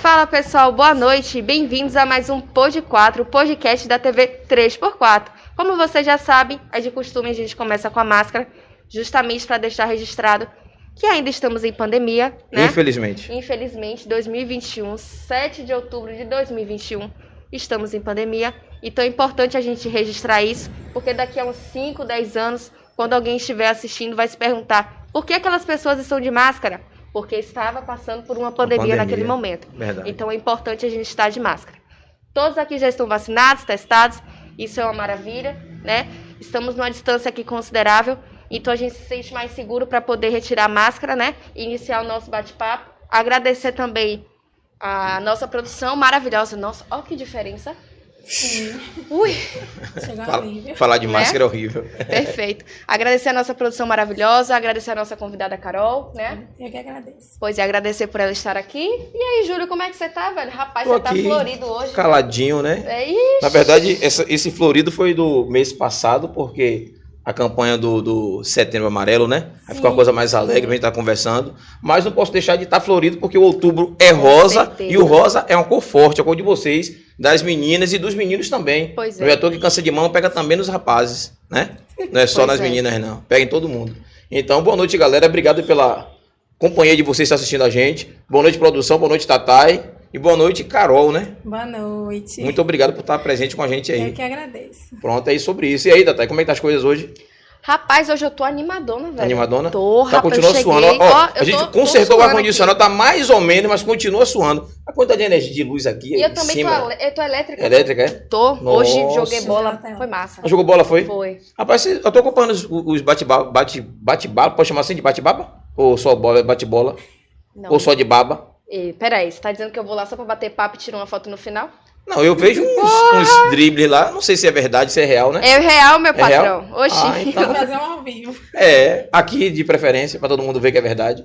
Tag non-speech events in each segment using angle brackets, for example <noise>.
Fala pessoal, boa noite e bem-vindos a mais um Pod 4, o podcast da TV 3x4. Como vocês já sabem, é de costume a gente começa com a máscara, justamente para deixar registrado que ainda estamos em pandemia, né? Infelizmente. Infelizmente, 2021, 7 um, de outubro de 2021, estamos em pandemia. Então é importante a gente registrar isso, porque daqui a uns 5, 10 anos, quando alguém estiver assistindo, vai se perguntar por que aquelas pessoas estão de máscara? Porque estava passando por uma pandemia, pandemia. naquele momento. Verdade. Então é importante a gente estar de máscara. Todos aqui já estão vacinados, testados, isso é uma maravilha, né? Estamos numa distância aqui considerável, então a gente se sente mais seguro para poder retirar a máscara, né? E iniciar o nosso bate-papo. Agradecer também a nossa produção maravilhosa. Nossa, ó que diferença. É, Ui! <laughs> Chegar Fala- horrível. falar de Né? máscara é horrível. Perfeito. Agradecer a nossa produção maravilhosa, agradecer a nossa convidada Carol, né? Eu que agradeço. Pois é, agradecer por ela estar aqui. E aí, Júlio, como é que você tá, velho? Rapaz, Tô você tá aqui. florido hoje. Caladinho, né? É isso. Na verdade, essa- esse florido foi do mês passado, porque a campanha do, do Setembro Amarelo, né? Aí ficou uma Sim. coisa mais alegre, a gente tá conversando. Mas não posso deixar de estar florido, porque o outubro é rosa, certeza. e o rosa é uma cor forte, é a cor de vocês, das meninas e dos meninos também. Pois é. Não é à toa que cansa de mão, pega também nos rapazes, né? Não é Pois só nas é. meninas, não. Pega em todo mundo. Então, boa noite, galera. Obrigado pela companhia de vocês que tá assistindo a gente. Boa noite, produção. Boa noite, Tatai. E boa noite, Carol, né? Boa noite. Muito obrigado por estar presente com a gente Eu aí. que agradeço. Pronto, é isso sobre isso. E aí, Tatai, como é que tá as coisas hoje? Rapaz, hoje eu tô animadona, velho. Animadona? Tô, tá rapaz, eu continuando cheguei. suando. Ó, Ó, eu a gente tô- tô consertou o suando ar-condicionado, tá mais ou menos, mas continua suando. A quanta de energia de luz aqui. aqui E aí eu também em tô, cima, ale- eu tô elétrica. elétrica, é? Tô. Hoje Nossa. joguei bola. Ela tá- Foi massa. Jogou bola, foi? Foi. Rapaz, cê- eu tô acompanhando os, os bate-baba, bate, bate-baba, pode chamar assim de bate-baba? Ou só bola, bate-bola? Não. Ou só de baba? E, peraí, você tá dizendo que eu vou lá só pra bater papo e tirar uma foto no final? Não, eu vejo uns, uns dribles lá, não sei se é verdade, se é real, né? Ah! É real, meu É real? patrão. Oxi. Ah, Vou então, fazer um ao vivo. é, aqui de preferência, pra todo mundo ver que é verdade.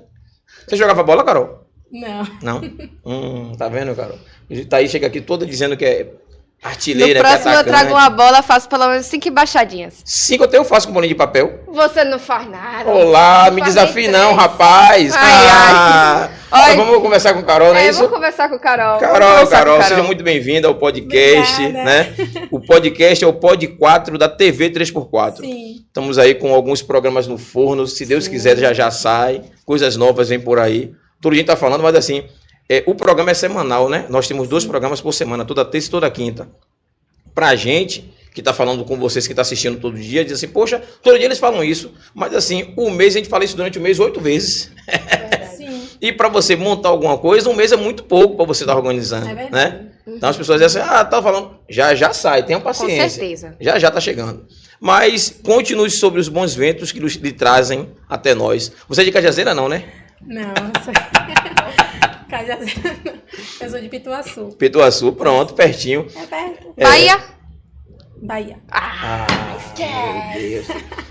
Você jogava bola, Carol? Não. Não? <laughs> Hum, tá vendo, Carol? Tá aí, chega aqui toda dizendo que é No artilheira, que é próximo eu atacante. trago uma bola, faço pelo menos cinco embaixadinhas. Cinco até eu faço com bolinha de papel. Você não faz nada. Olá, Não me faz nem desafie não, três. rapaz. então, Ai, ah, ai. Então vamos conversar com Carol, não é, É, isso? vou conversar com o Carol. Vou Carol, conversar com Carol, seja muito bem-vinda ao podcast, Obrigada. né? O podcast é o Pod 4 da TV 3x4. Sim. Estamos aí com alguns programas no forno, se Deus Sim. quiser já já sai, coisas novas vêm por aí. Todo dia tá falando, mas assim, é, o programa é semanal, né? Nós temos dois programas por semana, toda terça e toda quinta. Pra gente que tá falando com vocês, que tá assistindo todo dia, diz assim, poxa, todo dia eles falam isso, mas assim, o mês, a gente fala isso durante o mês oito vezes. É Verdade. Sim. E para você montar alguma coisa, um mês é muito pouco para você estar organizando, É né? verdade. Então as pessoas dizem assim, ah, tá falando, já já sai, tenha Com paciência. certeza. Já já tá chegando. Mas continue sobre os bons ventos que nos- lhe trazem até nós. Você é de Cajazeira não, né? Não, eu sou... <laughs> Cajazeiras. eu sou de Pituaçu. Petuaçu, pronto, pertinho. É perto. É. Bahia. Bahia. Ah, Ah, meu Deus.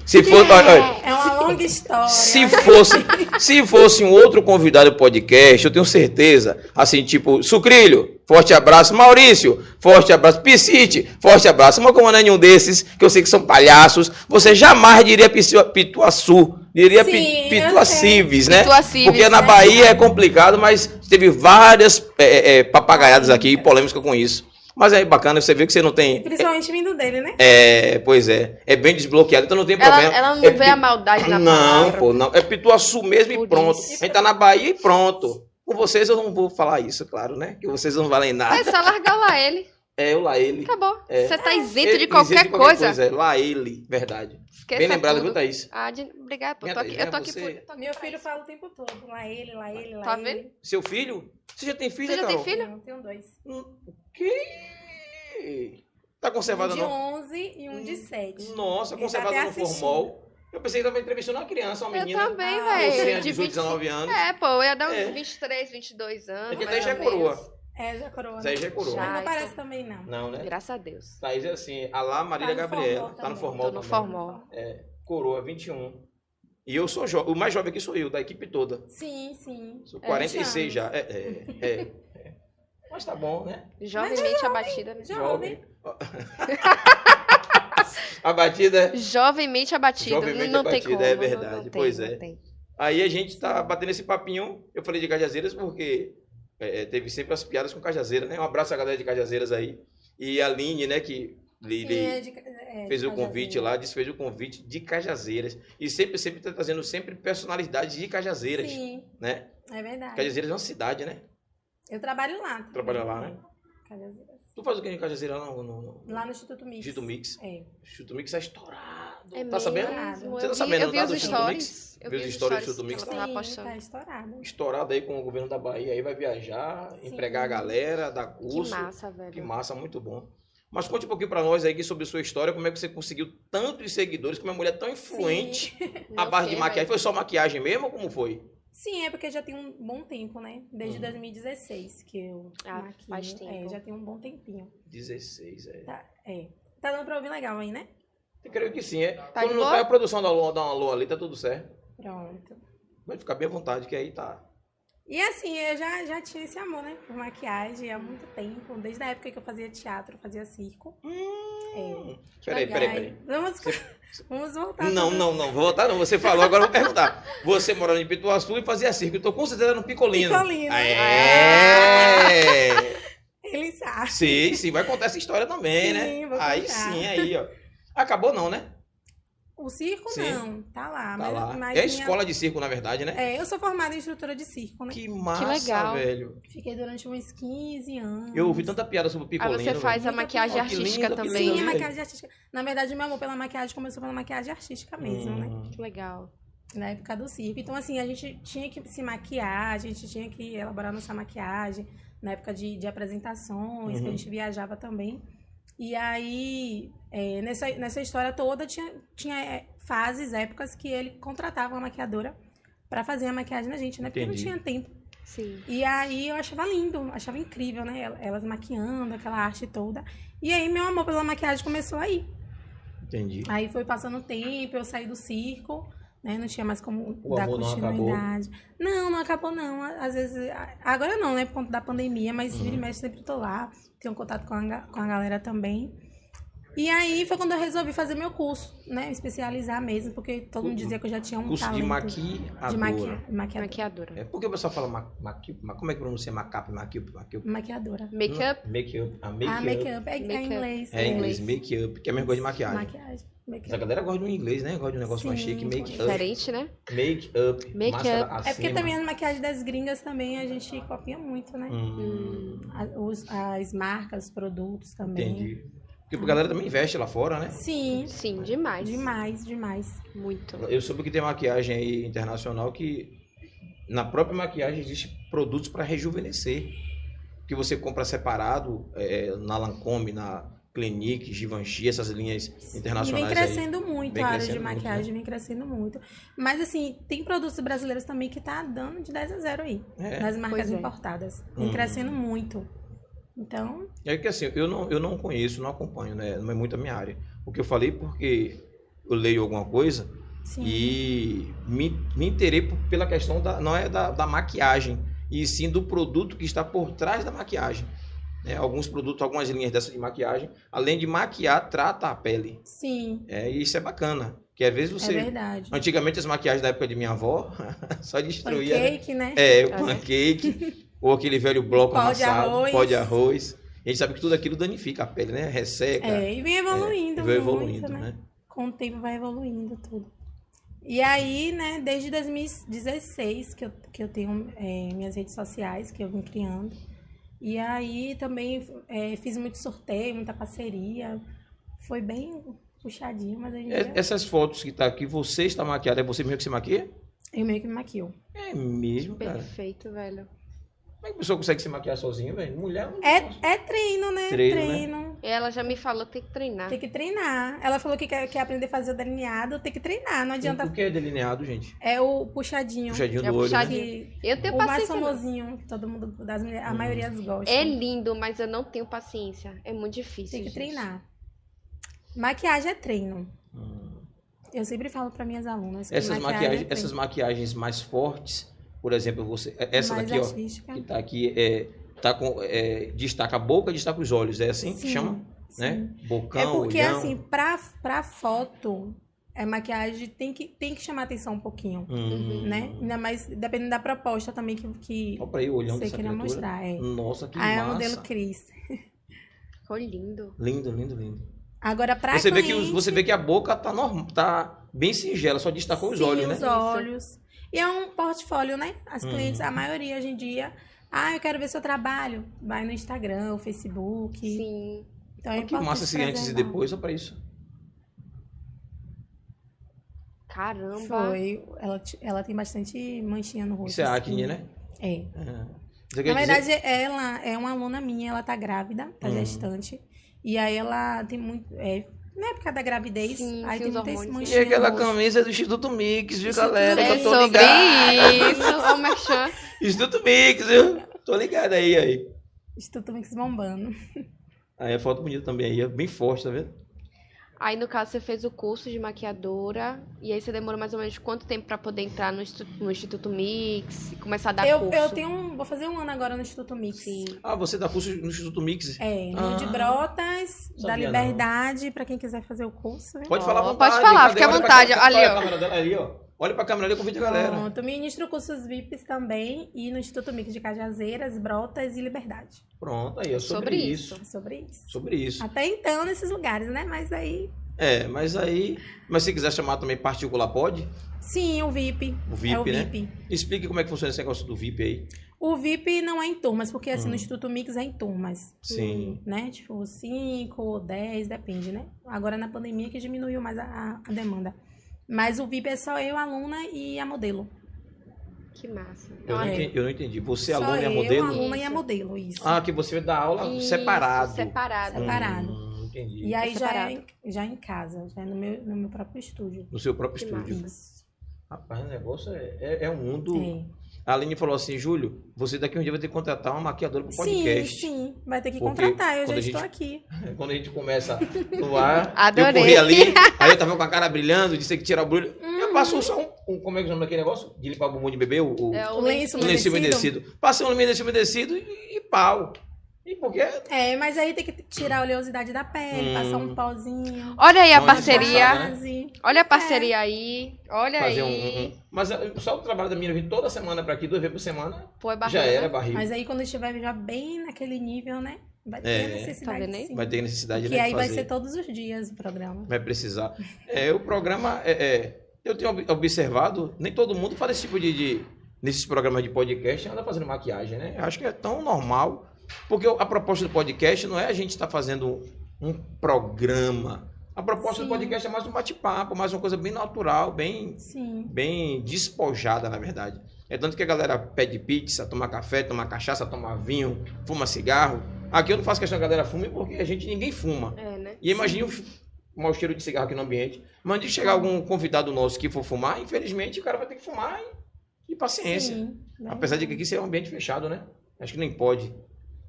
Se for, olha, olha, É uma longa história. Se fosse, se fosse um outro convidado do podcast, eu tenho certeza, assim, tipo, Sucrilho, forte abraço, Maurício, forte abraço, Piscite, forte abraço, mas como não é nenhum desses, que eu sei que são palhaços, você jamais diria Pici- Pituaçu, diria Sim, Pi- eu Pituacives, né? Pitua Cives, Porque na né? Bahia é complicado, mas teve várias é, é, papagaiadas aqui e polêmica com isso. Mas é bacana, você vê que você não tem... Principalmente vindo dele, né? É, pois é, é bem desbloqueado, então não tem ela, problema. ela não É vê a maldade na Não, palavra. pô, não. É Pituaçu mesmo Por e pronto. isso. A gente tá na Bahia e pronto. Com vocês eu não vou falar isso, claro, né? Que vocês não valem É nada. só largar lá ele. É eu lá ele. Acabou. É. Você tá isento Ele- de qualquer, isento coisa. É, lá ele, verdade. Esqueça Bem lembrado, é tudo. viu, Thaís? Ah, de... obrigada. pô. Minha Tô aqui- Thaís, Eu tô né, aqui você- por... tô aqui Meu pra filho isso. fala o tempo todo. Lá ele, lá ele, lá Tá ele. vendo? Seu filho? Você já tem filho, Você já tem Carol? filho? Não, tenho dois. Que... Tá Um conservada de não? 11 e Hum. um de 7. Nossa, Ele tá conservada até no assistindo. formol. Eu pensei que tava entrevistando uma criança, uma Eu menina. também, Ah, Você, é velho. De 18, 20... 19 anos. É, pô, eu ia dar uns É. 23, 22 anos. É que mais Thaís já é ou menos. coroa. É, já coroa. Zé né? já é coroa. Mas Já, então. não parece isso. também, não. Não, né? Graças a Deus. Thaís é assim, a lá Marília Tá no Gabriela. formol Tá no também. formal Tô no também. formal. Coroa 21. E eu sou jovem. O mais jovem aqui sou eu, da equipe toda. Sim, sim. Sou É, 46 já. É, é, é, é. Mas tá bom, né? é Jovenmente abatida. né? Jovem. <laughs> A batida. é Jovenmente abatido. Jovenmente não tem abatido, como. é não- não verdade, tem, pois não é. tem. Aí a gente tá batendo esse papinho. Eu falei de Cajazeiras porque é, é, teve sempre as piadas com Cajazeira, né? Um abraço à galera de Cajazeiras aí. E a Aline, né, que lhe- lhe- é fez o convite lá, disse fez o convite de Cajazeiras. E sempre, sempre tá trazendo sempre personalidades de Cajazeiras, Sim, né? é verdade. Cajazeiras é uma cidade, né? Eu trabalho lá. também. Trabalha lá, né? Cajazeiras. Tu faz o que em Cajazeira lá no, no, no... Lá no Instituto Mix. Gito Mix? É. Instituto Mix é estourado. É tá sabendo? mesmo, Você eu tá vi- sabendo, Eu não vi tá, do os Instituto stories. Eu Viu vi os os stories do stories Instituto que Mix? ela Sim, tava postando. tá estourado. Estourado aí com o governo da Bahia, aí vai viajar, Sim. empregar a galera, dar Que curso. massa, velho. Que massa, muito bom. Mas conte um pouquinho pra nós aí sobre sua história, como é que você conseguiu tantos seguidores, como é uma mulher tão influente, a Não base sei, né? de maquiagem. velho. Foi só maquiagem mesmo ou como foi? Sim, é porque já tem um bom tempo, né? Desde Uhum. 2016 que eu Ah, maquio. faz É, tempo. já tem um bom tempinho. 16, é. É. Tá dando pra ouvir legal aí, né? Eu creio que sim, é. Tá Quando de não boa? tá, a produção da Lua dá uma alô ali, tá tudo certo. Pronto. Vai ficar bem à vontade, que aí tá. E assim, eu já, já tinha esse amor, né? Por maquiagem há muito tempo. Desde a época que eu fazia teatro, eu fazia circo. Hum. Peraí, Ai, peraí, ai. peraí. Vamos, <laughs> vamos voltar. Não, tudo. não, não, vou voltar não. Você falou, agora eu vou perguntar. Você morando em Pituaçu e fazia circo. Eu tô com certeza no Picolino. Picolino. É! Ele sabe. Sim, sim, vai contar essa história também, Sim, né? vou aí contar. sim, aí, ó. Acabou não, né? O circo Sim. não, tá lá. Tá mas, lá. mas É a minha- escola de circo, na verdade, né? É, eu sou formada em instrutora de circo, né? Que massa, legal. velho. Fiquei durante uns 15 anos. Eu ouvi tanta piada sobre o Aí Picolino. Ah, você faz a Muito maquiagem bom. Ó, que artística lindo, que também. Sim, lindo. né? maquiagem artística. Na verdade, meu amor pela maquiagem começou pela maquiagem artística mesmo, né? Hum. Que legal. Na época do circo. Então, assim, a gente tinha que se maquiar, a gente tinha que elaborar nossa maquiagem. Na época de, de apresentações, que Uhum. a gente viajava também. E aí, é, nessa, nessa história toda, tinha, tinha é, fases, épocas que ele contratava uma maquiadora pra fazer a maquiagem na gente, né? Porque não Entendi. tinha tempo. Sim. E aí eu achava lindo, achava incrível, né? Ela- Elas maquiando, aquela arte toda. E aí meu amor pela maquiagem começou aí. Entendi. Aí foi passando o tempo, eu saí do circo, né? Não tinha mais como O dar amor não continuidade. Não, não acabou não. Às vezes, a- agora não, né? Por conta da pandemia, mas Uhum. vira e mexe sempre tô lá. Tenho um contato com a, ga- com a galera também. E aí foi quando eu resolvi fazer meu curso, né? Me especializar mesmo, porque todo mundo dizia que eu já tinha um Uhum. Curso de talento maquiadora. de maqui- maquiadora. Maquiadora. É, por que o pessoal fala ma maqui ma como é que pronuncia macap, maquiup, maquiup? Maquiadora. Make-up? Não, Make-up. A make-up. Ah, make-up. É, é Make-up. em inglês. É em inglês, Inglês. make-up, que é a mesma coisa de maquiagem. Maquiagem. Mas a Make-up. galera gosta de um inglês, né? Gosta de um negócio mais Sim, chique, make-up. Diferente, né? Make-up. Make-up. máscara É porque acima. também a maquiagem das gringas também a gente copia muito, né? Hum, A- os- as marcas, os produtos também. entendi. Porque a galera também investe lá fora, né? Sim, Sim, demais. demais, demais. Muito. Eu soube que tem maquiagem aí internacional que na própria maquiagem existe produtos para rejuvenescer. Que você compra separado é, na Lancôme, na Clinique, Givenchy, essas linhas E vem internacionais aí. crescendo muito Vem a área crescendo de muito, né? maquiagem, vem crescendo muito. Mas assim, tem produtos brasileiros também que tá dando de 10 a 0 aí. É. Nas marcas Pois é. importadas. Vem Hum. crescendo muito. Então, É que assim, eu não, eu não conheço, não acompanho, né? Não é muito a minha área. O que eu falei porque eu leio alguma coisa sim. e me, me interei por- pela questão da, não é da, da maquiagem, e sim do produto que está por trás da maquiagem. né? Alguns produtos, algumas linhas dessa de maquiagem, além de maquiar, trata a pele. Sim, É, e isso é bacana. Que às vezes é você. verdade. Antigamente as maquiagens da época de minha avó <laughs> só destruía. né? Pancake, né? É, o Ah, né? pancake, ou aquele velho bloco Pó de amassado, arroz. pó de arroz. A gente sabe que tudo aquilo danifica a pele, né? Resseca. É, e vem evoluindo, e vai muito, evoluindo, né? né? com o tempo vai evoluindo tudo. E aí, né, desde 2016 que eu, que eu tenho é, minhas redes sociais que eu vim criando. E aí também é, fiz muito sorteio, muita parceria. Foi bem puxadinho, mas a gente É, Essas fotos que tá aqui, você está maquiada, é você mesmo que se maquia? eu meio que me maquio. É mesmo, Tipo cara. Perfeito, velho. Como é que a pessoa consegue se maquiar sozinha, velho? Mulher não É, consegue. é treino, né? Treino, né? Ah. treino. Ela já me falou que tem que treinar. Tem que treinar. Ela falou que quer, quer aprender a fazer o delineado, tem que treinar, não O adianta. que é delineado, gente? É o puxadinho. Puxadinho É do olho, né? puxadinho. Que- Eu tenho o mais paciência. não. famosinho que todo mundo, das mulheres, a Hum. maioria gosta. É lindo, mas eu não tenho paciência. É muito difícil. Tem que gente. treinar. Maquiagem é treino. Hum. Eu sempre falo para minhas alunas que Essas, maquiagem maquiagens, é treino. essas maquiagens mais fortes, por exemplo, você, é- essa Mais daqui, ó, artística. que tá aqui, é, tá com, é, destaca a boca, destaca os olhos, é assim que Sim, chama? sim. né? Bocão, É porque olhão. assim, pra, pra foto, é, maquiagem tem que, tem que chamar atenção um pouquinho, Hum. né? Ainda mais dependendo da proposta também que, que Olha pra aí o olhão você dessa queira criatura. mostrar. É. Nossa, que Aí é o massa. modelo Cris. Ficou lindo. Lindo, lindo, lindo. Agora, pra Você vê, cliente, que, os- você vê que a boca tá, norm... tá bem singela, só destacou os sim, olhos, né? os olhos. E é um portfólio, né? As Uhum. clientes, a maioria hoje em dia... Ah, eu quero ver seu trabalho. Vai no Instagram, o Facebook. Sim. Então é Olha que massa importante esse antes e preservar. depois, olha pra isso. Caramba. Foi. Ela, t- ela tem bastante manchinha no rosto. Isso é assim. acne, né? É. É. Você Na quer dizer- verdade, ela é uma aluna minha, ela tá grávida, tá Hum. gestante. E aí ela tem muito. É, na época da gravidez, Sim, aí sim, tem os muita hormônios. E manchinha. é aquela no rosto. camisa do Instituto Mix, viu, Instituto galera? É Eu tô sobre ligado. isso. Ô, Merchan. Instituto Mix, viu? Tô ligado aí, aí. Instituto Mix bombando. Aí a foto bonita também aí, ó, bem forte, tá vendo? Aí, no caso, você fez o curso de maquiadora. E aí, você demorou mais ou menos quanto tempo pra poder entrar no, institu- no Instituto Mix e começar a dar Eu, curso? eu tenho um. Vou fazer um ano agora no Instituto Mix. Sim. Ah, você dá curso no Instituto Mix? É, Ah. no de Brotas, da Sabia não. Liberdade, pra quem quiser fazer o curso. né? Pode falar à Ó, vontade. pode falar, cadê? fica à Olha pra vontade, câmera, ali, olha ó. a câmera dela aí, ó. Olha pra câmera ali, convida a galera. Pronto, ministro cursos VIPs também e no Instituto Mix de Cajazeiras, Brotas e Liberdade. Pronto, aí, ó. Sobre, Sobre isso. isso. É sobre isso. Sobre isso. Até então, nesses lugares, né? Mas aí. É, mas aí. Mas se quiser chamar também particular, pode? Sim, o VIP. O VIP, é o né? VIP. Explique como é que funciona esse negócio do VIP aí. O VIP não é em turmas, porque assim, Hum. no Instituto Mix é em turmas. Sim. Né? Tipo, 5 ou 10, depende, né? Agora na pandemia que diminuiu mais a- a, a demanda. Mas o VIP é só eu, aluna e a modelo. Que massa. Eu, não Olha, entendi, eu não entendi. Você é só aluno e é eu, modelo? aluna e a Isso. modelo, isso. Ah, que você dá aula isso, separado. Separado. Hum. Separado. Hum, entendi. e aí é já é, já é em casa, já é no meu, no meu próprio estúdio. No seu próprio Que estúdio. Isso. Rapaz, o negócio é, é, é um mundo. É. A Aline falou assim, Júlio, você daqui a um dia vai ter que contratar uma maquiadora pro Sim, <laughs> podcast. sim. Vai ter que Porque contratar, eu já quando a estou gente- aqui. Quando a gente começa no <laughs> ar, eu Adorei. corri ali, aí eu tava com a cara brilhando, disse que tirar o brilho. Eu passo só um, um- Como é que é o nome daquele negócio? De limpar o bumbum de bebê? O, o, É o O lenço lenço. um lenço umedecido. umedecido. Passei um lenço umedecido e, e pau. E porque. É, mas aí tem que tirar a oleosidade da pele, Hum. passar um pozinho. Olha aí a Não é parceria. desnecessário, né? base. É, Olha a parceria aí. Olha Fazer um, aí. um- um- Mas eh, só o trabalho da minha vir toda semana pra aqui, duas vezes por semana, Pô, é já barriga. era barriga. Mas aí quando estiver já bem naquele nível, né? Vai ter É. Tá necessidade. vendo aí? sim. Vai ter necessidade que né, aí de vai fazer. ser todos os dias o programa. Vai precisar. É, o programa é, é, eu tenho ob- observado, nem todo mundo faz esse tipo de, de- nesses programas de podcast anda fazendo maquiagem, né? Eu acho que é tão normal, porque o- a proposta do podcast não é a gente estar fazendo um programa. A proposta do Sim. podcast é mais um bate-papo, mais uma coisa bem natural, bem Sim. bem despojada, na verdade. É tanto que a galera pede pizza, toma café, toma cachaça, toma vinho, fuma cigarro. Aqui eu não faço questão que a galera fume porque a gente ninguém fuma. É, né? E imagine o f- mau cheiro de cigarro aqui no ambiente. Mas de chegar algum convidado nosso que for fumar, infelizmente o cara vai ter que fumar e, e paciência. Sim, né? vai. Apesar de que aqui ser um ambiente fechado, né? Acho que nem pode.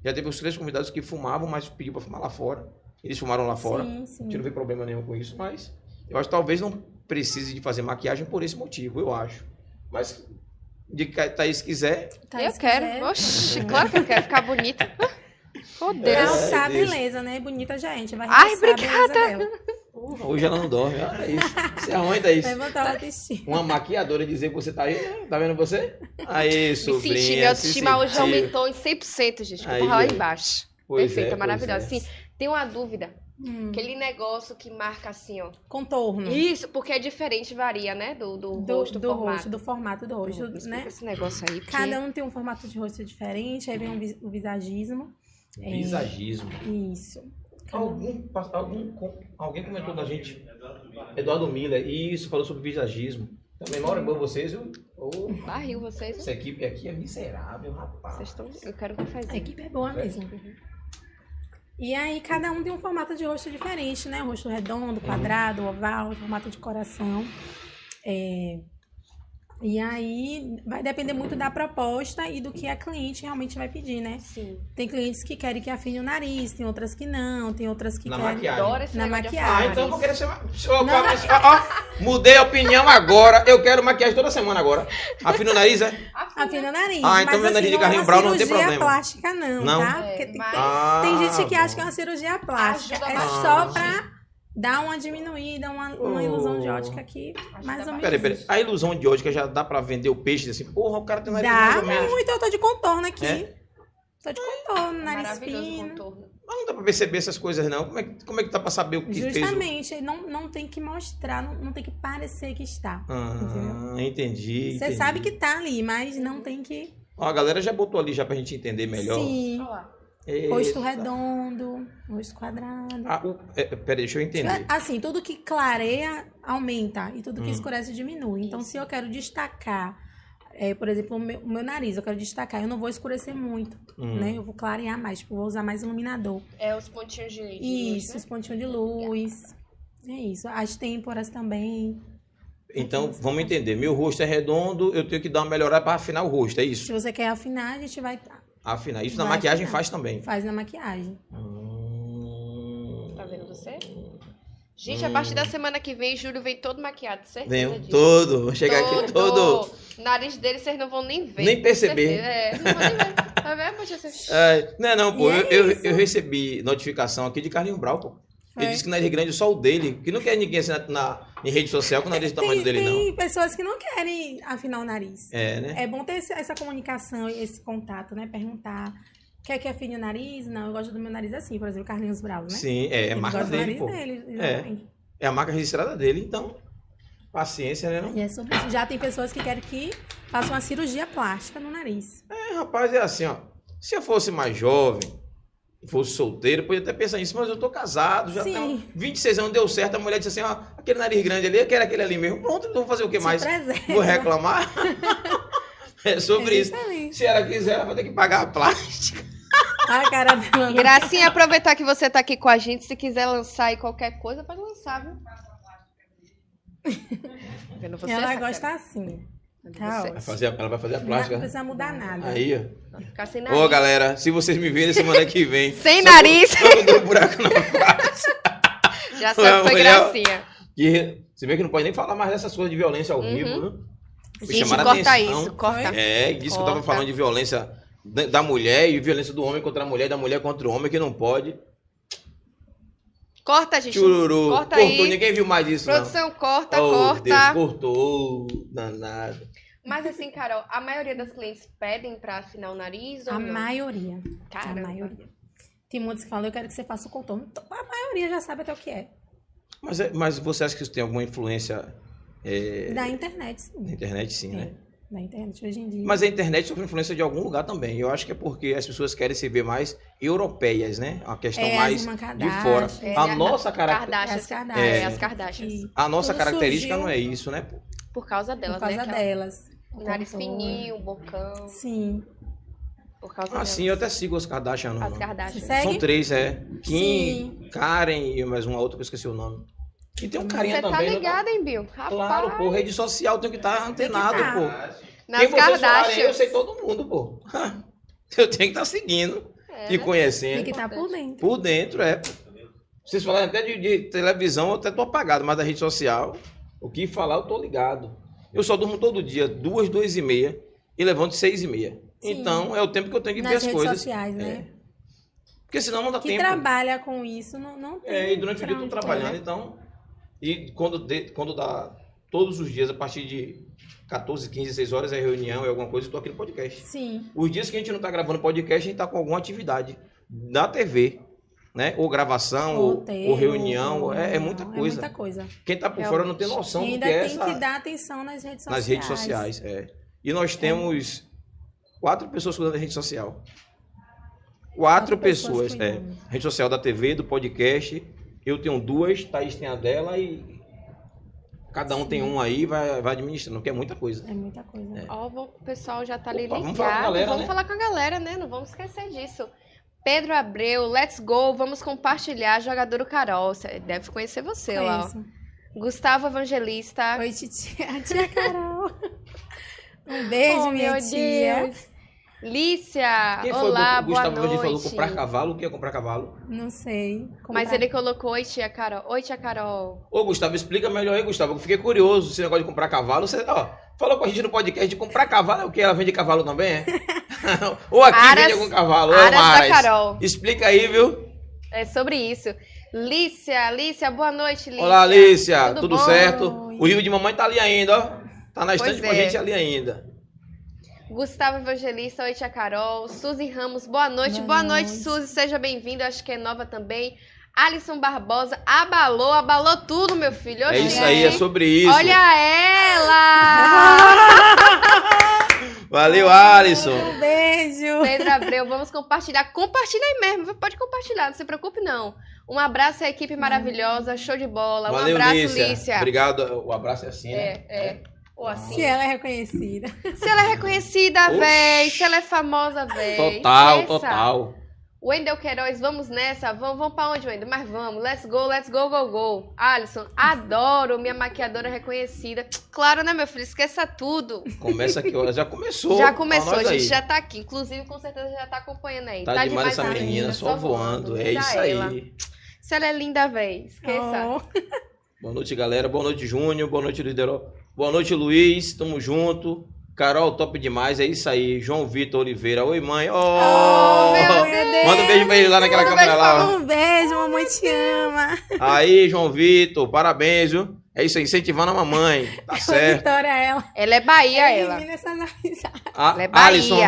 Já teve os três convidados que fumavam, mas pediu pra fumar lá fora. Eles fumaram lá fora. Sim, A sim. gente não vê problema nenhum com isso, mas eu acho que talvez não precise de fazer maquiagem por esse motivo, eu acho. Mas de que a Thaís quiser, Tá, eu se quero. quiser- Oxi, claro que eu quero ficar <laughs> bonita. Oh, É, Pra Deus. Realçar a Deus. beleza, né? Bonita já é, a gente vai Ai, realçar a beleza dela. <laughs> hoje ela não dorme. Olha isso. Você é ruim, Thaís. Levantar o autoestima. Uma maquiadora dizer que você tá aí, né? tá vendo você? Aí, Me sobrinha. senti, minha se autoestima hoje é um sentiu. aumentou em 100%, gente. Aí, Vou lá ó. embaixo. Pois é, Perfeita, pois maravilhosa. é. Sim, tem uma dúvida. Hum, Aquele negócio que marca assim, ó. Contorno. Isso, porque é diferente, varia, né? Do, do, Hum. Do, rosto, do, do formato. rosto, do formato do rosto, Me explica né? Esse negócio aí. porque- Cada um tem um formato de rosto diferente, aí vem um vis- o visagismo. É, Visagismo. Isso. Cada um- Algum, pa- algum, com- alguém comentou da gente. Eduardo Miller, isso, falou sobre visagismo. Também mora com vocês, viu? Ô, um. Barril, vocês. né? essa equipe aqui é miserável, rapaz. Vocês estão. Eu quero que A fazer. equipe é boa mesmo. E aí cada um tem um formato de rosto diferente, né? Rosto redondo, quadrado, oval, formato de coração. É, E aí vai depender muito da proposta e do que a cliente realmente vai pedir, né? Sim. Tem clientes que querem que afine o nariz, tem outras que não, tem outras que Na querem. maquiagem. Adoro esse Na negócio de maquiagem. Ah, afastar. então eu vou querer ser ma... Ó, ó, ó, mudei a opinião agora. Eu quero maquiagem toda semana agora. Afina o nariz, é? Afina o nariz. Ah, então meu mas, nariz assim, de não é Carlinhos uma Brown não tem cirurgia problema. plástica, não, Não? tá? É, Porque tem, mas- Ah, tem gente que bom. acha que é uma cirurgia plástica. Ajuda É bastante. só pra Dá uma diminuída, uma, Oh. uma ilusão de ótica aqui, Acho mais que ou dá menos. Peraí, peraí. isso. A ilusão de ótica já dá pra vender o peixe assim, porra, o cara tem nariz mais Dá ou menos. muito, eu tô de contorno aqui. É? Tô de contorno, nariz É Maravilhoso o fino. contorno. Mas não dá pra perceber essas coisas, não. Como é que, como é que dá pra saber o que fez? o- Justamente, não, não tem que mostrar, não, não tem que parecer que está. Ah, entendi. Você entendi. sabe que tá ali, mas não tem que. Ó, a galera já botou ali já pra gente entender melhor. Sim. Olha lá. Eita. Rosto redondo, rosto quadrado. Ah, o- é, peraí, deixa eu entender. Assim, tudo que clareia aumenta e tudo que Hum. escurece diminui. Então, se eu quero destacar, é, por exemplo, o meu, o meu nariz, eu quero destacar, eu não vou escurecer muito, Hum. né? Eu vou clarear mais, tipo, vou usar mais iluminador. É os pontinhos de de luz, Isso, né? os pontinhos de luz. É isso. As têmporas também. Então, vamos entender. Meu rosto é redondo, eu tenho que dar uma melhorada pra afinar o rosto, é Se isso? você quer afinar, a gente vai Afinar. Isso na Vai maquiagem afinar. faz também. faz na maquiagem. Hum. Tá vendo você? Gente, a partir da semana que vem, Júlio vem todo maquiado, certeza Venho disso. um todo, vou chegar aqui todo. O nariz dele vocês não vão nem ver. Nem perceber. Certeza, É, não vão nem ver. Tá vendo? Poxa, você- É, não é não, pô. E é eu, eu- isso. eu recebi notificação aqui de Carlinhos Brau, pô. Foi. Ele disse que na Rio Grande só o dele, que não quer ninguém assim na, na- em rede social com o nariz do tamanho Tem, dele, não. tem pessoas que não querem afinar o nariz. É, né? É bom ter esse- essa comunicação, esse contato, né? Perguntar. Quer que afine o nariz? Não, eu gosto do meu nariz assim, por exemplo, Carlinhos Brau, né? Sim, é, é Ele marca gosta do dele, nariz pô. dele, É. exatamente. É a marca registrada dele, então. Paciência, né? Não? E é sobre isso. Já tem pessoas que querem que façam uma cirurgia plástica no nariz. É, rapaz, é assim, ó. Se eu fosse mais jovem, fosse solteiro, podia até pensar nisso, mas eu tô casado, já Sim. tenho 26 anos, deu certo. A mulher disse assim, ó, aquele nariz grande ali, eu quero aquele ali mesmo. Pronto, então vou fazer o que mais? Se preserva. Vou reclamar? <laughs> é sobre <laughs> isso. Exatamente. Se ela quiser, ela vai ter que pagar a plástica. Olha a cara dela. Gracinha, aproveitar que você tá aqui com a gente. Se quiser lançar aí qualquer coisa, pode lançar, viu? Tá vendo você, Ela Raquel? gosta Tá assim. vendo Tá você? Vai ótimo. fazer a, ela vai fazer a Não é plástica. né? precisa mudar nada. Aí, ó. Ficar sem Ô, nariz. galera, se vocês me verem semana que <laughs> vem. Sem só <laughs> nariz. Com, só com dois buracos na face. Já sabe que foi Olha, gracinha. E você vê que não pode nem falar mais dessas coisas de violência ao Uhum. vivo, né? Me Gente, chamaram a corta atenção. isso, corta. É, e disso que eu tava Corta. falando de violência da da mulher e violência do homem contra a mulher, da mulher contra o homem, que não pode. Corta, gente. Chururu. Corta Cortou, aí. ninguém viu mais isso, não. Produção, corta, oh, corta. Deus, cortou, danado. Mas assim, Carol, a maioria das clientes pedem pra assinar o nariz ou A não? maioria. Caramba. A maioria. Tem muitos que falam, eu quero que você faça o contorno. Então, A maioria já sabe até o que é. Mas, é- mas você acha que isso tem alguma influência é, Da internet, sim. na internet, sim, né? É, da internet hoje em dia. Mas a internet sofre influência de algum lugar também. Eu acho que é porque as pessoas querem se ver mais europeias, né? Uma questão é, mais. as Uma de fora. É, a né? nossa caracter- Kardashians. As Kardashians. É, as Kardashians. Que- A nossa Tudo característica surgiu não é isso, né? pô? Por causa Por delas, causa né? Que ela- delas. O Nariz contorno. fininho, bocão. Sim. Por causa Ah, sim, eu até sigo as Kardashian. delas. Não, é As não. Kardashians. Sério? São Segue? três, é. Kim, Sim. Karen e mais uma outra que eu esqueci o nome. E tem um carinha Você tá também. não ligado, hein, Bill? Rapaz. Claro, pô, rede social tem que estar antenado, tá. pô. Quem Nas É, vocês falarem, eu Kardashians. sei todo mundo, pô. <laughs> Eu tenho que estar seguindo É, e né? conhecendo. Tem que estar por dentro. Por dentro, é. Vocês falaram até de, de televisão, eu até tô apagado, mas da rede social, o que falar, eu tô ligado. Eu só durmo todo dia, duas, duas e meia, e levanto seis e meia. Sim. Então, é o tempo que eu tenho que Nas ver as redes coisas. sociais, né? É. Porque senão não dá Que tempo. trabalha com isso não, não tem. É, e durante o dia eu tô pra onde trabalhando, correr. então. E quando, de- quando dá todos os dias, a partir de 14, 15, 6 horas, é reunião, é alguma coisa, eu tô aqui no podcast. né? Sim. Os dias que a gente não tá gravando podcast, a gente tá com alguma atividade na TV, né? Ou gravação, ou, Roteiro, ou reunião, é, é muita reunião, coisa. É muita coisa. Quem tá por fora não tem noção e do que ainda é tem essa, que dar atenção nas redes sociais. nas redes sociais. é. E nós temos quatro pessoas cuidando da rede social. Quatro, Quatro pessoas pessoas, é. cuidando. Rede social da TV, do podcast. Eu tenho duas, Thaís tem a dela e cada um tem um aí vai, vai administrando, que é muita coisa. É muita coisa. Ó, vou- o pessoal já tá ali Opa, ligado. Vamos, vamos falar com a falar, galera, né? com a galera, né? Não vamos esquecer disso. Pedro Abreu, let's go. Vamos compartilhar. Jogador Carol. Cê Deve conhecer você lá. Conheço. ó. Gustavo Evangelista. É Oi, titia. <laughs> A tia Carol. Um beijo, Oh, minha meu tia. Deus. Lícia, Quem foi olá, boa o Gustavo noite. Hoje falou comprar cavalo? O que é comprar cavalo? Não sei. tá? Comprar- Mas ele colocou, oi tia Carol. Oi tia Carol. Ô, Gustavo, explica melhor aí, Gustavo. Eu fiquei curioso esse negócio de comprar cavalo. Você, tá, ó, falou com a gente no podcast de comprar cavalo. É o que? Ela vende cavalo também, <laughs> é? Ou aqui Aras- vende algum cavalo? é Aras uma da Aras. Carol. Explica aí, viu? É sobre isso. Lícia, Lícia, boa noite, Lícia. Olá, Alícia, tudo, bom? certo? Oi. O livro de mamãe tá ali ainda, ó. Tá na Pois estante com a é. gente ali ainda. Gustavo Evangelista, oi tia Carol, Suzy Ramos, boa noite, Boa boa, noite. noite. Suzy, seja bem-vinda, acho que é nova também. Alisson Barbosa, abalou, abalou tudo, meu filho. É Oxi, isso aí, é sobre isso. Olha <laughs> ela! Valeu, Alisson. Um beijo. Pedro Abreu, vamos compartilhar. Compartilha aí mesmo, viu? pode compartilhar, não se preocupe não. Um abraço à equipe maravilhosa, show de bola. Um Valeu, abraço, Lícia. Lícia. Obrigado. O abraço é assim, né? É, é. Ou assim. Que ela é <laughs> reconhecida. Se ela é reconhecida, Oxi. véi. Se ela é famosa, véi. Total, Essa. total. Wendel Queiroz, vamos nessa? Vamos, vamos pra onde, Wendel? Mas vamos. Let's go, let's go, go, go. Alisson, adoro minha maquiadora reconhecida. Claro, né, meu filho? Esqueça tudo. Começa aqui, ó. Já começou. já Pra começou, nós a gente aí. já tá aqui. Inclusive, com certeza já tá acompanhando aí. Tá, demais essa a menina, só voando. É Já isso aí. ela. Se ela é linda, véi. Esqueça. Oh. Boa noite, galera. Boa noite, Júnior. Boa noite, Lideró. Boa noite, Luiz. Tamo junto. Carol, top demais. É isso aí. João Vitor Oliveira. Oi, mãe. Oh! meu Deus. <laughs> Manda um beijo pra ele lá naquela Manda um câmera beijo lá. ó. Um beijo, mamãe te ama. Aí, João Vitor, parabéns, viu? É isso aí, incentivando a mamãe. <laughs> <laughs> Tá certo. Vitória, ela. Ela é Bahia, ela. Elimina essa amizade. A- Ela é Bahia. Alisson,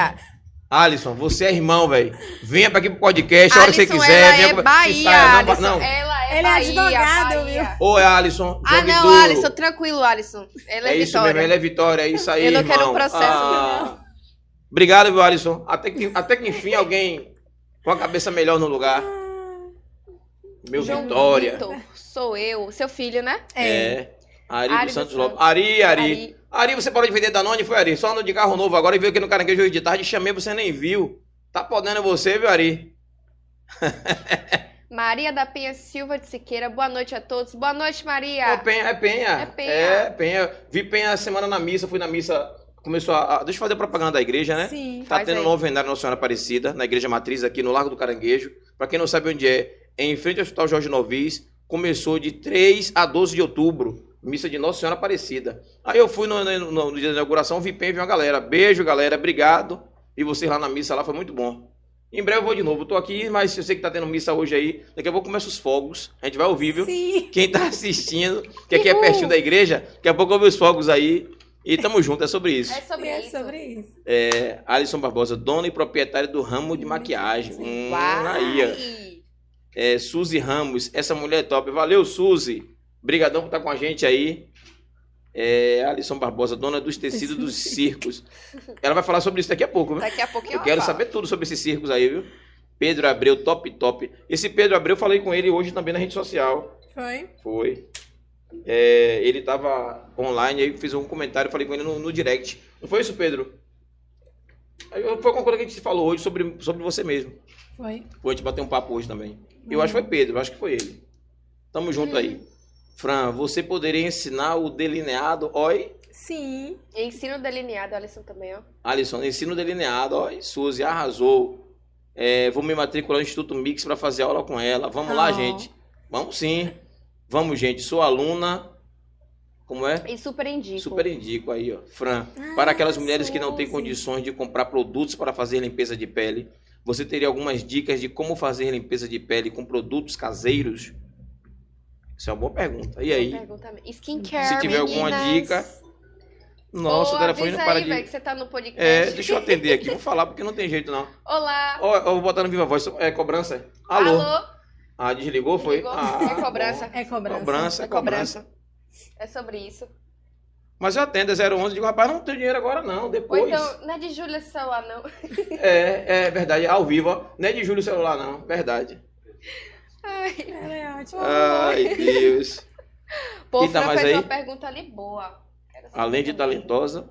Alisson, você é irmão, velho. Venha pra aqui pro podcast a hora que você Alisson, quiser. Ela venha é pra- Bahia, Saia, não, Alisson. não. Ela é Ele é Bahia, advogado, Bahia. viu? Oi, Alisson. Ah, jogue não, duro. Alisson, tranquilo, Alisson. Ela é, É isso Vitória. mesmo, ele é Vitória, é isso aí, Eu não quero irmão. Ah. um processo, Obrigado, viu, Alisson. Até que, até que enfim alguém com a cabeça melhor no lugar. Meu João Vitória. Então, Vitor, sou eu, seu filho, né? É. É. Ari Ari, dos dos Santos Santos. Lopes. Ari, Ari. Ari. Ari, você parou de vender Danone, foi Ari? Só no de carro novo agora e veio aqui no Caranguejo hoje de tarde. Chamei, você nem viu. Tá podendo você, viu, Ari? Maria da Penha Silva de Siqueira, boa noite a todos. Boa noite, É Maria. Penha, é Penha. É Penha. É Penha. Vi Penha essa semana na missa, fui na missa. Começou a. a- Deixa eu fazer a propaganda da igreja, né? É, Sim. Tá Faz tendo aí. um novenário Nossa Senhora Aparecida, na Igreja Matriz, aqui no Largo do Caranguejo. Pra quem não sabe onde é, é em frente ao Hospital Jorge Novis, começou de 3 a 12 de outubro, missa de Nossa Senhora Aparecida. Aí eu fui no, no- no- no dia da inauguração, vi bem, vi uma galera. Beijo, galera, obrigado. E vocês lá na missa, lá foi muito bom. Em breve eu vou de novo, eu tô aqui, mas eu sei que tá tendo missa hoje aí. Daqui a pouco começa os fogos, a gente vai ouvir, viu? Sim. Quem tá assistindo, que aqui é pertinho da igreja, daqui a pouco ouve os fogos aí. E tamo junto, é sobre isso. É sobre é isso. sobre isso. É, Alisson Barbosa, dona e proprietária do ramo de maquiagem. Hum, Uau. aí, ó. É, Suzy Ramos, essa mulher é top. Valeu, Suzy. Brigadão por estar com a gente aí. É, Alisson Barbosa, dona dos tecidos dos circos. Ela vai falar sobre isso daqui a pouco, viu? Daqui a pouquinho Eu ela quero fala. saber tudo sobre esses circos aí, viu? Pedro Abreu, top, top. Esse Pedro Abreu, eu falei com ele hoje também na rede social. Foi? Foi. É, ele tava online, aí fiz um comentário, falei com ele no, no direct. Não foi isso, Pedro? Aí eu- foi uma coisa que a gente falou hoje sobre, sobre você mesmo. Foi. Foi a gente bater um papo hoje também. Eu acho que foi Pedro, eu acho que foi ele. Tamo junto aí. Fran, você poderia ensinar o delineado, oi? Sim. Ensino delineado, Alisson também, ó. Alisson, ensino delineado, oi? Suzy, arrasou. É, vou me matricular no Instituto Mix para fazer aula com ela. Vamos lá, Ah. gente. Vamos sim. Vamos, gente. Sou aluna. Como é? E super indico. Super indico aí, ó. Fran, Ah, para aquelas mulheres que não têm Suzy. condições de comprar produtos para fazer limpeza de pele, você teria algumas dicas de como fazer limpeza de pele com produtos caseiros? Isso é uma boa pergunta. E aí? Pergunta... Skincare, Se tiver alguma meninas. dica, Nossa, Ô, o telefone avisa não para aí, de. velho, que você tá no podcast. É, deixa eu atender aqui, vou falar porque não tem jeito não. Olá. Ó, ó, vou botar no Viva Voz, é cobrança? Alô? Ah, desligou? Foi? Desligou. Ah, É cobrança. É bom. cobrança. Cobrança, É é cobrança. cobrança. É sobre isso. Mas eu atendo, é 011, digo, rapaz, não tenho dinheiro agora não, Ou depois. então, não é de Júlia esse celular, não. É, é verdade, ao vivo, ó. Não é de Júlio o celular, não. Verdade. Ai. Ela é ótima. Ai, Deus. Pô, Quem tá Fran mais fez aí? uma pergunta ali boa. Quero saber <laughs> Além de também. talentosa.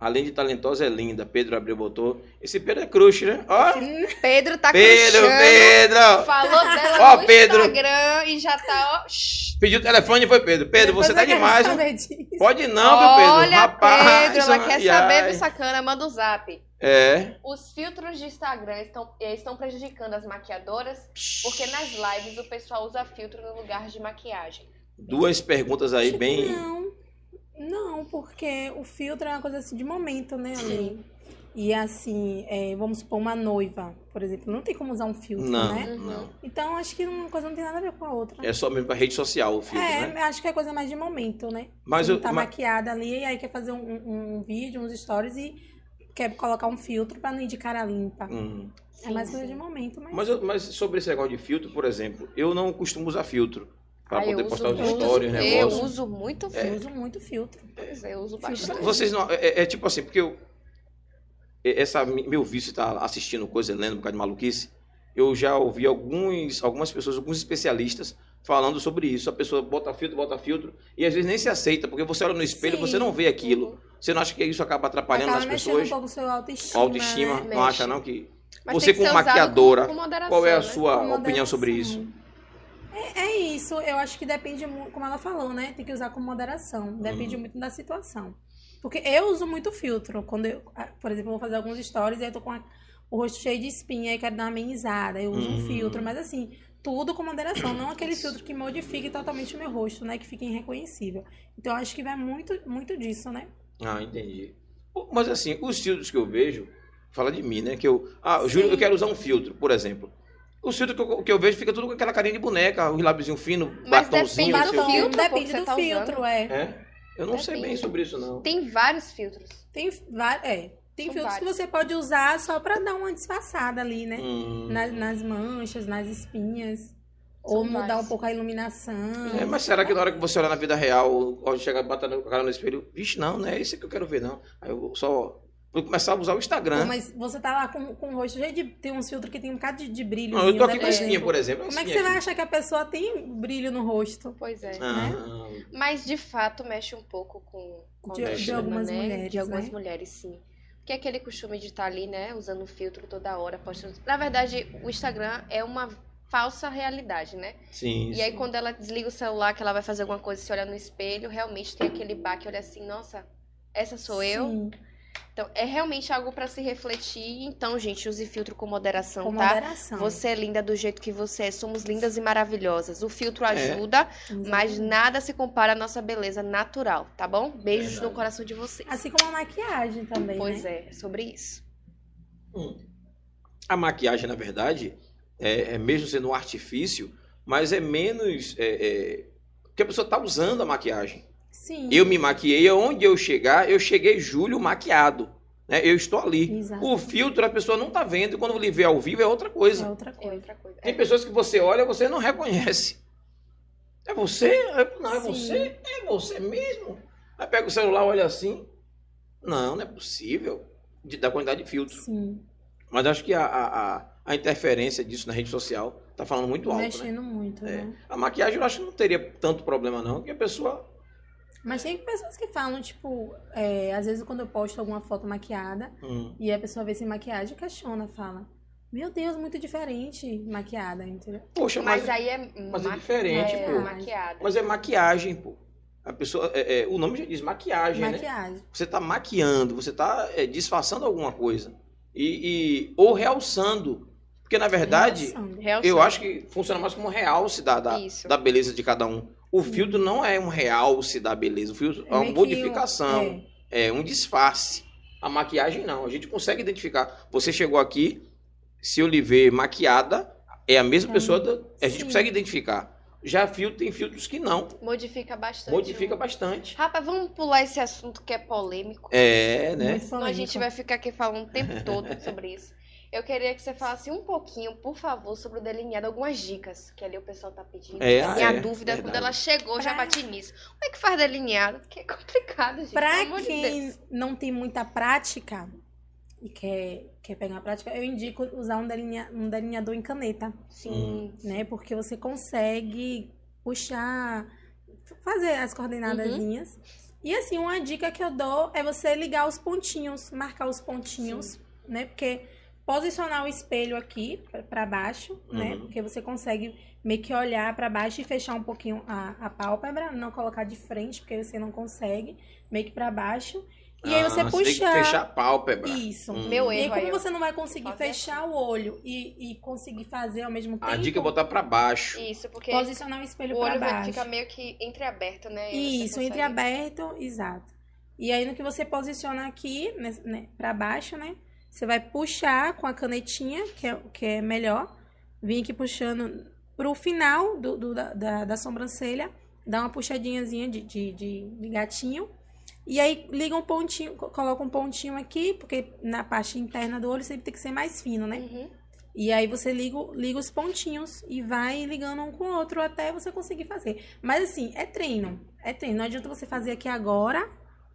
Além de talentosa, é linda. Pedro Abreu botou. Esse Pedro é crush, né? Ó, Pedro tá Pedro, crushando. Pedro! Falou dela Ó, no Pedro. Instagram e já tá, ó. shh. Pediu o telefone foi Pedro. Pedro, Depois você eu tá quero demais. né? saber disso. Pode não, meu Pedro. Olha, Rapaz, Pedro, ela quer ai, saber, ai. viu, sacana? Manda um zap. É. Os filtros de Instagram estão, eh, estão prejudicando as maquiadoras, porque nas lives o pessoal usa filtro no lugar de maquiagem. Duas perguntas aí, bem. Não. Não, porque o filtro é uma coisa assim de momento, né, Sim. ali. E assim, é, vamos supor, uma noiva, por exemplo, não tem como usar um filtro, Não, né? não. Então acho que uma coisa não tem nada a ver com a outra. É só mesmo pra rede social o filtro, É, né? acho que é coisa mais de momento, né? Mas Não eu- tá mas- maquiada ali e aí quer fazer um, um vídeo, uns stories e quer colocar um filtro pra não indicar a limpa. Hum. é mais Sim, coisa sim. de momento, mas. Mas, eu- mas sobre esse negócio de filtro, por exemplo, eu não costumo usar filtro pra Ah, eu poder uso postar os muito, Eu stories, né, negócio. É. uso muito Eu filtro. uso muito filtro. pois é, eu uso bastante. Vocês não. É, é tipo assim, porque eu. é- Essa, mi- meu vício tá assistindo coisa, lendo um bocado de maluquice. Eu já ouvi alguns, algumas pessoas, alguns especialistas falando sobre isso. A pessoa bota filtro, bota filtro, e às vezes nem se aceita, porque você olha no espelho e Sim. você não vê aquilo. Você não acha que isso acaba atrapalhando Acaba as mexendo pessoas? um pouco o seu autoestima. A autoestima, né? não Mexe. acha não que. Mas Você tem que como ser usado maquiadora, com moderação, Qual é a Tá né? sua Com opinião sobre isso? moderação. É, é isso, eu acho que depende, mu- como ela falou, né? Tem que usar com moderação. Depende Uhum. muito da situação. Porque eu uso muito filtro. Quando eu, ah, por exemplo, eu vou fazer alguns stories e aí eu tô com a- o rosto cheio de espinha e quero dar uma amenizada. Eu uso Hum. Uhum. um filtro, mas assim, tudo com moderação. Não aquele filtro que modifique totalmente o meu rosto, né? Que fique irreconhecível. Então eu acho que vai muito, muito disso, né? Ah, entendi. Pô, Mas assim, os filtros que eu vejo, fala de mim, né? Que eu. Ah, Sim. Júlio, eu quero usar um filtro, por exemplo. O filtro que eu, que eu vejo fica tudo com aquela carinha de boneca, os lábiozinhos finos, Mas depende batomzinho, não do sei o quê. filtro, depende pô, que do você tá filtro, usando. é. É? Eu não sei bem Depende. sobre isso, não. Tem vários filtros. Tem, va- é, tem São filtros que vários. você pode usar só pra dar uma disfarçada ali, né? Hum. Na- nas manchas, nas espinhas. ou mudar vários. um pouco a iluminação. É, mas será que na hora que você olha na vida real, pode chegar batendo com a cara no espelho, vixe, não, não é isso que eu quero ver, não. Aí eu vou só. Vou começar a usar o Instagram. Pô, mas você tá lá com, com o rosto cheio de. Tem uns filtros que tem um bocado de, de brilho. Não, eu tô aqui com a espinha, por exemplo. Como é que espinha você aqui. vai achar que a pessoa tem brilho no rosto? Pois é. Ah, Mas de fato mexe um pouco com, com De- a de autoestima, algumas né? mulheres, De algumas né? mulheres, sim. Porque é aquele costume de estar ali, né, usando filtro toda hora, postando. Na verdade, o Instagram é uma falsa realidade, né? sim. E aí sim. quando ela desliga o celular, que ela vai fazer alguma coisa, se olha no espelho, realmente tem aquele baque, olha assim, nossa, essa sou eu. Sim, Então, é realmente algo pra se refletir. Então, gente, use filtro com moderação, com tá? moderação. Você é linda do jeito que você é, somos lindas e maravilhosas. O filtro É. ajuda, Exatamente. mas nada se compara à nossa beleza natural, tá bom? Beijos Verdade. no coração de vocês. Assim como a maquiagem também. Pois né? é, sobre isso. A maquiagem, na verdade, é, é mesmo sendo um artifício, mas é menos. É, é, porque a pessoa está usando a maquiagem. é. Sim. Eu me maquiei, aonde eu chegar, eu cheguei julho maquiado. Né? Eu estou ali. Exato. O filtro a pessoa não está vendo, e quando ele vê ao vivo é outra É coisa. outra É coisa. outra coisa. Tem É. pessoas que você olha e você não reconhece. É você? É- Não, é Sim. você? É você mesmo? Aí pega o celular, olha assim. Não, não é possível. De- da quantidade de filtro. Sim. Mas acho que a, a, a- a interferência disso na rede social tá falando muito alto, né? Mexendo muito, É. né? A maquiagem eu acho que não teria tanto problema, não, que a pessoa. Mas tem pessoas que falam, tipo, é, às vezes quando eu posto alguma foto maquiada, Hum, E a pessoa vê sem maquiagem e questiona, fala: Meu Deus, muito diferente maquiada, entendeu? Poxa, mas, Mas aí é mas é maqui- diferente, é, pô. maquiada. Mas é maquiagem, pô. A pessoa. é- é, o nome já diz maquiagem, né? Maquiagem. Você tá maquiando, você tá é, disfarçando alguma coisa. E, e- ou realçando. Porque, na verdade, Relação. eu acho que funciona mais como um realce da, da, Isso. da beleza de cada um. O filtro não é um realce da beleza, o filtro é, uma meio que modificação. um- é, é um disfarce. A maquiagem não, a gente consegue identificar. Você chegou aqui, se eu lhe ver maquiada, é a mesma Não. pessoa, da- a gente Uhum. Sim. consegue identificar. Já filtro, tem filtros que não, Modifica bastante. modifica o- bastante. Rapaz, vamos pular esse assunto que é polêmico. É, né? muito Senão Então a gente polêmico. vai ficar aqui falando o tempo todo sobre isso. Eu queria que você falasse um pouquinho, por favor, sobre o delineado, algumas dicas que ali o pessoal tá pedindo. É, Minha é, dúvida, quando verdade. ela chegou, eu já Pra- bati nisso. Como é que faz delineado? Porque é complicado, gente. pelo Pra amor de quem Deus. não tem muita prática e quer, quer pegar a prática, eu indico usar um, delinea- um delineador em caneta, Sim. Hum. né? Porque você consegue puxar, fazer as coordenadazinhas. Uhum. E assim, uma dica que eu dou é você ligar os pontinhos, marcar os pontinhos. né? Porque posicionar o espelho aqui para baixo, né? Uhum. Porque você consegue meio que olhar para baixo e fechar um pouquinho a, a pálpebra, não colocar de frente, porque você não consegue, meio que para baixo. E aí você Ah, tem que puxar. fechar a pálpebra. Isso. Hum. Meu E aí, erro aí, como ó. você não vai conseguir Fazer assim. fechar o olho e, e conseguir fazer ao mesmo tempo, A dica é botar pra baixo. Isso, porque posicionar o espelho o para olho vai- baixo. fica meio que entreaberto, né? E você Isso, consegue- entreaberto, exato. E aí no que você posiciona aqui, né, para baixo, né? Você vai puxar com a canetinha, que é, que é melhor. Vim aqui puxando pro final do, do- da, da, da sobrancelha. Dá uma puxadinhazinha de, de, de- de gatinho. E aí liga um pontinho, co- coloca um pontinho aqui, porque na parte interna do olho sempre tem que ser mais fino, né? Uhum. E aí você liga, o- liga os pontinhos e vai ligando um com o outro até você conseguir fazer. Mas assim, é treino. É treino. Não adianta você fazer aqui agora,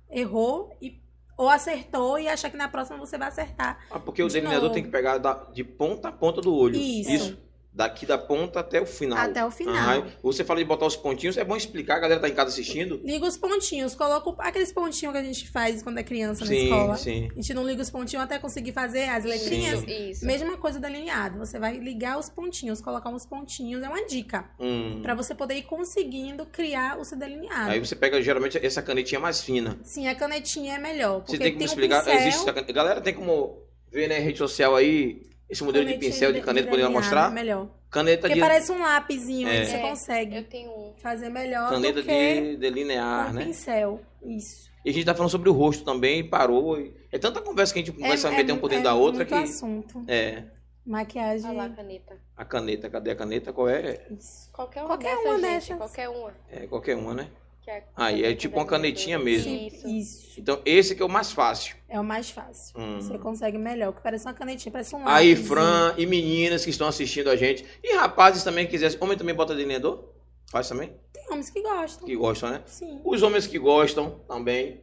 errou, e, ou acertou e achar que na próxima você vai acertar. Ah, porque o De delineador novo. tem que pegar da- de ponta a ponta do olho. Isso. Daqui da ponta até o final. Até o final. Aham. Você fala de botar os pontinhos, é bom explicar, a galera tá em casa assistindo. Liga os pontinhos, coloca o- aqueles pontinhos que a gente faz quando é criança na sim, escola. sim. A gente não liga os pontinhos até conseguir fazer as letrinhas. Isso, isso. Mesma coisa do alinhado. Você vai ligar os pontinhos, colocar uns pontinhos. É uma dica. Hum. Pra você poder ir conseguindo criar o seu delineado. Aí você pega geralmente essa canetinha mais fina. Sim, a canetinha é melhor. Você Porque tem como um explicar. pincel, Existe essa caneta. Galera, tem como ver na rede social aí esse modelo de canetinha pincel de caneta poderia delineado, mostrar? é Melhor. Caneta Porque de parece um lapisinho, É. aí você É, consegue Eu tenho um. fazer melhor caneta do que de delinear, um né? pincel. Isso. E a gente tá falando sobre o rosto também, parou. e- É tanta conversa que a gente começa a meter um por dentro é da outra muito que assunto. é Maquiagem, Olha lá, a caneta. a caneta, cadê a caneta? Qual é? isso. Qualquer uma Qualquer dessas, uma gente, dessas. Qualquer uma. É qualquer uma, né? que é a Aí é caneta tipo uma da canetinha delineadora. mesmo. Isso. Isso. Então esse que é o mais fácil. É o mais fácil. Hum. Você consegue melhor, porque parece uma canetinha, parece um Aí, lapisinho. Fran e meninas que estão assistindo a gente. E rapazes também que quisessem. Homem também bota delineador? Faz também? Tem homens que gostam. Que gostam, né? Sim. Os homens que gostam também.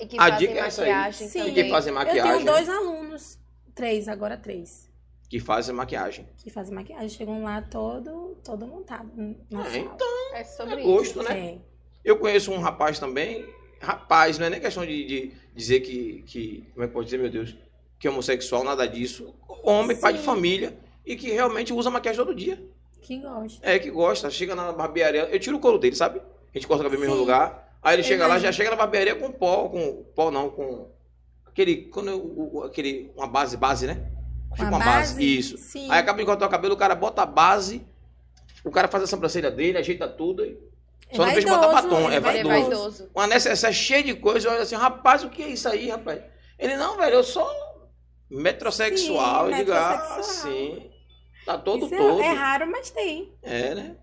E que A fazem dica é essa aí. maquiagem Sim. E também. que fazem Eu maquiagem. tenho dois alunos, três, agora três, Que fazem maquiagem. que fazem maquiagem. Chegam lá todo, todo montado. na É, sala. então, É sobre é isso. gosto, né? É. Eu conheço um rapaz também. Rapaz, não é nem questão de, de dizer que, que. Como é que pode dizer, meu Deus? Que é homossexual, nada disso. Homem, pai de Sim. família. E que realmente usa maquiagem todo dia. Que gosta. É, que gosta. Chega na barbearia. Eu tiro o couro dele, sabe? A gente corta o cabelo no mesmo Sim. lugar. Aí ele Eu chega lá, já imagino. chega na barbearia com pó, com. Pó não, com. Aquele. Quando eu- o- o- aquele. Uma base, base, né? Tipo uma base. Isso. Sim. Aí acaba de cortar o cabelo, o cara bota a base. O cara faz a sobrancelha dele, ajeita tudo. e- Só não fez botar vaidoso, batom, é ele Ele é vaidoso. vaidoso. Uma necessaire cheia de coisa. Eu olho assim, rapaz, o que é isso aí, rapaz? Ele, não, velho, eu sou metrosexual. Sim, eu digo, ah, metrosexual. sim. Tá todo Isso é- todo. É, raro, mas tem. É, né?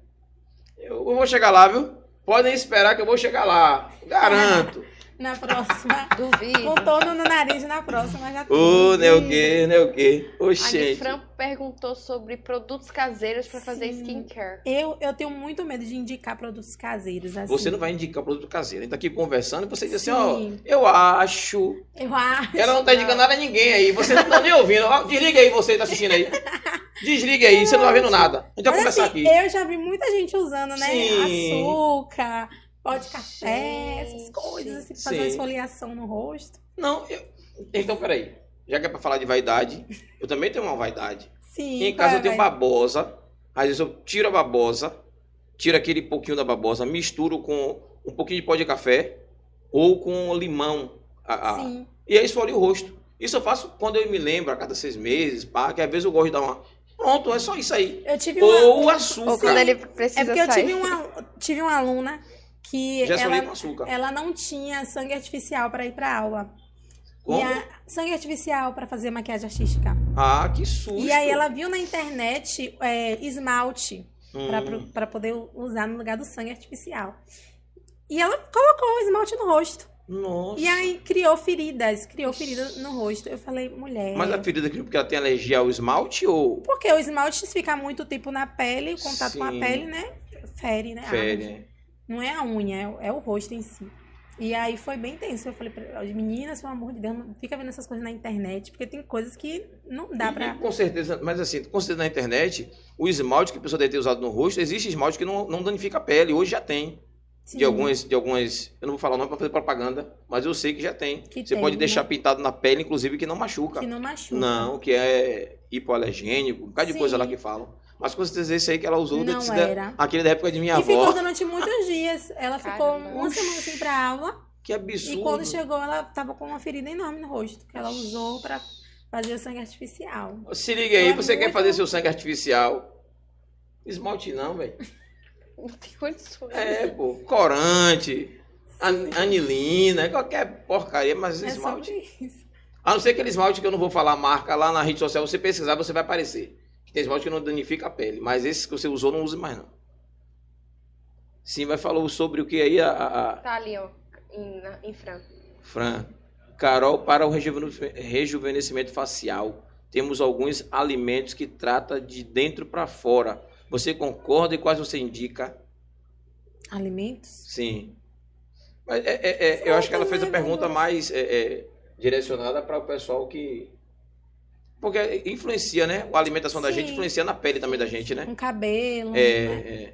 Eu, eu vou chegar lá, viu? Podem esperar que eu vou chegar lá. <laughs> Garanto. Na próxima. <laughs> Duvido. Contorno no nariz na próxima já tem. Ô, né o quê, né o quê? Ô, A gente. Fran perguntou sobre produtos caseiros pra fazer Sim. skincare. Eu, eu tenho muito medo de indicar produtos caseiros. Assim. Você não vai indicar produto caseiro. A gente tá aqui conversando e você diz assim, ó, Sim. eu acho. Eu acho. Ela não tá indicando nada a ninguém aí. Você não tá nem ouvindo. Ó, Desliga aí, você que tá assistindo aí. Desliga aí, você não tá vendo nada. A gente vai Mas, conversar aqui. assim, Eu já vi muita gente usando, né? Sim. Açúcar, pó de café, essas Gente. coisas, assim, pra fazer uma Sim. esfoliação no rosto. Não, eu... então peraí. Já que é pra falar de vaidade, eu também tenho uma vaidade. Sim. E em casa vai, eu tenho vai. babosa. Às vezes eu tiro a babosa, tiro aquele pouquinho da babosa, misturo com um pouquinho de pó de café ou com limão. a- a- Sim. E aí esfolio o rosto. Isso eu faço quando eu me lembro, a cada seis meses, pá, que às vezes eu gosto de dar uma. Pronto, é só isso aí. Eu tive Ou uma. açúcar. Ou quando ele É precisa porque eu sair. tive uma, tive uma aluna que Já esfolei ela, é com açúcar. ela não tinha sangue artificial pra ir pra aula. Como? E a- sangue artificial pra fazer maquiagem artística. Ah, que susto. E aí ela viu na internet é, esmalte Hum, pra para poder usar no lugar do sangue artificial. E ela colocou o esmalte no rosto. Nossa. E aí criou feridas, criou feridas no rosto. Eu falei, mulher. Mas a ferida aqui, porque ela tem alergia ao esmalte ou Porque o esmalte se fica muito tempo na pele, o contato com a Sim. pele, né? Fere, né? fere? Arde. né? Não é a unha, é, o- é o rosto em si. E aí foi bem tenso. Eu falei, pra ela, meninas, pelo amor de Deus, não fica vendo essas coisas na internet, porque tem coisas que não dá E, pra. Com certeza, mas assim, com certeza na internet, o esmalte que a pessoa deve ter usado no rosto, existe esmalte que não, não danifica a pele. Hoje já tem. Sim. De algumas, de algumas. Eu não vou falar o nome para fazer propaganda, mas eu sei que já tem. Que Você tem, pode né? deixar pintado na pele, inclusive, que não machuca. Que não machuca. não, que é hipoalergênico, um bocado de Sim. coisa lá que falam. Mas com certeza esse aí que ela usou deve Não ser da- era. aquele da época de minha e ficou avó. durante muitos dias. Ela ficou Caramba. uma semana sem ir pra aula. Que E quando absurdo. chegou, ela tava com uma ferida enorme no rosto, que ela usou pra fazer o sangue artificial. Se liga aí, Ela é você quer muito- fazer seu sangue artificial. Esmalte não, velho. Não um- <laughs> tem condições. <laughs> É, pô, corante, an- anilina, qualquer porcaria, mas É esmalte. sobre isso. A não ser aquele esmalte que eu não vou falar a marca lá na rede social, você pesquisar, você vai aparecer. Que tem esmalte que não danifica a pele, mas esse que você usou não use mais não. Sim, vai falou sobre o que aí a, a- a Tá ali, ó, em, na- em Fran. Fran. Carol, para o rejuvene- rejuvenescimento facial, temos alguns alimentos que trata de dentro para fora. Você concorda e quais você indica? <laughs> Alimentos? Sim. Mas é- é- é, eu acho que ela fez a né, pergunta Dudu? mais é, é, direcionada para o pessoal que. Porque influencia, né? A alimentação da Sim. gente influencia na pele também da gente, né? Um cabelo, É, né? é.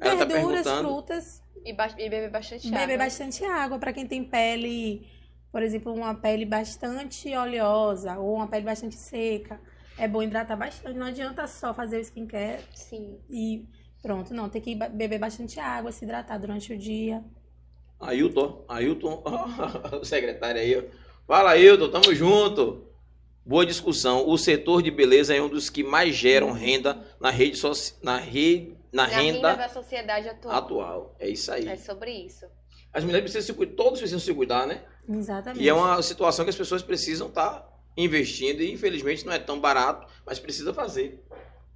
Ela tá verduras, perguntando. frutas, E, ba- e beber bastante água. beber bastante água para quem tem pele, por exemplo, uma pele bastante oleosa ou uma pele bastante seca. É bom hidratar bastante, não adianta só fazer o skincare Sim. e pronto, não, tem que ba- beber bastante água, se hidratar durante o dia. Ailton, Ailton, <laughs> o secretário aí. ó. Fala, Ailton, tamo junto. Boa discussão. O setor de beleza é um dos que mais geram renda na rede soci... na, re... na, Na renda, renda da sociedade atual. atual. É isso aí. É sobre isso. As mulheres precisam se cuidar, todos precisam se cuidar, né? Exatamente. E é uma situação que as pessoas precisam estar investindo e infelizmente não é tão barato, mas precisa fazer.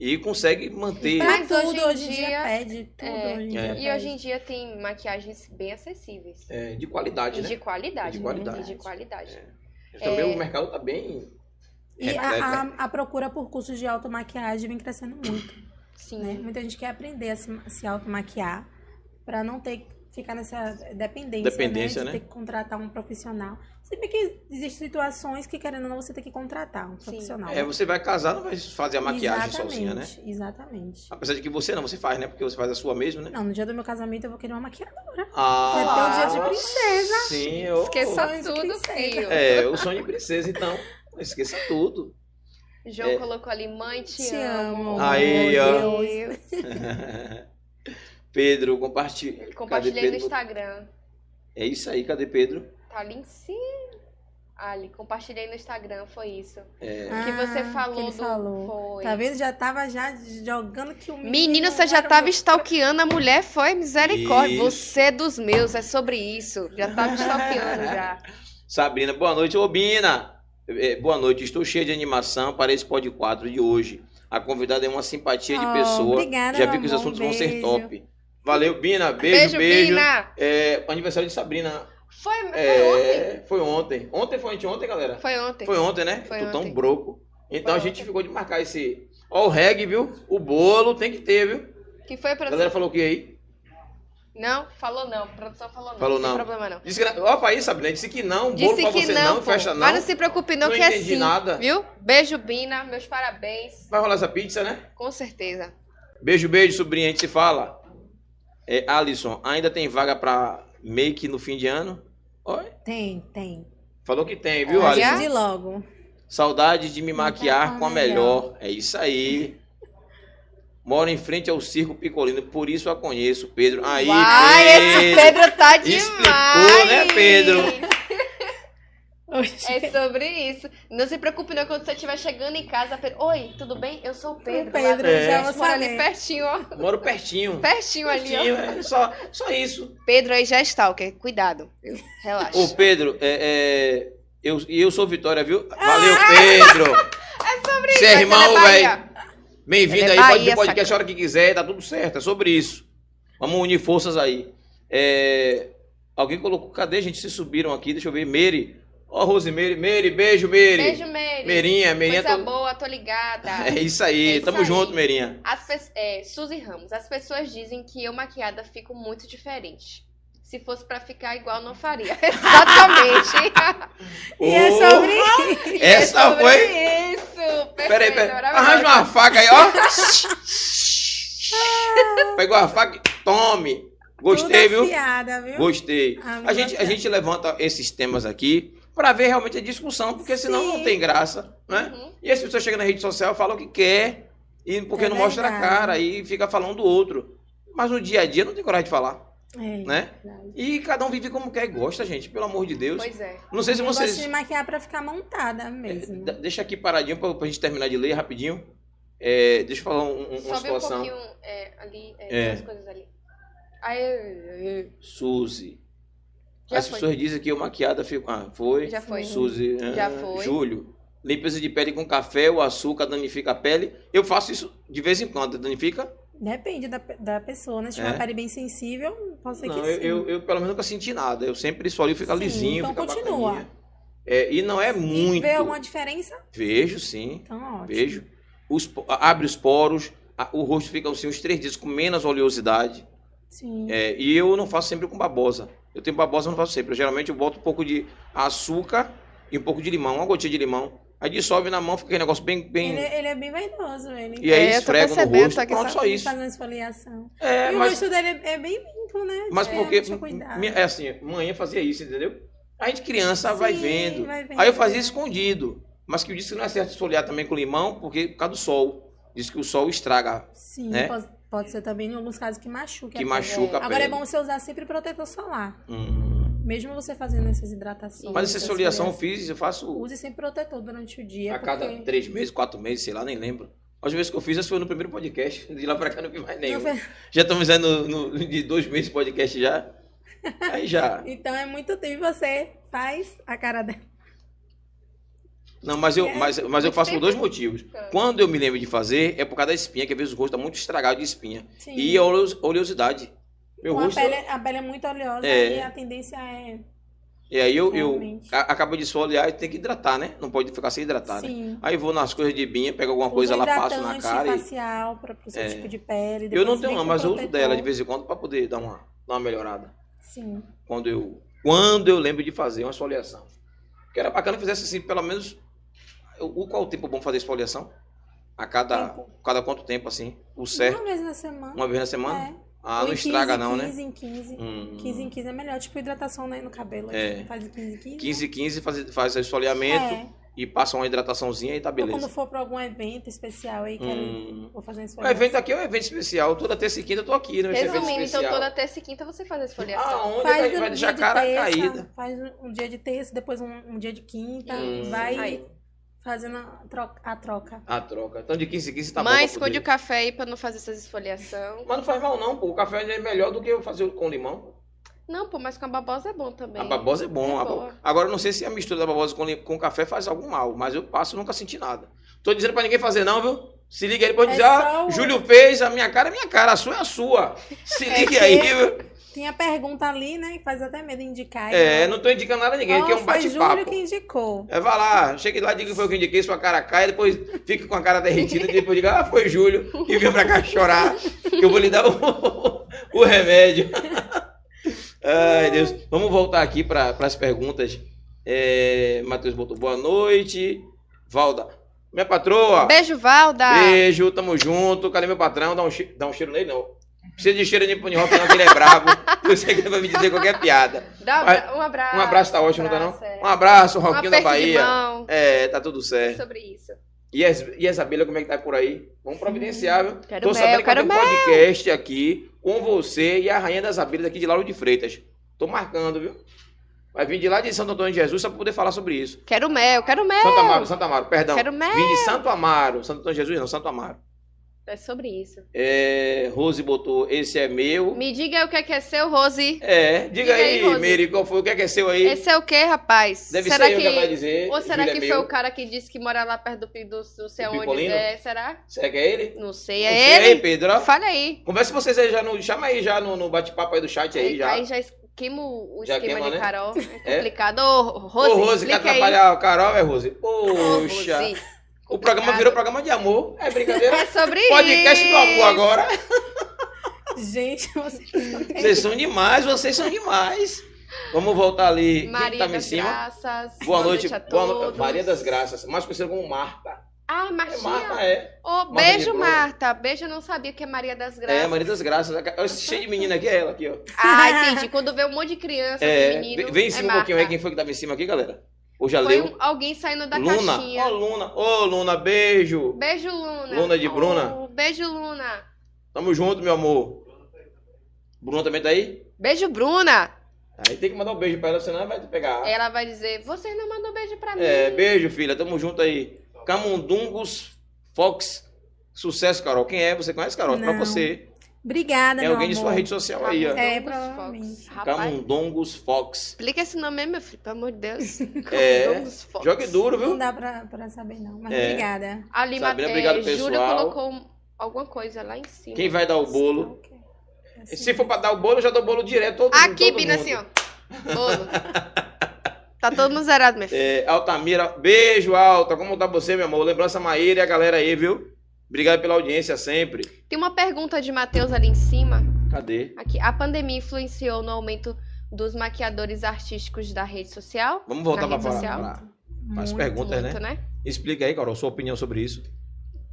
E consegue manter. Pra Mas tudo, hoje em dia, pede, tudo é, hoje em é. dia E pede. hoje em dia tem maquiagens bem acessíveis. É, de qualidade, E de né? qualidade. De qualidade. E de qualidade. Também é. o mercado está bem. E É, é, a, a, a procura por cursos de automaquiagem vem crescendo muito, Sim. né? Muita gente quer aprender a se, ma- se automaquiar para não ter que ficar nessa dependência, Dependência, de né? ter que contratar um profissional. Se bem que existem situações que, querendo ou não, você tem que contratar um Sim. profissional. É, você vai casar, não vai fazer a maquiagem exatamente, sozinha, né? Exatamente. Apesar de que você não, você faz, né? Porque você faz a sua mesmo, né? Não, no dia do meu casamento eu vou querer uma maquiadora. Ah, É teu dia de princesa. Sim, eu. Esqueça Oh, tudo, esqueci. filho. É, o sonho de princesa, então. Esqueça tudo. <laughs> João É. Ah, colocou ali, mãe, te, Te amo. amo. Aí, Meu ó. Deus. Pedro, compartilha. Cadê Compartilhei no Pedro? Instagram. É isso aí, cadê Pedro? Tá ali em cima. Ali, compartilhei no Instagram, foi isso. que É, Ah, você que falou ele do. falou. Foi. Tá vendo? Já tava já jogando que o Menino, você já era tava meu- stalkeando a mulher, foi misericórdia. Isso. Você é dos meus, é sobre isso. Já tava stalkeando já. Sabrina, boa noite, Robina. É, Boa noite, estou cheia de animação para esse pod 4 de hoje. A convidada é uma simpatia de Oh, pessoa. obrigada, Já vi meu que os amor, um assuntos vão ser beijo. top. Valeu, Bina. Beijo, beijo. Bina. É, aniversário de Sabrina. Foi, foi ontem. É, foi ontem. Ontem foi anteontem, galera? Foi ontem. Foi ontem, né? Foi Tô tão ontem. broco. Então Foi a gente ontem. ficou de marcar esse. Ó, o reggae, viu? O bolo tem que ter, viu? Que foi, A produção? galera falou o que aí? Não, falou não. A produção falou não. Falou não. não. tem problema não. Disse que... Opa aí, Sabrina. Disse que não. Bolo Disse pra que você não, não, pô. festa não. Mas não se preocupe não, Não que é entendi sim. nada. Viu? Beijo, Bina. Meus parabéns. Vai rolar essa pizza, né? Com certeza. Beijo, beijo, sobrinha. A gente se fala. É, Alisson, ainda tem vaga pra make no fim de ano? Oi? Tem, tem. Falou que tem, viu, Olha. Alisson? Decidi logo. Saudade de me maquiar tá com a melhor. melhor. É isso aí. Moro em frente ao Circo Picolino, por isso a conheço, Pedro. Aí, Vai, esse Pedro. Pedro tá demais. Explicou, né, Pedro? Hoje. É sobre isso. Não se preocupe não, quando você estiver chegando em casa, Pedro... Oi, tudo bem? Eu sou o Pedro. lá Pedro, do- já A gente vou mora saber. ali pertinho, ó. Moro pertinho. Pertinho ali, ó. Pertinho, é só, só isso. Pedro aí já é stalker. Cuidado. viu? Relaxa. Ô, Pedro, é, é, eu, e eu sou Vitória, viu? Valeu, Ah! <laughs> Pedro. É sobre Mas Você tá é ele irmão, Bahia. velho. Bem-vindo Ela é aí, pode Bahia, ter podcast saca. a hora que quiser, tá tudo certo, é sobre isso. Vamos unir forças aí. É, Alguém colocou, cadê, gente? Se subiram aqui, deixa eu ver. Meire. Ó, Rosimeire. Meire, beijo, Meire. Beijo, Mary. Meirinha, Meirinha. Coisa tô- boa, tô ligada. tá- <laughs> É isso aí, É isso tamo aí. junto, Meirinha. As pe- é, Suzy Ramos, as pessoas dizem que eu maquiada fico muito diferente. Se fosse pra ficar igual, não faria. <laughs> Exatamente. E é Ô, sobre <laughs> isso. Essa É sobre é foi. Isso. Perfeito. Peraí, peraí. maravilhoso. Arranja uma faca aí, <laughs> ó. Pegou a faca e tome. Gostei, Tudo assim, viu? afiada, viu? Gostei. Ah, A gente, a gente levanta esses temas aqui para ver realmente a discussão, porque senão não Sim. tem graça, né? Uhum. E as pessoas chegam na rede social, falam o que quer, e porque É não mostra a verdade. cara, e fica falando do outro. Mas no dia a dia não tem coragem de falar, É, né? verdade. E cada um vive como quer e gosta, gente, pelo amor de Deus. Pois é. Não sei se Eu gosto de vocês... É, maquiar pra ficar montada mesmo. Da- Deixa aqui paradinho pra, pra gente terminar de ler rapidinho. É, deixa eu falar um- um- uma Sobe um situação. pouquinho é, ali, é, É. as coisas ali. Aí, Suzy. Já As foi. pessoas dizem que eu maquiada fico. Ah, foi. Já foi. Suzy. Já ah, foi. Júlio. Limpeza de pele com café, o açúcar danifica a pele. Eu faço isso de vez em quando. Danifica? Depende da, pe- da pessoa, né? Se tiver É. uma pele bem sensível, pode ser não, que eu, sim. eu, eu, pelo menos nunca senti nada. Eu sempre esfolio, fica Sim, lisinho. então fica continua. bacaninha. É, e não é E muito. vê alguma diferença? Vejo, sim. Então, ótimo. Vejo. Os po- abre os poros, a- o rosto fica assim uns três dias com menos oleosidade. Sim. É, e eu não faço sempre com babosa. Eu tenho babosa, eu não faço sempre. Eu, geralmente eu boto um pouco de açúcar e um pouco de limão, uma gotinha de limão. Aí dissolve na mão, fica aquele negócio bem. bem... Ele, ele é bem vaidoso, ele. E aí É, eu tô esfrega no percebendo, rosto. tá aqui Pronto, essa- só isso. Fazendo esfoliação. É, e o mas, rosto dele é, é bem limpo, né? mas É, porque. deixa eu cuidar. minha- É assim, mãe fazia isso, entendeu? A gente criança vai Sim, vendo. vai Aí eu fazia vendo. né? escondido. Mas que eu disse que não é certo esfoliar também com limão, porque por causa do sol. Diz que o sol estraga, Sim, né? pode, pode ser também em alguns casos que machuca. que a pele. machuca a pele. Agora é bom você usar sempre protetor solar. Hum. Mesmo você fazendo essas hidratações. Mas essa essas esfoliação eu coisas, fiz, eu faço Use sempre protetor durante o dia. a cada porque três meses, quatro meses, sei lá, nem lembro. As vezes que eu fiz, essa foi no primeiro podcast. <laughs> De lá pra cá não fiz mais não nenhum. faz- Já estamos aí no, no- de dois meses de podcast já. Aí <laughs> já. Então é muito tempo você faz a cara dela. Não, mas eu, mas, É, mas eu faço por dois motivos. Quando eu me lembro de fazer, é por causa da espinha, que às vezes o rosto tá muito estragado de espinha. Sim. E a oleo- oleosidade. Meu Com a rosto. pele, a pele é muito oleosa É. e a tendência é. E aí eu, eu Realmente. a- acabo de esfoliar e tem que hidratar, né? Não pode ficar sem hidratar, né? Sim. Aí vou nas coisas de binha, pego alguma Usa coisa lá, hidratante passo na cara e. facial para o seu É. tipo de pele. Eu depois não vem tenho, não, com mas eu uso protetor. dela de vez em quando para poder dar uma, dar uma melhorada. Sim. Quando eu, quando eu lembro de fazer uma esfoliação. Porque era bacana que fizesse assim, pelo menos. O, qual o tempo bom fazer esfoliação? A cada, Tempo. cada quanto tempo, assim? O Tá certo? Uma vez na semana. Uma vez na semana? É. Ah, Ou não em estraga, não, 15, né? 15 em 15. Hum, 15 em 15 é melhor. Tipo hidratação né, no cabelo. É. Faz em 15 em 15. 15, 15 faz, faz né? esfoliamento É. e passa uma hidrataçãozinha e tá Ou beleza. quando Então, né? for para algum evento especial aí, quero ir, Hum. vou fazer isso O evento aqui é um evento especial. Toda terça e quinta eu tô aqui, né? Esse evento Resumindo, então especial. Ah, tá toda terça e quinta você faz a esfoliação. Aonde Faz né? vai- um vai dia deixar a de cara terça, caída? Faz um um dia de terça, depois um, um dia de quinta. Hum. Vai Aí. fazendo a troca. a troca. A troca. Então de 15 em 15 tá bom. Mãe, pra esconde poder. o café aí pra não fazer essas esfoliação. Mas não faz mal, não, pô. O café é melhor do que eu fazer com limão. Não, pô, mas com a babosa é bom também. A babosa é bom. É a ba- boa. Agora, eu não sei se a mistura da babosa com, li- com café faz algum mal, mas eu passo e nunca senti nada. Tô dizendo pra ninguém fazer, não, viu? Se liga aí, pode É dizer, ah, só o- Júlio fez, a minha cara é minha cara, a sua é a sua. Se ligue aí, é. viu? Tem a pergunta ali, né? Que faz até medo indicar. né? É, não tô indicando nada a ninguém, aqui é um foi Júlio bate-papo. que indicou. É, vai lá, chega lá, diga que foi eu que indiquei, sua cara cai, depois fica com a cara <laughs> derretida, depois diga, ah, foi Júlio, e vem pra cá chorar, que eu vou lhe dar o, <laughs> o remédio. <laughs> Ai, Deus. Vamos voltar aqui para as perguntas. É, Matheus botou boa noite. Valda, minha patroa. Beijo, Valda! Beijo, tamo junto. Cadê meu patrão? Dá um, che- dá um cheiro nele, não. Precisa de cheiro de punhoca, não, que ele é brabo. <laughs> Eu sei que ele vai me dizer qualquer piada. Dá um abra- um abraço. Um abraço, tá ótimo, não abraço, tá é. não? Um abraço, Um Roquinho da aperto de Bahia. mão É, tá tudo certo. sobre isso. E as, e as abelhas, como é que tá por aí? Vamos providenciar, viu? Quero Tô mel, sabendo que vai quero ter um podcast aqui com você e a rainha das abelhas aqui de Lauro de Freitas. Tô marcando, viu? Vai vir de lá de Santo Antônio de Jesus só pra poder falar sobre isso. Quero mel, quero mel. Santo Amaro, Santo Amaro, perdão. Quero mel. Vim de Santo Amaro. Santo Antônio de Jesus não, Santo Amaro. É sobre isso. É, Rose botou, esse é meu. Me diga o que é, que é seu, Rose. É, diga Diga aí, aí, Rose. Meire, qual foi? O que é que é seu aí? Esse é o que, rapaz? Deve será ser eu que vai que... dizer. Ou será Júlio que é foi meu. o cara que disse que mora lá perto do, pi- do, do sei O onde Picolino? é? Será? Será que é ele? Não sei, Não é sei, ele? Pedro. Fala aí. Conversa vocês aí já no. Chama aí já no, no bate-papo aí do chat aí já. es- queima o o Já esquema queima, de né? Carol. É É. complicado. Ô, Rose, Ô, Rose, quer explica aí. atrapalhar o Carol, é, Rose? Ô, Poxa. Rose. o programa virou programa de amor. É É brincadeira? sobre <laughs> Podcast isso. do amor agora. Gente, <laughs> vocês não têm. Vocês são demais, vocês são demais. Vamos voltar ali. Maria Quem tava em das cima? Graças. Boa noite. a boa no- todos. Maria das Graças, mais conhecida como Marta. Ah, É Martinha. Marta, é. Ô, de beijo, Bruna. Marta. Beijo, eu não sabia que é Maria das Graças. É, Maria das Graças. Esse cheio de menina aqui é ela aqui, ó. Ah, entendi. Quando vê um monte de criança, É, assim, menino, vem- vem em cima um é pouquinho aí Marta. quem foi que tava em cima aqui, galera. Ou já Foi leu? um- alguém saindo da Luna. Ô, caixinha. Luna. Ô, Luna, beijo. Beijo, Luna. Luna de Bruna. Oh, beijo, Luna. Tamo junto, meu amor. Bruna também tá aí? Beijo, Bruna. Aí tem que mandar um beijo pra ela, senão ela vai pegar. Ela vai dizer, você não mandou beijo pra mim. Ah. É, beijo, filha. Tamo junto aí. Camundungos Fox. Sucesso, Carol. Quem é? Você conhece, Carol? Pra Não. você. Obrigada, É meu alguém de amor. sua rede social aí, ó. É, Camundongos provavelmente. Fox. Rapaz, Camundongos Fox. explica esse nome aí, meu filho, pelo amor de <laughs> Deus. É, Camundongos Fox. Jogue duro, Não viu? dá pra, pra saber, não. Mas É. obrigada. A Lima, Sabrina, é, obrigado, Júlia pessoal. colocou um- alguma coisa lá em cima. Quem vai dar o bolo? Se for pra dar o bolo, eu já dou bolo direto. Todo, Aqui, todo Bina, mundo. assim, ó. Bolo. <laughs> tá todo mundo zerado, meu filho. É, Altamira, beijo, Alta. Como tá você, meu amor? Lembrança Maíra e a galera aí, viu? Obrigado pela audiência sempre. Tem uma pergunta de Matheus ali em cima. Cadê? Aqui. A pandemia influenciou no aumento dos maquiadores artísticos da rede social? Vamos voltar Na pra rede falar. social? pra- Assim. Faz perguntas, né? Muito, né? Explica aí, Carol, sua opinião sobre isso.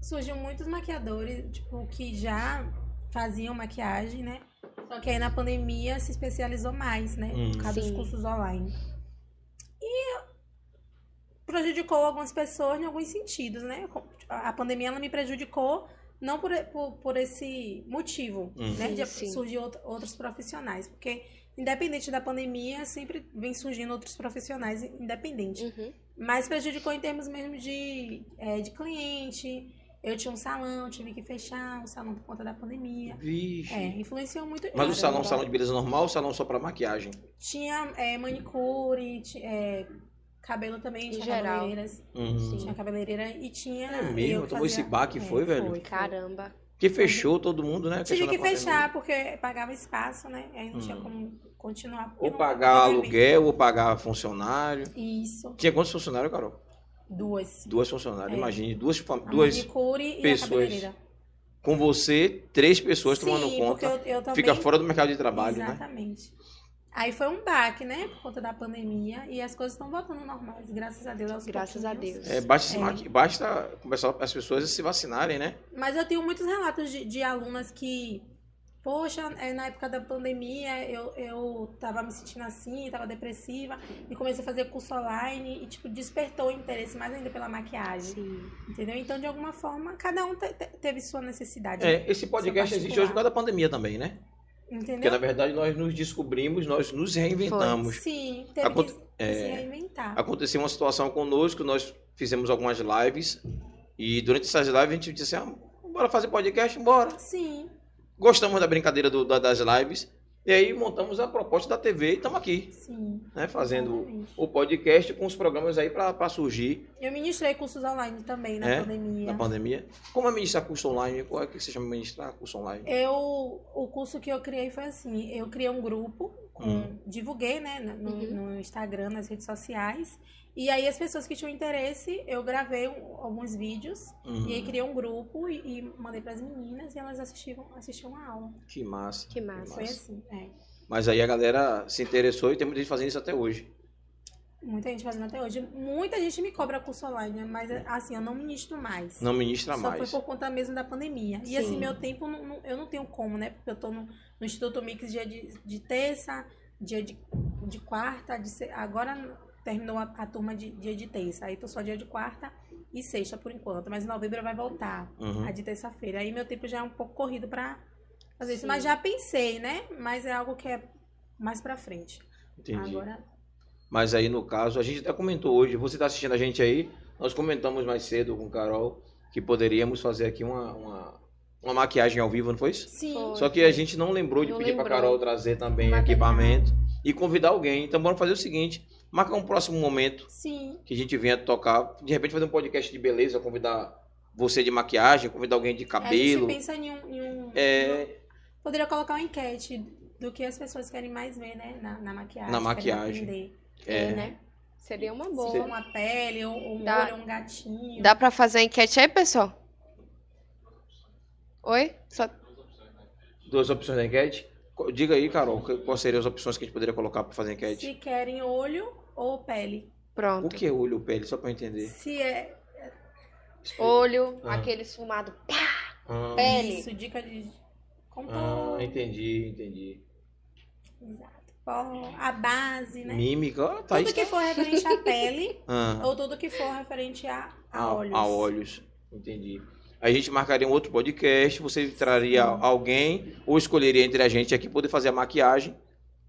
surgiu muitos maquiadores, tipo, que já faziam maquiagem, né? Só que aí na pandemia se especializou mais, né? Hum. Por causa dos Sim. cursos online. E prejudicou algumas pessoas em alguns sentidos, né? A pandemia ela me prejudicou não por, por, por esse motivo, Hum. né? De Sim, sim. surgir out- outros profissionais. Porque, independente da pandemia, sempre vem surgindo outros profissionais, independente. Uhum. Mas prejudicou em termos mesmo de, é, de cliente. Eu tinha um salão, tive que fechar o salão por conta da pandemia. Vixe. É, influenciou muito. Mas o nisso. salão, salão de beleza normal ou salão só pra maquiagem? Tinha é, manicure, ti- é, cabelo também, Em tinha geral. cabeleireiras. Hum. Sim. Tinha cabeleireira e tinha. É mesmo, que tomou esse baque, foi, velho? Caramba. Que fechou todo mundo, né? Tive Questão que da pandemia. fechar, porque pagava espaço, né? Aí não tinha Hum. como continuar. porque Ou não- pagar não- aluguel, ou pagar funcionário. Isso, Tinha quantos funcionários, Carol? duas. Duas funcionárias, É. imagine. Duas, fam- A duas manicure pessoas. e a cabeleireira. com você, três pessoas tomando Sim, conta. porque eu, eu também Fica fora do mercado de trabalho, né? Exatamente. Aí foi um baque, né? Por conta da pandemia. E as coisas estão voltando normais, graças a Deus. aos Graças a pouquinhos. Deus. É, basta, se É. maqui- basta começar as pessoas a se vacinarem, né? Mas eu tenho muitos relatos de, de alunas que, poxa, é, na época da pandemia eu, eu tava me sentindo assim, tava depressiva. E comecei a fazer curso online e, tipo, despertou o interesse mais ainda pela maquiagem. Sim. Entendeu? Então, de alguma forma, cada um te- te- teve sua necessidade. É, esse podcast São existe hoje por causa da pandemia também, né? Porque, Entendeu? na verdade, nós nos descobrimos, nós nos reinventamos. Sim, teve um Aconte- que se É, reinventar. aconteceu uma situação conosco, nós fizemos algumas lives e durante essas lives a gente disse assim, ah, bora fazer podcast, bora. Sim, Gostamos da brincadeira do- da- das lives e aí montamos a proposta da TV e estamos aqui, sim. né, fazendo exatamente. o podcast com os programas aí para surgir Eu ministrei cursos online também na É? pandemia. na pandemia. Como administrar curso online? Qual é que você chama de administrar curso online? Eu, o curso que eu criei foi assim, eu criei um grupo, com- Hum. divulguei, né, no, Uhum. no Instagram, nas redes sociais, e aí as pessoas que tinham interesse, eu gravei um- alguns vídeos, Hum, e aí criei um grupo e, e mandei para as meninas, e elas assistiam, assistiam a aula. que massa. Que massa. Foi Nossa. assim, é. Mas aí a galera se interessou e tem muita gente fazendo isso até hoje. Muita gente fazendo até hoje. Muita gente me cobra curso online, né, mas É. assim, eu não ministro mais. Não ministra Só mais. foi por conta mesmo da pandemia. E Sim. assim, meu tempo, não- não- eu não tenho como, né? Porque eu tô no, no Instituto Mix dia de, de terça, dia de, de quarta, de se- agora n- terminou a, a turma de dia de terça. Aí tô só dia de quarta e sexta por enquanto. Mas em novembro vai voltar, Uhum. a de terça-feira. Aí meu tempo já é um pouco corrido pra fazer isso. Sim. Mas já pensei, né? Mas é algo que é mais pra frente. Entendi. Agora, Mas aí, no caso, a gente até comentou hoje, você está assistindo a gente aí, nós comentamos mais cedo com o Carol que poderíamos fazer aqui uma, uma, uma maquiagem ao vivo, não foi isso? sim. Foi. Só que a gente não lembrou de Não pedir para lembrou. Carol trazer também Material. equipamento e convidar alguém. Então, vamos fazer o seguinte, marcar um próximo momento Sim, que a gente venha tocar, de repente fazer um podcast de beleza, convidar você de maquiagem, convidar alguém de a gente cabelo. É, pensa em um, em um- É, Poderia colocar uma enquete do que as pessoas querem mais ver, né? Na, na maquiagem. Na querem maquiagem. aprender. É, né? Seria uma Se boa. for uma pele, ou ou um Dá- olho, ou um gatinho. Dá pra fazer a enquete aí, pessoal? Oi? Só- duas opções da enquete. Co- Diga aí, Carol, que- quais seriam as opções que a gente poderia colocar para fazer a enquete? Se querem olho ou pele. O Pronto. que é olho pele, só para entender? Se é Olho, Ah. aquele esfumado. Ah, Pele. isso, dica de ah, contorno. entendi, entendi. Exato. Pó, A base, né? Mímica, ó, tá aí. Tudo que é for referente à <laughs> pele Ah, ou tudo que for referente a, a a, olhos. a olhos, entendi. A gente marcaria um outro podcast, você traria alguém ou escolheria entre a gente aqui poder fazer a maquiagem.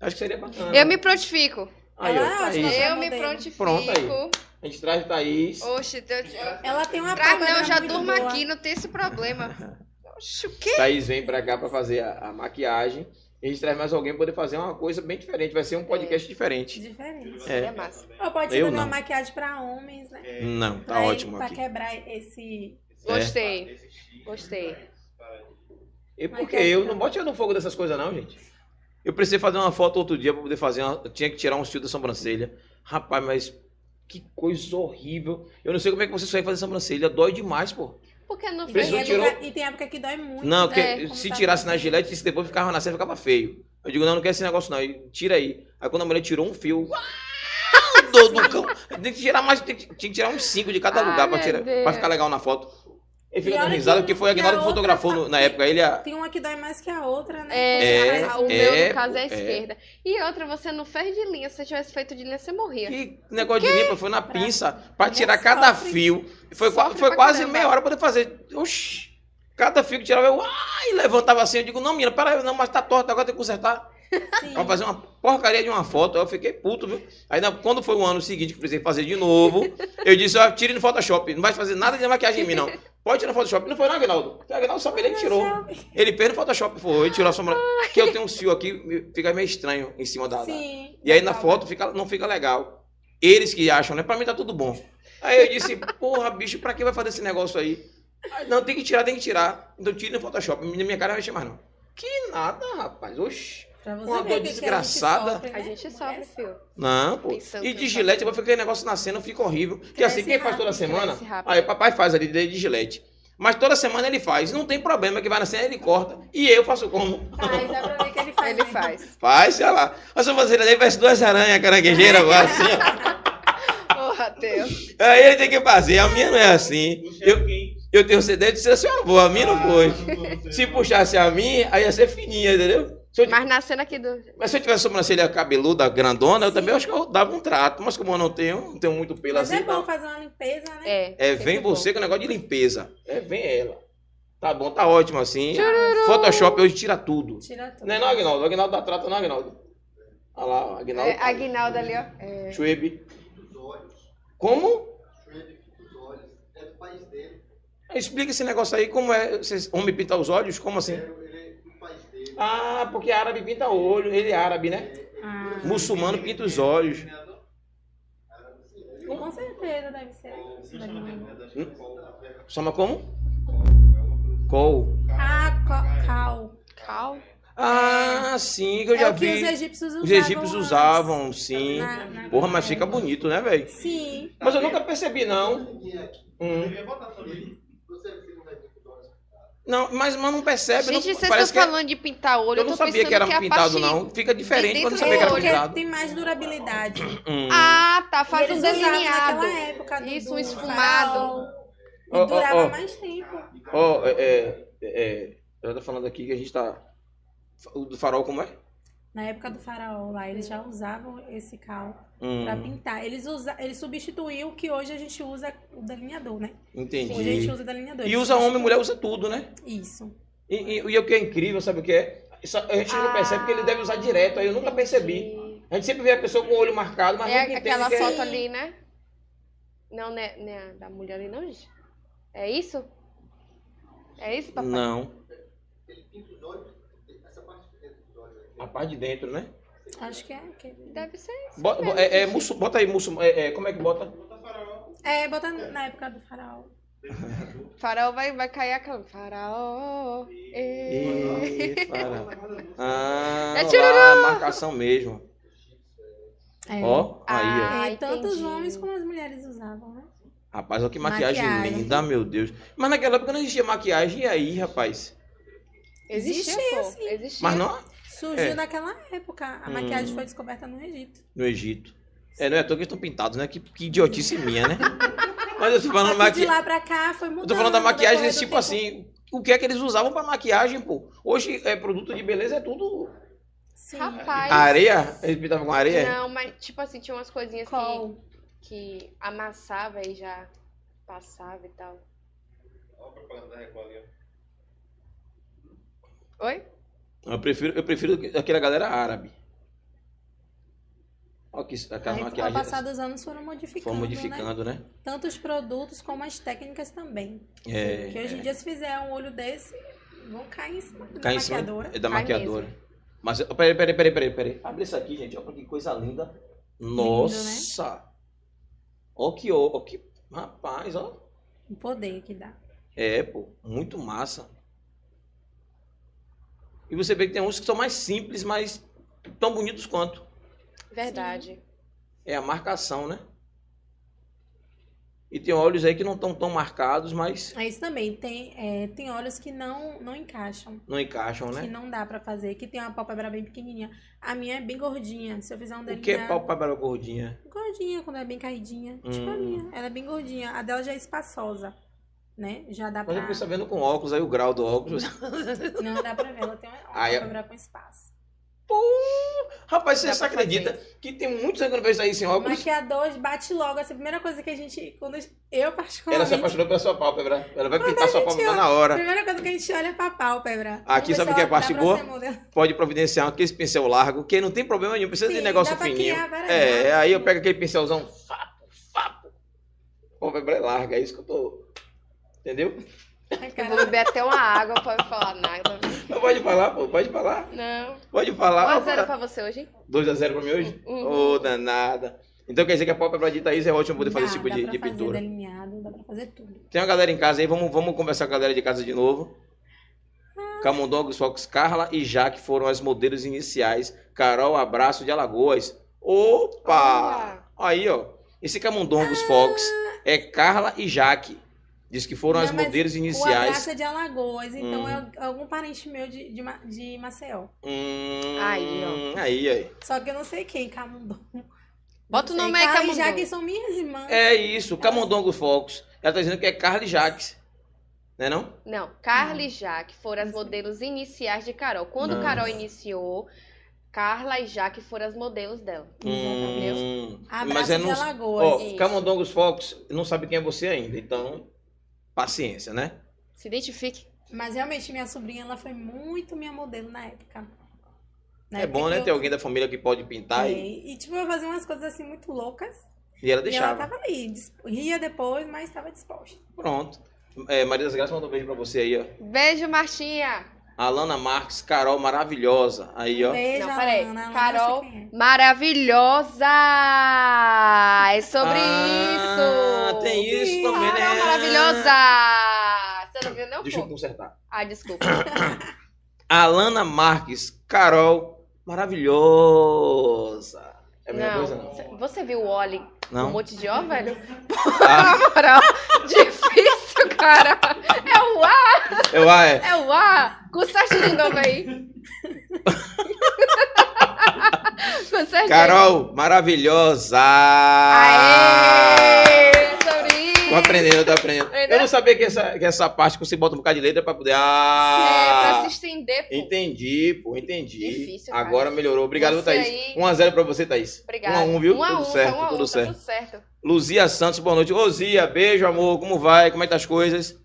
Acho que seria bacana. Eu me prontifico. Aí, ó, Ah, tá ótimo. aí. Eu Essa me modelo. prontifico. Pronto aí. A gente traz Thaís. Oxe, Deus. eu- Ela tem uma Traz não, propaganda eu já muito durmo boa. aqui, não tem esse problema. Oxe, o quê? Thaís vem pra cá pra fazer a, a maquiagem. E a gente traz mais alguém pra poder fazer uma coisa bem diferente. Vai ser um podcast diferente. Diferente. É, É. massa. Ou pode ser Eu também uma não. maquiagem pra homens, né? Não, tá pra, ótimo pra aqui. quebrar esse. Gostei. Gostei. E porque eu não bote eu no fogo dessas coisas, não, gente. Eu precisei fazer uma foto outro dia pra poder fazer uma. eu Tinha que tirar um fio da sobrancelha. Rapaz, mas que coisa horrível. Eu não sei como é que você consegue fazer sobrancelha. Dói demais, pô. Porque no E Fez fim. um tem, tirou- época, e tem época que dói muito. Não, né? porque É, Como se tá- tirasse na gilete, isso depois ficava nascendo, ficava feio. Eu digo, não, não quero esse negócio não. E tira aí. Aí quando a mulher tirou um fio. <laughs> uau, Do, do cão. Tem que tirar mais, tem que- tinha que tirar uns cinco de cada Ai, lugar pra, meu tirar, Deus. pra ficar legal na foto. Ele E fica dando olha risada, que porque foi a na Aguinaldo que outra fotografou no- foto- na época. Ele, ah, a- Tem uma que dói mais que a outra, né? É, É, o meu, é, no caso, é a é. esquerda. E outra, você não fez de linha. Se você tivesse feito de linha, você morria. Que negócio de limpa, foi na Pra- pinça pra tirar Nossa, cada sofre. fio. Foi, qua- Sofre foi pra quase caramba. meia hora pra poder fazer. Oxi, cada fio que tirava, eu ai, levantava assim. Eu digo, não, menina, peraí, não, mas tá torto, agora tem que consertar. Sim. Pra fazer uma porcaria de uma foto. Aí eu fiquei puto, viu? Aí na- quando foi o ano seguinte que eu precisei fazer de novo, eu disse, ó, tire no Photoshop, não vai fazer nada de maquiagem em mim, não. Pode tirar no Photoshop. Não foi, não, Aguinaldo. Porque o Aguinaldo sabe, ele que tirou. é Ele fez no Photoshop, foi, ele tirou a sombra. Porque eu tenho um fio aqui, me- fica meio estranho em cima da, da- Sim. e aí na Tá. foto fica, não fica legal. Eles que acham, né? Pra mim tá tudo bom. Aí eu disse, porra, bicho, pra que vai fazer esse negócio aí? Aí, não, tem que tirar, tem que tirar. Então tira no Photoshop. Na minha cara não mexe mais, não. Que nada, rapaz. Oxi. Pra você Uma ver dor o que que a gente desgraçada. sofre, né? A gente sofre, Mulher filho. Não, pô. Pensando E que de eu gilete, vai ficar negócio nascendo, fica horrível. Que Cresce assim, quem faz rápido, toda semana. cresce rápido. Aí o papai faz ali de de gilete. Mas toda semana ele faz. Não tem problema que vai nascendo, ele corta. E eu faço como? Faz, tá, dá pra ver que ele faz. Ele né? faz. Faz, sei lá. Mas se eu fazer ali, parece duas <laughs> aranhas caranguejeiras, vai assim, ó. é Porra, Deus. Aí ele tem que fazer. A minha não é assim. Eu, eu tenho CD de ser seu avô, a minha não foi. Se puxasse a minha, aí ia ser fininha, entendeu? Se eu- Mas nascendo aqui do. mas se eu tivesse sobrancelha cabeluda, grandona, eu também acho que eu dava um trato. Mas como eu não tenho, não tenho muito pelo Mas assim. é bom não. fazer uma limpeza, né? É. É, sempre vem bom. você com o negócio de limpeza. É, vem ela. Tá bom, tá ótimo assim. Photoshop hoje tira tudo. Tira tudo. Não é não, Agnaldo? Agnaldo dá trato, não, Agnaldo? Olha lá, ó, Agnaldo. tá É, Aguinaldo ali, ó. É. Schwebe. Como? Explica esse negócio aí, como é? Vocês, homem pinta os olhos? Como assim? Ah, porque árabe pinta o olho, ele é árabe, né? Ah, Muçulmano pinta os olhos. com certeza deve ser. Chama como? Col. Ah, co- cal. Cal. Ah, sim, que eu é já o que vi. os egípcios usavam. tá Os egípcios antes. usavam, sim. né? Na- na- Porra, mas fica bonito, né, velho? Sim. Mas eu nunca percebi, não. Hum. Não, mas, mas não percebe. não- Gente, vocês parece estão que é- falando de pintar olho. Eu Eu não tô sabia pensando que era é a pintado, partir- não. Fica diferente de quando dentro sabia que era do olho. é porque pintado. tem mais durabilidade. Hum. Ah, tá. Faz um Eles usavam delineado. naquela época do- Isso, um do esfumado. faraó. E Ó, ó, durava ó. mais tempo. Ó, é, é, é, ela tá falando aqui que a gente tá. O do farol como é? Na época do faraó lá, eles já usavam esse cal Hum, pra pintar. Eles usa, ele substituiu o que hoje a gente usa o delineador, né? Hoje a gente entendi. usa o delineador. E Eles usa homem e substituem. mulher, usa tudo, né? Isso. E, e- e o que é incrível, sabe o que é? Isso- a gente não Ah. percebe que ele deve usar direto, aí eu nunca percebi. A gente sempre vê a pessoa com o olho marcado, mas É nunca entende aquela que é- foto ali, né? Não, né? né, Da mulher ali, não, gente. É isso? É isso, papai? Não. A parte de dentro, né? Acho que é. aquele. Deve ser. Bota, bo- é, é, muçul- bota aí, muçulmano. É, é, como é que bota? É, botar na época do faraó. Faraó vai, vai cair a cama. Faraó. é. ê. Ih, para. Ah, É lá, marcação mesmo. É. Ó, aí, ó. Ah. É, tanto os entendi. homens como as mulheres usavam, né? Rapaz, olha que maquiagem, Maquiagem. linda, meu Deus. Mas naquela época não existia maquiagem, e aí, rapaz? Existia, Existia, pô. sim. Existia. Mas não Surgiu É. naquela época. A Hum. maquiagem foi descoberta no Egito. no Egito. É, não é à toa que estão pintados, né? Que, que idiotice <laughs> minha, né? Mas eu tô falando, Só que maqui... de lá pra cá foi eu mudando. tô falando da maquiagem decorrer do desse tipo tempo. assim. O que é que eles usavam pra maquiagem, pô? Hoje, é produto de beleza é tudo... Sim. Rapaz. Ah, Areia? Eles pintavam com areia? Não, mas tipo assim, tinha umas coisinhas que, Col. que amassava e já passava e tal. Oi? Eu prefiro, eu prefiro aquela galera árabe. Olha que aquela Aí, ao maquiagem... passar dos anos foram modificando, Foi né? modificando, né? Tanto os produtos como as técnicas também. É, Que hoje em dia se fizer um olho desse, Vão cair em cima da Cai em cima maquiadora. é da Cai maquiadora. Mas, ó, peraí, peraí, peraí, peraí, peraí. Abre isso aqui, gente. Olha que coisa linda. né? Nossa! Ó que, ó, ó que... Rapaz, ó. O poder que dá. É, pô, muito massa. E você vê que tem uns que são mais simples, mas tão bonitos quanto. Verdade. É a marcação, né? E tem olhos aí que não estão tão marcados, mas É isso também. Tem, é, tem olhos que não, não encaixam. não encaixam, Que né? não dá pra fazer. Que tem uma pálpebra bem pequenininha. A minha é bem gordinha. Se eu fizer um O que é delineado... pálpebra gordinha? Gordinha, quando é bem caidinha. Tipo a Hum. minha. Ela é bem gordinha. A dela já é espaçosa. Né? Já dá Mas eu pra... fiquei sabendo com óculos, aí o grau do óculos. <laughs> Não dá pra ver. Ela tem uma uma Aí, ó. pálpebra com espaço. Rapaz, Dá você pra acredita que tem muitos anglo-brasileiros aí sem O óculos? maquiador bate logo. Essa é a primeira coisa que a gente... Quando eu, Ela particularmente... se apaixonou pela sua pálpebra. Ela vai pintar sua gente, pálpebra ó. na A hora. primeira coisa que a gente olha é pra pálpebra. Aqui, Vamos ver sabe se o que é ela- parte dá pra boa? ser modelo. Pode providenciar aquele pincel largo, que não tem problema nenhum, precisa de Sim, negócio dá pra fininho. criar várias É, marcas, aí eu né? pego aquele pincelzão, fapo, fapo. Pálpebra é larga, é isso que eu tô. Entendeu? Ai, Eu cara, vou beber até uma água pra eu falar nada. Não pode falar, pô, pode falar. Não. Pode falar. 1x0 pra você hoje? 2x0 pra mim hoje? Ô, Uhum. danada. Então quer dizer que a pálpebra de Thaís é ótima poder fazer dá, esse tipo dá de, pra de fazer pintura. delineado, dá pra fazer tudo. Tem uma galera em casa aí, vamos, vamos conversar com a galera de casa de novo. Ah. Camundongos Fox, Carla e Jaque foram as modelos iniciais. Carol, abraço de Alagoas. Opa! Aí, ó. Esse Camundongos Fox é Carla e Jaque. Diz que foram Não, as mas modelos O abraço iniciais. é de Alagoas, então Hum. é al- algum parente meu de, de, Ma- de Maceió. Hum, Aí, Aí, aí. Só que eu não sei quem, Camundongo. Bota o Não sei, nome aí, Carla e Camundongo. Jaque são minhas irmãs. É isso, Camundongos Fox. Ela tá dizendo que é Carla e Jaque. Não é não? Não, Carla e Jaque foram as modelos iniciais de Carol. Quando Nossa. Carol iniciou, Carla e Jaque foram as modelos dela. Exatamente. Hum, Abraço mas é de não, Alagoas. Ó, Isso. Camundongos Fox não sabe quem é você ainda, então paciência, né? Se identifique. Mas realmente, minha sobrinha, ela foi muito minha modelo na época. Na é época bom, que né, eu- ter alguém da família que pode pintar É, e, E, tipo, eu fazia umas coisas assim muito loucas. e ela E deixava. ela tá- tava ali, dis- ria depois, mas tava disposta. Pronto. É, Maria das Graças manda um beijo pra você aí, ó. Beijo, Martinha. Alana Marques, Carol, maravilhosa. Aí, ó. Beijo, Não, peraí. Alana. Alana, Carol- eu sei quem é. Maravilhosa! É sobre Ah, isso! tem isso Sim, também, Carol né? maravilhosa! Você não viu, não? Deixa eu pô? consertar. Ah, desculpa. Alana Marques, Carol, maravilhosa. É a mesma coisa, não? não. Você viu o Oli um Não? monte de ó, velho? <laughs> Na Ah, moral, difícil, cara. É o A, eu, ah, <laughs> é. é o A. Conserte de novo <laughs> aí. Conserte Carol, maravilhosa. Aê! ah. Sobre isso. Tô aprendendo, eu tô aprendendo. Entendeu? Eu não sabia que essa, que essa parte que você bota um bocado de letra é pra poder. É, Ah! pra se estender, pô. entendi, pô, entendi. Difícil, cara. Agora melhorou. Obrigado, Você Thaís. aí. 1x0 pra você, Thaís. Obrigada. 1x1, viu? Um a tudo um, tá certo, um a um, tudo tá certo. tudo certo. Luzia Santos, boa noite. Ô, Zia, beijo, amor. Como vai? Como é que tá as coisas?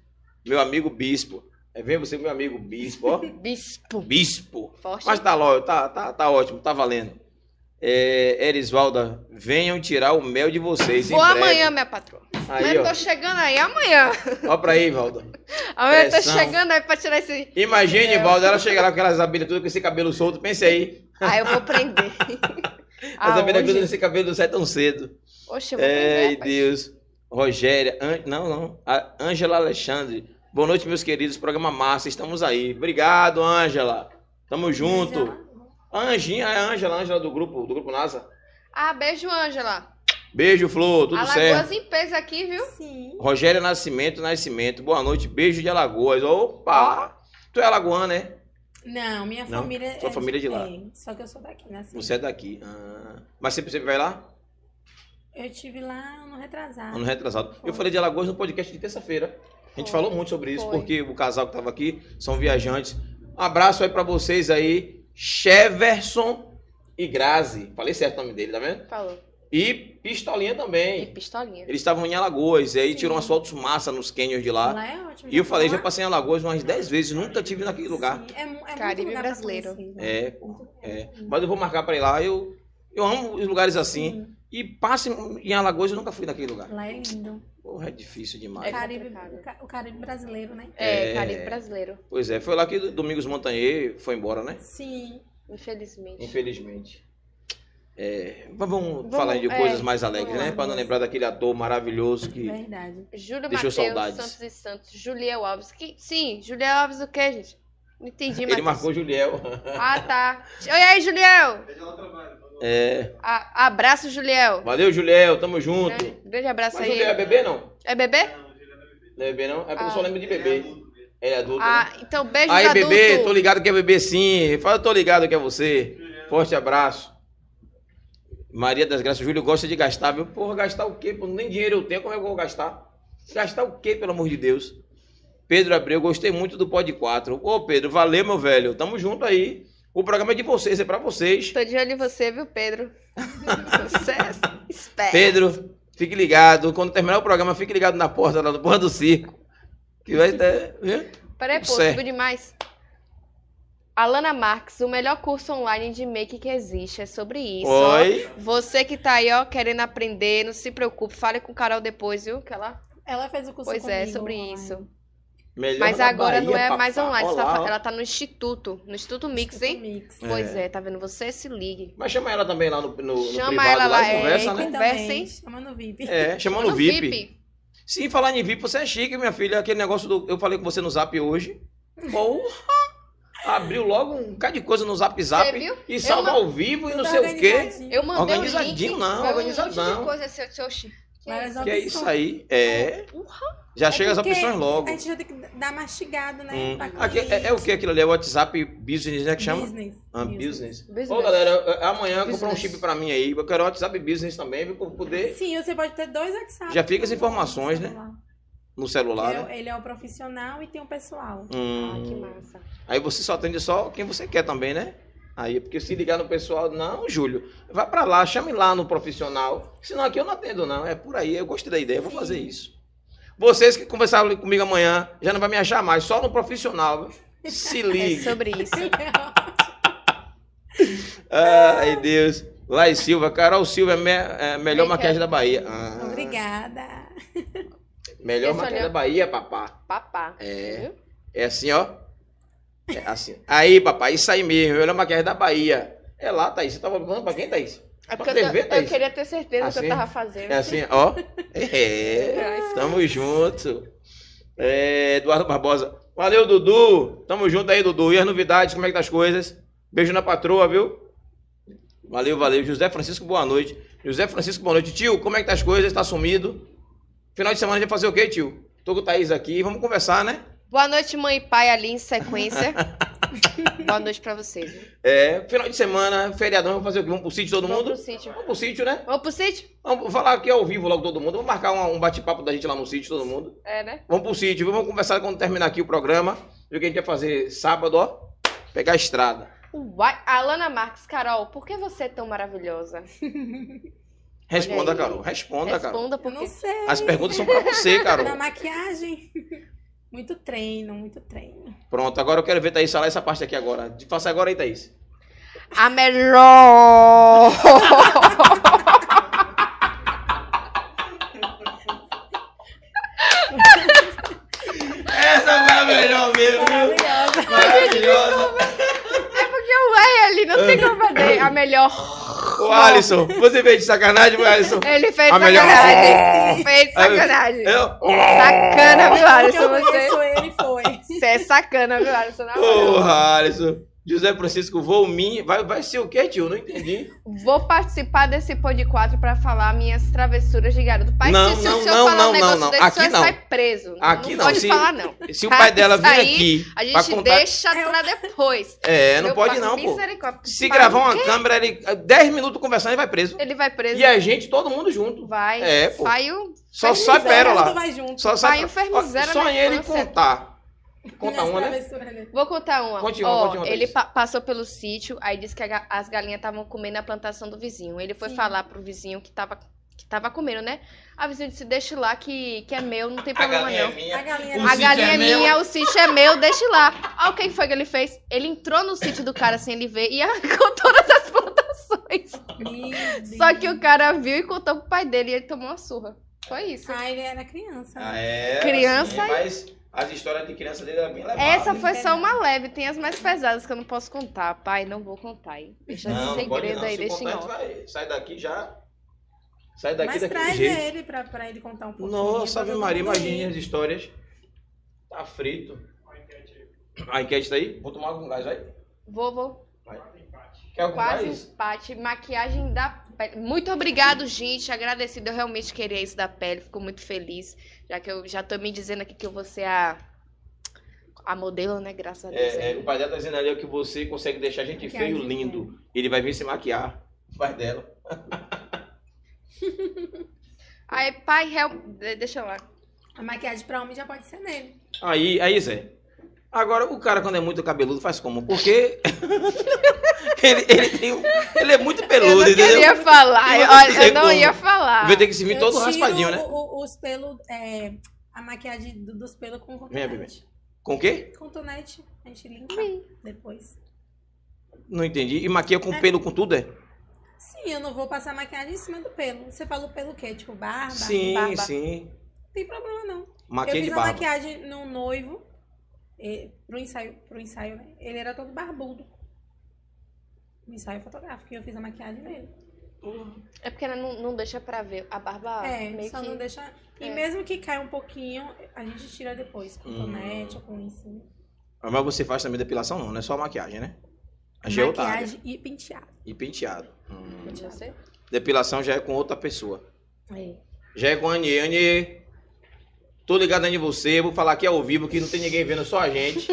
Meu amigo Bispo. É, vem você, meu amigo Bispo, ó. <laughs> Bispo. Bispo. Forte. Mas tá, lo- tá, tá, tá ótimo, tá valendo. É, Erisvalda, venham tirar o mel de vocês. em Vou breve. amanhã, minha patroa. Mas Aí, eu ó. tô chegando aí amanhã. Ó pra aí, Valda. Amanhã eu tô Pressão. chegando aí pra tirar esse. É. Imagine, Valda, ela chega lá com aquelas abelhas todas com esse cabelo solto. Pense aí, Aí Ah, eu vou <laughs> prender. as Ah, abelhas hoje- grudam nesse cabelo do céu tão cedo. Oxe, eu vou prender. Ei, rapaz. Deus. Rogéria, An- não, não. A Ângela Alexandre. Boa noite, meus queridos. Programa Massa, estamos aí. Obrigado, Ângela. Tamo junto. Anjinha, é a Ângela, Ângela do grupo, do grupo NASA. Ah, beijo, Ângela. Beijo, Flor, tudo certo. Alagoas em peso aqui, viu? Sim. Rogéria Nascimento, Nascimento. Boa noite, beijo de Alagoas. Opa! Tu é alagoana, né? Não, minha Não, família. sua família é de lá. é, só que eu sou daqui, né? assim. Você é daqui. Ah, Mas sempre você vai lá? Eu tive lá no retrasado. é- Ano retrasado. Ah, Foi. Eu falei de Alagoas no podcast de terça-feira. A gente Foi. falou muito sobre isso, Foi. porque o casal que estava aqui são viajantes. Abraço aí pra vocês aí, Cheverson e Grazi. Falei certo o nome dele, tá vendo? Falou. E Pistolinha E também. pistolinha. Eles estavam em Alagoas, e aí Sim. tirou umas fotos massa nos canyons de lá. Lá é ótimo. E eu foi falei, lá? já passei em Alagoas umas 10 vezes, nunca tive naquele lugar. Sim, é, mu- é Caribe muito lugar pra brasileiro. conhecer, né? É, pô. Muito É. lugar. Mas eu vou marcar pra ir lá. Eu, eu amo os lugares assim. E passa em, em Alagoas, eu nunca fui naquele lugar. Lá é lindo. Porra, é difícil demais. É O Caribe, complicado. o Ca- o Caribe brasileiro, né? É, É. Caribe brasileiro, Pois é, foi lá que Domingos Montanier foi embora, né? Sim. infelizmente. Infelizmente. É, mas vamos, Vamos, falar de é, coisas mais alegres, vamos né? lá. Para não lembrar daquele ator maravilhoso que. Verdade. Júlio Deixou Matheus, saudades. Santos e Santos, Juliel Alves. Que, sim, Juliel Alves o quê, gente? Não entendi, Ele Matheus. marcou Juliel. <laughs> Ah, tá. Oi aí, Juliel! É. A- abraço, Juliel. Valeu, Juliel, tamo junto. Né? Grande abraço Mas aí. Juliel é bebê, não? É bebê? Não é bebê, não? É porque eu Ah. só lembro de bebê. Ele é adulto. né? Ah, então beijo Aí, do bebê, adulto. tô ligado que é bebê sim. Fala, tô ligado que é você. Forte abraço. Maria das Graças, Júlio gosta de gastar, viu? Porra, gastar o quê? Pô, nem dinheiro eu tenho, como é que eu vou gastar? Gastar o quê, pelo amor de Deus? Pedro Abreu, gostei muito do Pod 4. Ô, Pedro, valeu, meu velho. Tamo junto aí. O programa é de vocês, é pra vocês. Tô de olho em você, viu, <laughs> Pedro? é Sucesso. Espera. Pedro, fique ligado. Quando terminar o programa, fique ligado na porta lá do Porra do Circo. Que vai ter. viu? Peraí, pô, Certo. subiu demais. Alana Marques, o melhor curso online de make que existe. É sobre isso. ó. Oi. Você que tá aí, ó, querendo aprender, não se preocupe. Fale com o Carol depois, viu? Que ela... Ela fez o curso Pois é, comigo, sobre mãe. isso. Melhor Mas da agora Bahia, não é papá. mais online. você tá Olá, fa- ó. ela tá no Instituto. No Instituto Mix, Curso hein? Mix. Pois é, tá vendo? Você se ligue. Mas chama ela também lá no, no, no Chama privado ela lá, lá, e é, conversa, e né? conversa, hein? Chama no VIP. <laughs> É, chamando o VIP. Sim, falar em VIP, você é chique, minha filha. Aquele negócio do. Eu falei com você no zap hoje. Porra! Abriu logo um bocado de coisa no zap zap. Você viu? E salva não- ao vivo e não Tudo sei o quê. organizadinho. Eu mandei o Organizadinho, link. foi não, Um monte organizadão. de coisa, seu seu- oxi. Que é Várias isso? Que é isso opções. aí. É. Porra. é Já chega as porque opções logo. A gente já tem que dar mastigado, né? Hum. pra Aqui- é, é o que aquilo ali? É o WhatsApp Business, né? Que chama? Business. Ah, business. Business. Ô, galera, eu- eu- amanhã compra um Business. chip pra mim aí. Eu quero WhatsApp Business também, viu? Pra poder. Sim, você pode ter dois WhatsApp. Já fica as informações, né? No celular, né? Ele é, ele é o profissional e tem o <laughs> pessoal. <laughs> Ah, Hum. que massa. Aí você só atende só quem você quer também, né? Aí, porque se ligar no pessoal, não, Júlio, vai pra lá, chame lá no profissional. Senão aqui eu não atendo, não. É por aí, eu gostei da ideia, eu vou fazer isso. Vocês que conversaram comigo amanhã, já não vai me achar mais, só no profissional. viu? Se <laughs> É ligue. sobre isso. <laughs> Ai, Deus. Lai Silva, Carol Silva é, me- é a melhor Obrigada. maquiagem da Bahia. Ah, Obrigada. Melhor Esse maquiagem olhar. da Bahia, papá. Papá. É. Viu? É assim, ó. É assim. Aí, papai, isso aí mesmo. Melhor maquiagem da Bahia. É lá, Thaís. Você tava falando pra quem, Thaís? É Pra porque eu, TV, tô- eu Thaís? queria ter certeza do que Assim? eu tava fazendo. É assim, ó. É, tamo junto. É, Eduardo Barbosa. Valeu, Dudu. Tamo junto aí, Dudu. E as novidades, como é que tá as coisas? Beijo na patroa, viu? Valeu, valeu. José Francisco, boa noite. José Francisco, boa noite. Tio, como é que tá as coisas? Tá sumido? Final de semana a gente vai fazer o quê, tio? Tô com o Thaís aqui, vamos conversar, né? Boa noite, mãe e pai ali em <laughs> sequência. Boa noite pra vocês. viu? É, final de semana, feriadão, vamos fazer o quê? Vamos pro sítio todo Vamos mundo? pro sítio. Vamos pro sítio, né? Vamos pro sítio? Vamos falar aqui ao vivo logo todo mundo. Vamos marcar um, um bate-papo da gente lá no sítio, todo mundo. É, né? Vamos pro sítio, viu? vamos conversar quando terminar aqui o programa. E o que a gente vai fazer sábado, ó? Pegar a estrada. Uai, Alana Marques, Carol, por que você é tão maravilhosa? Olha Responda, aí. Carol. Responda, Carol. Responda Eu porque não sei. As perguntas são pra você, Na Carol. maquiagem. <laughs> Muito treino, muito <laughs> treino. Pronto, agora eu quero ver Thaís falar essa parte aqui agora. Faça agora aí, Thaís. a melhor. <laughs> Essa foi a melhor mesmo, viu? Maravilhosa. Maravilhosa. É porque eu errei ali, não tem como fazer. A melhor. O Alisson, você veio de sacanagem, meu Alisson? Ele fez A melhor. É. sacanagem. Fez sacanagem. Eu? Sacana, viu, É. Porque Alisson? eu Você. conheço ele foi. Você é sacana, viu, Alisson? Na moral. Porra, Alisson. José Francisco, vou mim. Vai, vai ser o quê, tio? Não entendi. Vou participar desse pod 4 pra falar minhas travessuras de garoto. Pai, Não, se, se não, o senhor não, falar não, um negócio não, não. desse, Aqui o senhor não. sai preso. Aqui não, Não pode se- falar, não. Se o pai dela vir Isso aí, aqui A pra gente contar. deixa pra depois. É, não Meu pode pai, não, pô. misericórdia. Se Pai, gravar uma câmera, ele 10 minutos conversando, ele vai preso. Ele vai preso. E a gente, todo mundo junto. Vai. É, pô. Sai o. Só Mas sai miséria, pérola. tudo vai junto. Só sai Vai, o Ó, Fermizera Só na ele infância. contar. Conta Minhas uma, né? travessuras, né? Vou contar uma. Conte uma, Ó, conte uma, ele Thaís. pa- passou pelo sítio, aí disse que a ga- as galinhas estavam comendo a plantação do vizinho. Ele foi Sim. falar pro vizinho que tava, que tava comendo, né? A vizinha disse: deixa lá que, que é meu, não tem problema não. A galinha é O A sítio galinha é é meu. minha, o sítio é meu, deixa <laughs> lá. Olha o que foi que ele fez. Ele entrou no sítio do cara sem ele ver e arrancou todas as plantações. depois. Meu Deus. Só que o cara viu e contou pro pai dele e ele tomou uma surra. Foi isso. Ah, ele era criança. né? Ah, é, Criança assim, mas as histórias de criança dele eram bem levadas. Essa foi né? só uma leve, tem as mais pesadas que eu não posso contar, pai, não vou contar aí. Deixa não, esse não pode segredo não. aí, Se deixa em contar, a gente off. vai- Sai daqui já. Sai é daqui Mas daquele traz jeito. ele pra, pra ele contar um pouquinho. Nossa, pra Ave todo Maria, mundo imagine ir. as histórias. Tá frito. A enquete tá aí? Vou tomar algum gás aí. Vou, vou. Quer algum Quase gás? empate. Maquiagem da pele. Muito obrigado, gente. Agradecido. Eu realmente queria isso da pele. Fico muito feliz. Já que eu já tô me dizendo aqui que eu vou ser a. A modelo, né? Graças a Deus. É, é, o pai dela tá dizendo ali que você consegue deixar a gente Maquiagem, feio lindo. Ele vai vir se maquiar. O pai dela. Aí, pai, real... de- deixa eu lá. A maquiagem pra homem já pode ser nele. Aí, aí, Zé. Agora, o cara, quando é muito cabeludo, faz como? Porque. <laughs> ele, ele, tem, um- ele é muito eu peludo, não entendeu? queria falar. Eu Eu, não olha, sei eu não como. ia falar. Vai ter que se vir Eu todo tiro raspadinho, né? o- o- os pelos, é, a maquiagem do- dos pelos com Minha cotonete. Com o quê? Cotonete, a gente limpa depois. Não entendi. E maquia com pelo, com tudo, é? Ah, Sim, eu não vou passar maquiagem em cima do pelo. Você fala o pelo quê? Tipo barba? sim, barba. sim. Não tem problema não. eu Maquia fiz de uma barba. maquiagem num noivo, eh, pro ensaio, pro ensaio, né? Ele era todo barbudo. Um ensaio fotográfico, e eu fiz a maquiagem nele. É porque ela não, não deixa pra ver. A barba é, meio só que... não deixar. E é. mesmo que caia um pouquinho, a gente tira depois, com Hum. tonete ou com em cima. Mas você faz também depilação, não, não é só maquiagem, né? Já é outra área. maquiagem e penteado. E penteado. Hum. Deixa eu ver. Depilação já é com outra pessoa. É. Já é com a Anie. Anie, tô ligado em você, vou falar aqui ao vivo, que não tem ninguém vendo, só <laughs> a gente.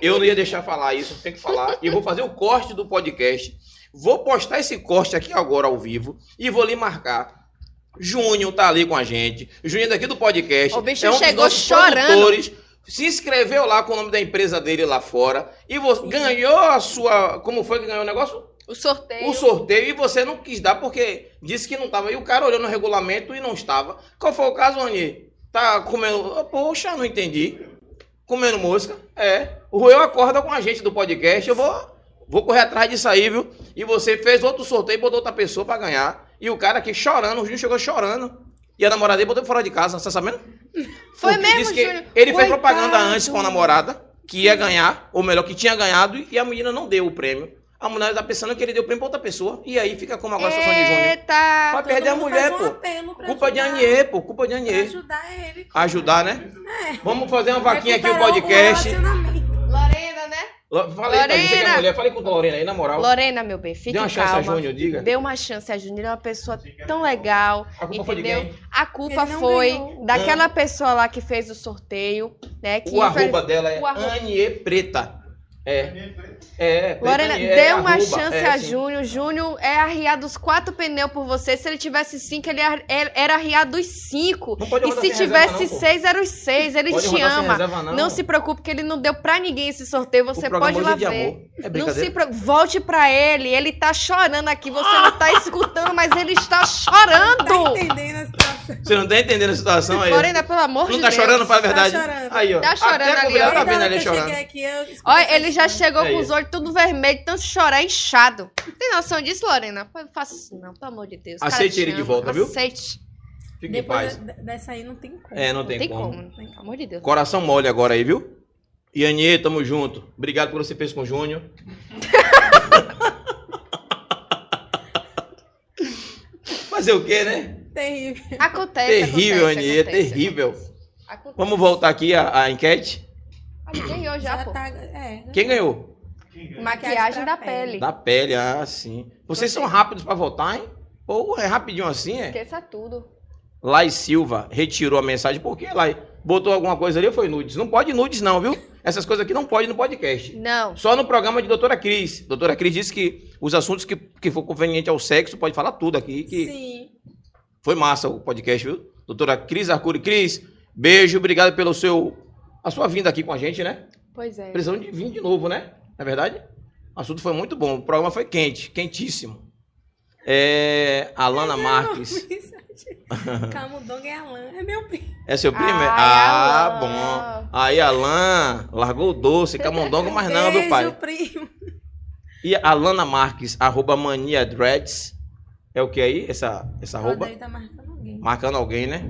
Eu não ia deixar falar isso, tem que falar. E vou fazer o corte do podcast. Vou postar esse corte aqui agora ao vivo e vou lhe marcar. Júnior tá ali com a gente. Júnior é daqui do podcast. O bicho é um dos chegou nossos chorando. produtores. Se inscreveu lá com o nome da empresa dele lá fora. E você ganhou a sua. Como foi que ganhou o negócio? O sorteio. o sorteio e você não quis dar porque disse que não estava. E o cara olhou no regulamento e não estava. Qual foi o caso, Oni? Tá comendo. Ah, Poxa, não entendi. Comendo mosca? É. O Ruel acorda com a gente do podcast. Eu vou, vou correr atrás disso aí, viu? E você fez outro sorteio e botou outra pessoa pra ganhar. E o cara aqui chorando, o Júnior chegou chorando. E a namorada dele botou fora de casa, você tá sabendo? <laughs> Foi Porque mesmo, disse que Júnior? Ele fez Coitado. propaganda antes com a namorada, que ia ganhar, ou melhor, que tinha ganhado, e a menina não deu o prêmio. A mulher tá pensando que ele deu o prêmio pra outra pessoa. E aí fica como agora a situação de Júnior. Eita! Vai perder a mulher, faz um pô. apelo pra Culpa de ajudar- Anier, pô. Culpa de Pra Anier. ajudar ele. Ajudar, né? É. Vamos fazer uma vaquinha aqui, o Recuperar podcast. relacionamento. Lorena, né? Lo- Falei pra gente, você que é Lorena. mulher, falei com a Lorena aí, na moral. Lorena, meu bem, fique Dê uma chance calma. a Júnior, diga. Deu uma chance a Júnior, é uma pessoa tão legal, A culpa foi de entendeu? quem? A culpa Ele não foi ganhou. É. daquela pessoa lá que fez o sorteio, né? Que O arroba infeliz- dela é o arroba. Anier Preta. É. É, Preta Lorena, Anier, dê uma arroba, chance é, a sim. Júnior. Júnior é arriar dos quatro pneus por você. Se ele tivesse cinco, ele ar- era era arriar dos cinco. Não pode E rodar se sem reserva, tivesse não, pô. seis, era os seis. Ele Pode te rodar sem ama. reserva, não. Não se preocupe, que ele não deu pra ninguém esse sorteio. O Você programa pode ir hoje lá é de ver. amor. É Não se <laughs> brincadeira. pre... Volte pra ele, ele tá chorando aqui. Você não tá escutando, mas ele está Tá chorando. entendendo a situação. Você não tá entendendo a situação aí. Lorena, pelo amor Não de tá Deus. chorando, fala a verdade. Tá chorando. Aí, ó. Tá chorando Até a ali, convidada ó. tá Toda vendo hora ele que eu chorando. cheguei aqui, eu escuto Olha, essa ele já história. chegou É com os isso. olhos tudo vermelho, tanto chorar, inchado. Tem noção disso, Lorena? Pô, Não faça isso não, pelo amor de Deus. O cara Aceite te ele de ama. volta, viu? Aceite. Fique em paz. Depois de- dessa aí não tem como. É, não Não tem, tem como. como. Pelo amor de Deus. Coração mole agora aí, viu? Ianie, tamo junto. Obrigado por você fez com <laughs> o Júnior. Fazer o quê, né? Terrível. Acontece, terrível, acontece, Anie, acontece, terrível. Acontece. Vamos voltar aqui à, à enquete. Ah, Ganhou já, Já pô. tá. É. Quem ganhou? Maquiagem da pra pele. Da pele, ah, sim. Vocês são rápidos pra votar, hein? Pô, é rapidinho assim, é? Esqueça tudo. Lai Silva retirou a mensagem. Por que, Lai? Botou alguma coisa ali ou foi nudes? Não pode nudes, não, viu? Essas coisas aqui não pode no podcast. Não. Só no programa de doutora Cris. Doutora Cris disse que os assuntos que, que for conveniente ao sexo pode falar tudo aqui. Que <laughs> Sim. foi massa o podcast, viu? Doutora Cris Arcuri. Cris, beijo, obrigado pelo seu. A sua vinda aqui com a gente, né? Pois é. Precisamos de vir de novo, né? Na verdade, o assunto foi muito bom. O programa foi quente, quentíssimo. É, Alana <laughs> Marques. <laughs> Camudonga é Alain. É meu primo. É seu primo? é? Ai, ah, Alan. bom. Aí, Alain, largou o doce, camundongo, mas não, Beijo, meu pai. primo. E a Lana Marques, arroba Mania Dreads. É o que aí? Essa, essa arroba? Tá marcando alguém. Marcando alguém, né?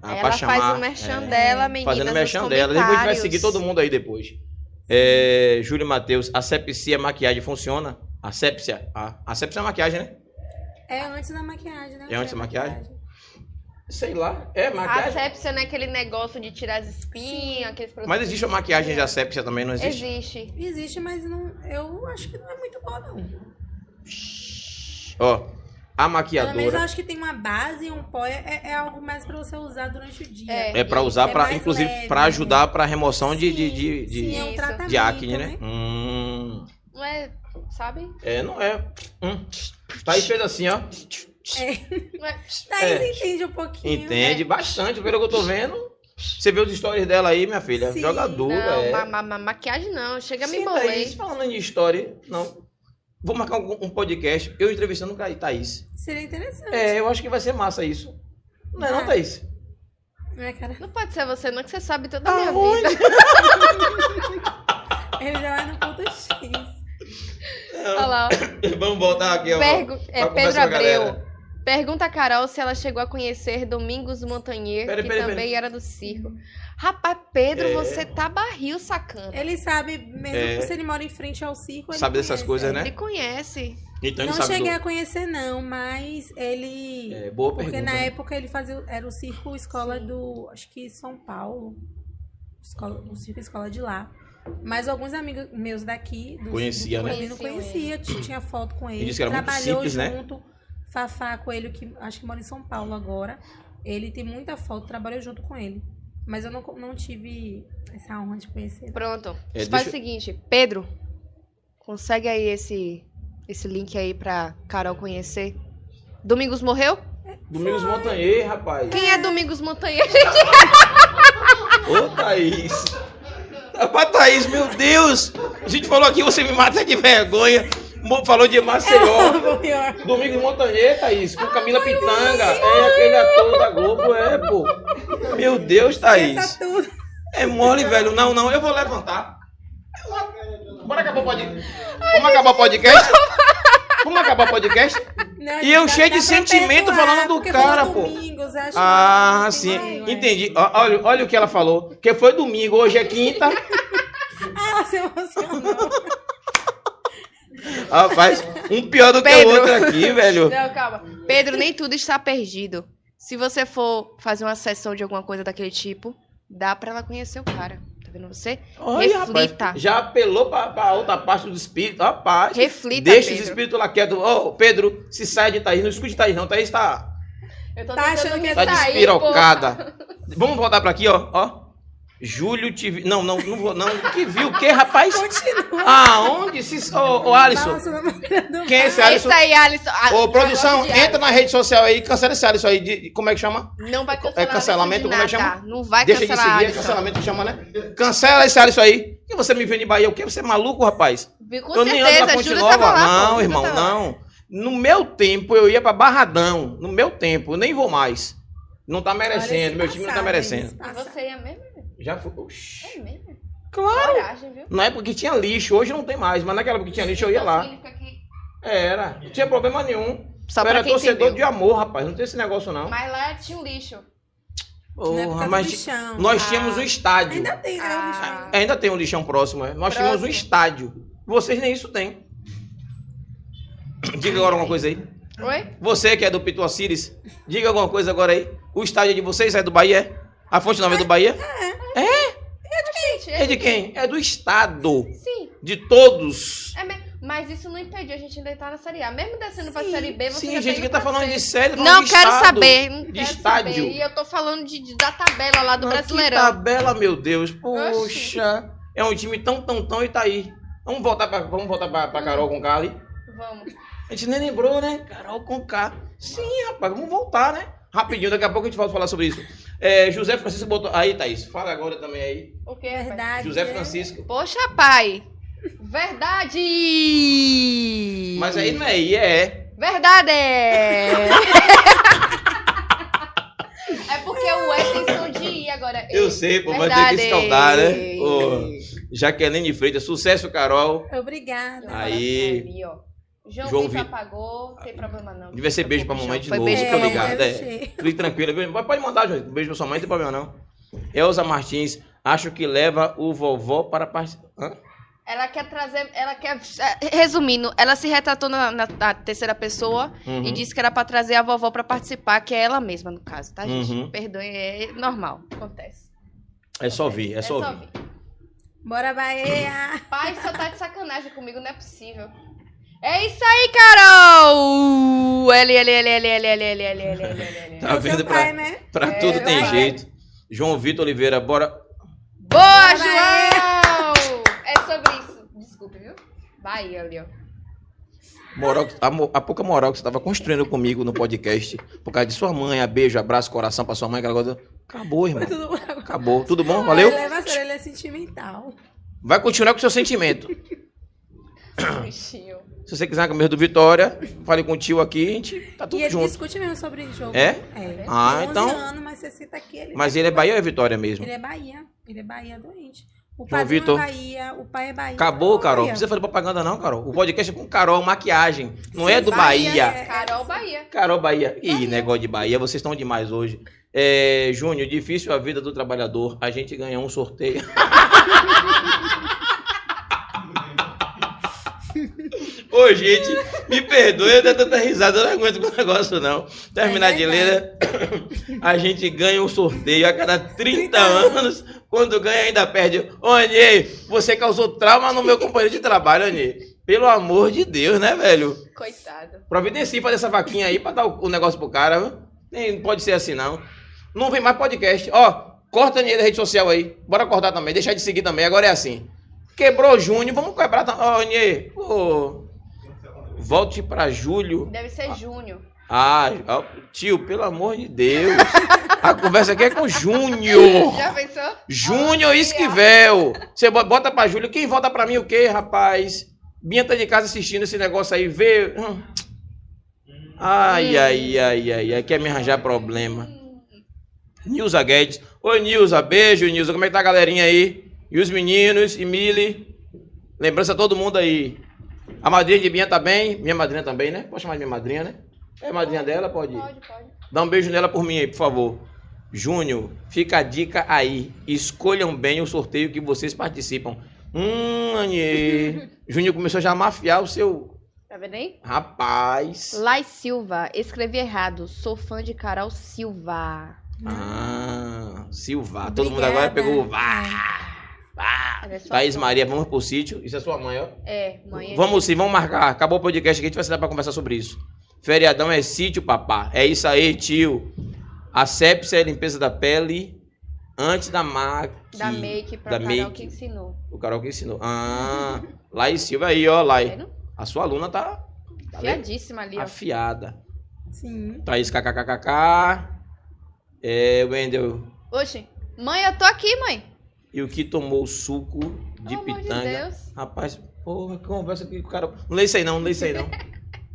Ah, Ela pra faz chamar, o merchan é, dela, meninas, Fazendo nos merchan dela. Depois a gente vai comentários. seguir todo mundo aí depois. É, Júlio Matheus, asepsia, maquiagem funciona? Asepsia? Ah, asepsia é maquiagem, né? É antes da maquiagem, né? É antes da maquiagem? Sei lá. É A maquiagem. sepsia não é aquele negócio de tirar as espinhas, aqueles produtos. Mas existe uma maquiagem de asepsia também, não existe? Existe. Existe, mas não, eu acho que não é muito boa, não. Ó, a Pelo menos eu maquiadora acho que tem uma base e um pó. É, é algo mais pra você usar durante o dia. É. é pra usar, É pra, mais inclusive, leve, pra né? ajudar pra remoção um de, de, Sim, de, de- sim, é Isso. um tratamento, de acne, né? Hum, Não é, sabe? é, não é. Hum. Thaís fez assim, ó. Não é- Daí É. você entende um pouquinho. Entende bastante, pelo que eu tô vendo. Você vê os stories dela aí, minha filha. Sim. Jogadora, não, é. ma- ma- ma- maquiagem não. Chega, me Sim, embolei. Thaís, falando de história, não. Vou marcar um, um podcast, eu entrevistando o Thaís. Seria interessante. É, eu acho que vai ser massa isso. Não é não, Ah, Thaís? <laughs> Né, cara? Não pode ser você, não, que você sabe toda a minha Aonde? vida. Ele já vai É no ponto X. Olha lá, ó. Vamos voltar aqui, ó. Pergu- pra é, conversar Pedro com a Abreu. galera. Pergunta a Carol se ela chegou a conhecer Domingos Montanher, Pera, que pera, também era do circo. Rapaz, Pedro, É. você tá barril sacando. Ele sabe, mesmo É. que se ele mora em frente ao circo, ele Sabe dessas conhece. coisas, né? Ele conhece. Então ele Não sabe cheguei do... a conhecer, não, mas ele. É, boa porque pergunta. na né? época ele fazia. Era o circo escola do. Acho que São Paulo. Escola, o circo escola de lá. Mas alguns amigos meus daqui. Do, Conhecia, do, né? Ele não conhecia, t- tinha foto com ele. disse que era muito trabalhou simples, né? junto. Fafá Coelho, que acho que mora em São Paulo agora. Ele tem muita foto, trabalhou junto com ele. Mas eu não, co- não tive essa honra de conhecer. ele. Pronto. É, Faz deixa- o seguinte, Pedro, consegue aí esse, esse link aí pra Carol conhecer. Domingos morreu? Domingos Montanhê, rapaz. Quem é Domingos Montanher? Ô, Thaís. Rapaz, Thaís, meu Deus. A gente falou aqui, você me mata de vergonha. Mo- Falou de <laughs> Maceió. Pior. Domingos Montanhê, Thaís, com Camila Pitanga. É aquele ator da Globo, é, pô. Meu Deus, Thaís. Pensa tudo. É mole, velho. Não, não, eu vou levantar. Bora acabar o podcast. Vamos acabar o podcast? Vamos acabar o podcast? Não, E gente, tá eu dá- cheio dá de pra sentimento perdoar, falando do porque cara, falou pô. Domingos, acho que Ah, não tem sim. mais. Entendi. Ó, Olha, olha o que ela falou. Que foi domingo, hoje é quinta. Ah, <laughs> se emocionou. Rapaz, um pior do que o Pedro. outro aqui, velho. Não, calma. <laughs> Pedro, nem tudo está perdido. Se você for fazer uma sessão de alguma coisa daquele tipo, dá pra ela conhecer o cara. Tá vendo você? Olha, rapaz, Reflita. já apelou pra, pra outra parte do espírito. Rapaz, Reflita, deixa os Pedro. espíritos lá quietos. Ô, Pedro, se sai de Thaís, não escute Thaís, não. Thaís tá, Eu tô Tá achando que sair, tá porra. despirocada. Vamos voltar pra aqui, ó. ó. Júlio te vi- Não, não, não vou, não. Que viu o quê, rapaz? Continua. Aonde se. Ô, ô, Alisson. Balança na mão do Quem é esse Alisson? Isso aí, Alisson. Ah, Ô, eu produção, gosto de entra na rede social aí, cancela esse Alisson aí. de- como é que chama? Não vai cancelar. É cancelamento, Alisson, de como é que nada. Não vai Deixa de cancelar. seguir, é Alisson. cancelamento que chama, né? Cancela esse Alisson aí. E você me vem de Bahia, o quê? Você é maluco, rapaz? Viu? Com eu nem ando certeza, na a Ponte Júlia Nova. tava lá. tá pô, não, Júlia irmão, tava lá. não. No meu tempo, eu ia pra Barradão. No meu tempo, eu nem vou mais. Não tá merecendo, meu time não tá merecendo. E você é mesmo? Já fui. Oxi. É mesmo? Claro. Coragem, viu? Na época que tinha lixo, hoje não tem mais, mas naquela época que tinha lixo, eu ia lá. Significa que- Era. Não tinha problema nenhum. Só eu pra era quem torcedor entendeu. de amor, rapaz. Não tem esse negócio, não. Mas lá tinha um lixo. é Porra, mas... mas nós tínhamos um estádio. Ainda tem, né? o tá Ah. bichão. Ainda tem um lixão próximo, é. Nós tínhamos um Próximo. estádio. Vocês nem isso têm. Diga agora uma coisa aí. Oi? Você que é do Pituacires, diga alguma coisa agora aí. O estádio é de vocês é do Bahia? A fonte não é do Bahia? Gente, É de quem? É do Estado. Sim. De todos. É me- Mas isso não impediu a gente ainda estar na Série A. Mesmo descendo pra Sim, Série B, você já Sim, tá gente, quem indo tá pra falando C. de série, tá Não falando de quero estado, saber. Não de quero estádio. saber. E eu tô falando de, de- da tabela lá do Mas Brasileirão. Que tabela, meu Deus. Oxi. Poxa. É um time tão, tão, tão e tá aí. Vamos voltar pra, vamos voltar pra, pra Carol com K ali. Vamos. A gente nem lembrou, né? Carol com K. Sim, rapaz, vamos voltar, né? Rapidinho, daqui a pouco a gente vai falar sobre isso. É, José Francisco botou. Aí, Thaís, fala agora também aí. O que, Verdade. José é- né? Francisco. Poxa, pai. Verdade! Mas aí não é I, é E. <laughs> Verdade! é porque o E tem som de I agora. Eu sei, pô, mas tem que escaldar, né? Pô. Jaqueline Freitas, sucesso, Carol. Obrigada. Ah, Aí. Ali, ó. João, João João Vi- apagou, tem problema não. Devia ser beijo pra mamãe de Foi novo, beijo tá pra mamãe. ligado? deve é. ser. Fique tranquila, viu? Mas pode mandar, gente. Beijo pra sua mãe, não tem problema não. Elza Martins, acho que leva o vovó para participar. Hã? Ela quer trazer, ela quer, resumindo, ela se retratou na, na- na terceira pessoa Uhum. e disse que era pra trazer a vovó pra participar, que é ela mesma no caso, tá gente? Uhum. Perdoem, é normal, acontece. É só ouvir, é só ouvir. Bora, Bahia! Pai, só tá de sacanagem comigo, não é possível. É isso aí, Carol! L, L, L, L, L, L, L, L, L, L, L, L. Tá É o seu vendo pra- pai, né? Pra É, tudo tem vai. jeito. João Vitor Oliveira, bora. Boa, Bora, João! É sobre isso. Desculpe, viu? Bahia <coughs> ali, ó. Moral, que- a, mo- a pouca moral que você tava construindo comigo no podcast, por causa de sua mãe, a beijo, abraço, coração pra sua mãe, aquela coisa. Acabou, irmão. Foi tudo bom. Acabou. Tudo bom? Tá. Valeu? Ele leva a sério, ele é sentimental. Vai continuar com o seu sentimento. Bichinho. Se você quiser a camisa do Vitória, fale com o tio aqui, a gente tá E tudo ele junto. discute mesmo sobre jogo. É? É. Ah, 11 então- anos, mas você cita aqui, ele... Mas ele é Bahia ou é Vitória mesmo? ele é Bahia. Ele é Bahia doente. O pai é Vitor. Bahia, o pai é Bahia. Acabou, Bahia. Carol. Não precisa fazer propaganda, não, Carol. O podcast é com Carol, maquiagem. Não é Sim, do Bahia. é- Carol Bahia. Carol Bahia. Ih, negócio de Bahia, vocês estão demais hoje. É, Júnior, difícil a vida do trabalhador. A gente ganha um sorteio. Ô, gente, me perdoe, eu dei tanta risada, eu não aguento com o negócio, não. Terminar É de ler, né? a gente ganha um sorteio a cada 30 anos. Quando ganha, ainda perde. Ô, Anê, você causou trauma no meu companheiro de trabalho, Anê. Pelo amor de Deus, né, velho? Coitado. Providencie fazer essa vaquinha aí pra dar o, o negócio pro cara. viu? Nem, não pode ser assim, não. Não vem mais podcast. Ó, corta a da rede social aí. Bora cortar também. Deixar de seguir também. Agora é assim. Quebrou o Júnior, vamos quebrar também. Ó, Nier, pô. Volte pra julho. Deve ser Júnior. Ah, ó, tio, pelo amor de Deus. A conversa aqui é com o Júnior. Já pensou? Júnior Esquivel. Você bo- bota pra Júlio. Quem volta pra mim o quê, rapaz? Binha tá de casa assistindo esse negócio aí. Vê. Hum. Ai, ai, ai, ai, ai. Quer me arranjar problema. Nilza Guedes. Oi, Nilza. Beijo, Nilza. Como é que tá a galerinha aí? E os meninos, e Mili. Lembrança a todo mundo aí. A madrinha de Binha tá bem. Minha madrinha também, né? Pode chamar de minha madrinha, né? É a madrinha dela? Pode. ir. Pode, pode. Dá um beijo nela por mim aí, por favor. Júnior, fica a dica aí. Escolham bem o sorteio que vocês participam. Hum, Anê. Júnior começou já a mafiar o seu Tá vendo aí? rapaz. Lai Silva, escrevi errado. Sou fã de Carol Silva. Ah, Silva. Todo mundo Obrigada. agora pegou o vá. vá. Ela é sua Thaís fã. Maria, vamos pro sítio. Isso é sua mãe, ó. É, mãe. Vamos sim, vamos marcar. Acabou o podcast aqui, a gente vai se dar pra conversar sobre isso. Feriadão é sítio, papá. É isso aí, tio. A sepsia é a limpeza da pele antes da maqui... Da make pra da Carol make. que ensinou. O Carol que ensinou. Ah, Lai Silva aí, ó, Tá Lai. vendo? A sua aluna tá, tá bem Fiadíssima ali, ó. afiada. Sim. Thaís kkkk. É, Wendel. Oxe. Mãe, eu tô aqui, mãe. E o que tomou suco de Pelo amor de pitanga? Deus. Rapaz, porra, que conversa que o cara. Não lê isso aí, não, não lê isso aí, não.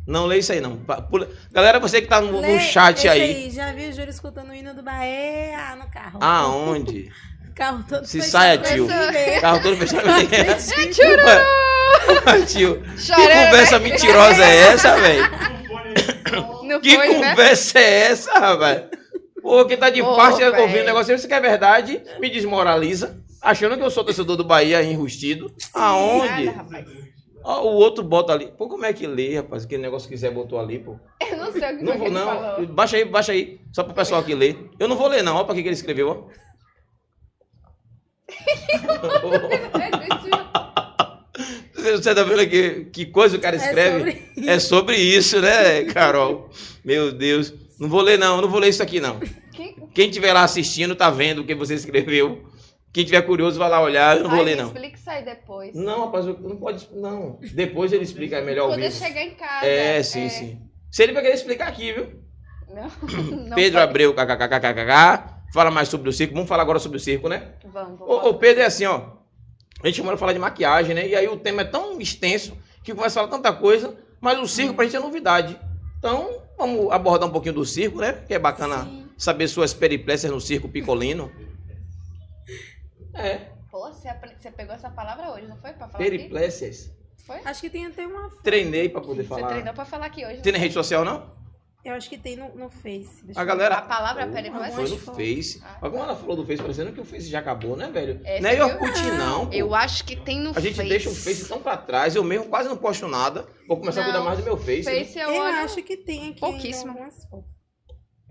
Não lê isso aí, não. Pa- pula- Galera, você que tá no, no Lê chat Né? esse aí, Já vi o Júlio escutando o hino do Bahia Ah, no carro. aonde? O carro todo Ah, Se fechado saia, pra tio. <laughs> se ver. Carro <laughs> todo fechado. Tchururu! Ué, tio, que Chorando, conversa mentirosa é essa, velho? <laughs> Não Que foi, né? conversa é essa, rapaz? Pô, quem tá de Ô, parte velho. ouvindo o negócio, isso que é verdade, me desmoraliza. Achando que eu sou torcedor do Bahia enrustido. Aonde? Nada, rapaz. Ó, o outro bota ali. Pô, como é que lê, rapaz? Que negócio quiser botou ali, pô. Eu não sei o que foi é Não que vou, ele não. falou. Baixa aí, baixa aí. Só pro pessoal que lê. Eu não vou ler, não. Olha pra que que ele escreveu, <laughs> ó. É, Você tá vendo aqui que coisa o cara É escreve? sobre- É sobre, isso, né, Carol? Meu Deus. Não vou ler, não. Eu Não vou ler isso aqui, não. Que- Quem estiver lá assistindo, tá vendo o que você escreveu. Quem tiver curioso, vai lá olhar. Eu não vou Ai, ler, me não. Explica isso aí depois. Não, rapaz, eu- não pode. Não. Depois ele explica, é melhor Quando eu ouvir. chegar em casa. É, sim, sim. Se ele vai querer explicar aqui, viu? Não, não Pedro pode- Abreu, kkkkk. Fala mais sobre o circo. Vamos falar agora sobre o circo, né? Vamos, vamos. O, Pedro é assim, ó. A gente mora falar de maquiagem, né? E aí o tema é tão extenso que começa a falar tanta coisa, mas o circo pra gente é novidade. Então, vamos abordar um pouquinho do circo, né? Que é bacana Sim. saber suas peripécias no circo picolino. É. Pô, você apre- Você pegou essa palavra hoje, não foi? Pra falar aqui? Periplécias. Foi? Acho que tem até uma. Treinei pra poder Você treinou falar. pra falar aqui hoje. Tem na rede social, não? Eu acho que tem no, no Face. Deixa A eu- galera. A palavra periplécias? Foi no Face. Ah. Mas como ela falou do Face, parecendo que o Face já acabou, né, velho? É, não você é viu? Orkut, não. pô. Eu acho que tem no A gente Face. deixa o Face tão pra trás. Eu mesmo quase não posto nada. Vou começar a Não, cuidar mais do meu Face. né? Face eu, Eu olho acho que tem aqui. Pouquíssimo. ainda algumas fotos.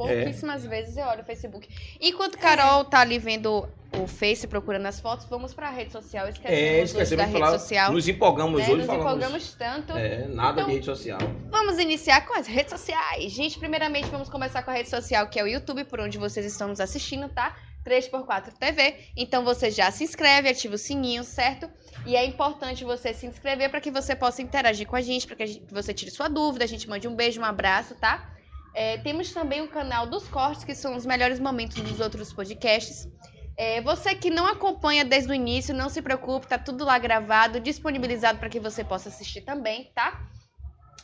É. pouquíssimas vezes eu olho o Facebook. Enquanto Carol tá ali vendo o Face, procurando as fotos, vamos pra rede social. Esquecemos, É, hoje esquecemos da de rede falar. social. Nos empolgamos né? hoje Nos falamos. empolgamos tanto. É, nada Então- de rede social. Vamos iniciar com as redes sociais. Gente, primeiramente vamos começar com a rede social, que é o YouTube, por onde vocês estão nos assistindo, tá? 3x4 TV. Então você já se inscreve, ativa o sininho, certo? E é importante você se inscrever para que você possa interagir com a gente, para que a gente- você tire sua dúvida, a gente mande um beijo, um abraço, tá? É, temos também o canal dos cortes, que são os melhores momentos dos outros podcasts. É, você que não acompanha desde o início, não se preocupe, tá tudo lá gravado, disponibilizado para que você possa assistir também, tá?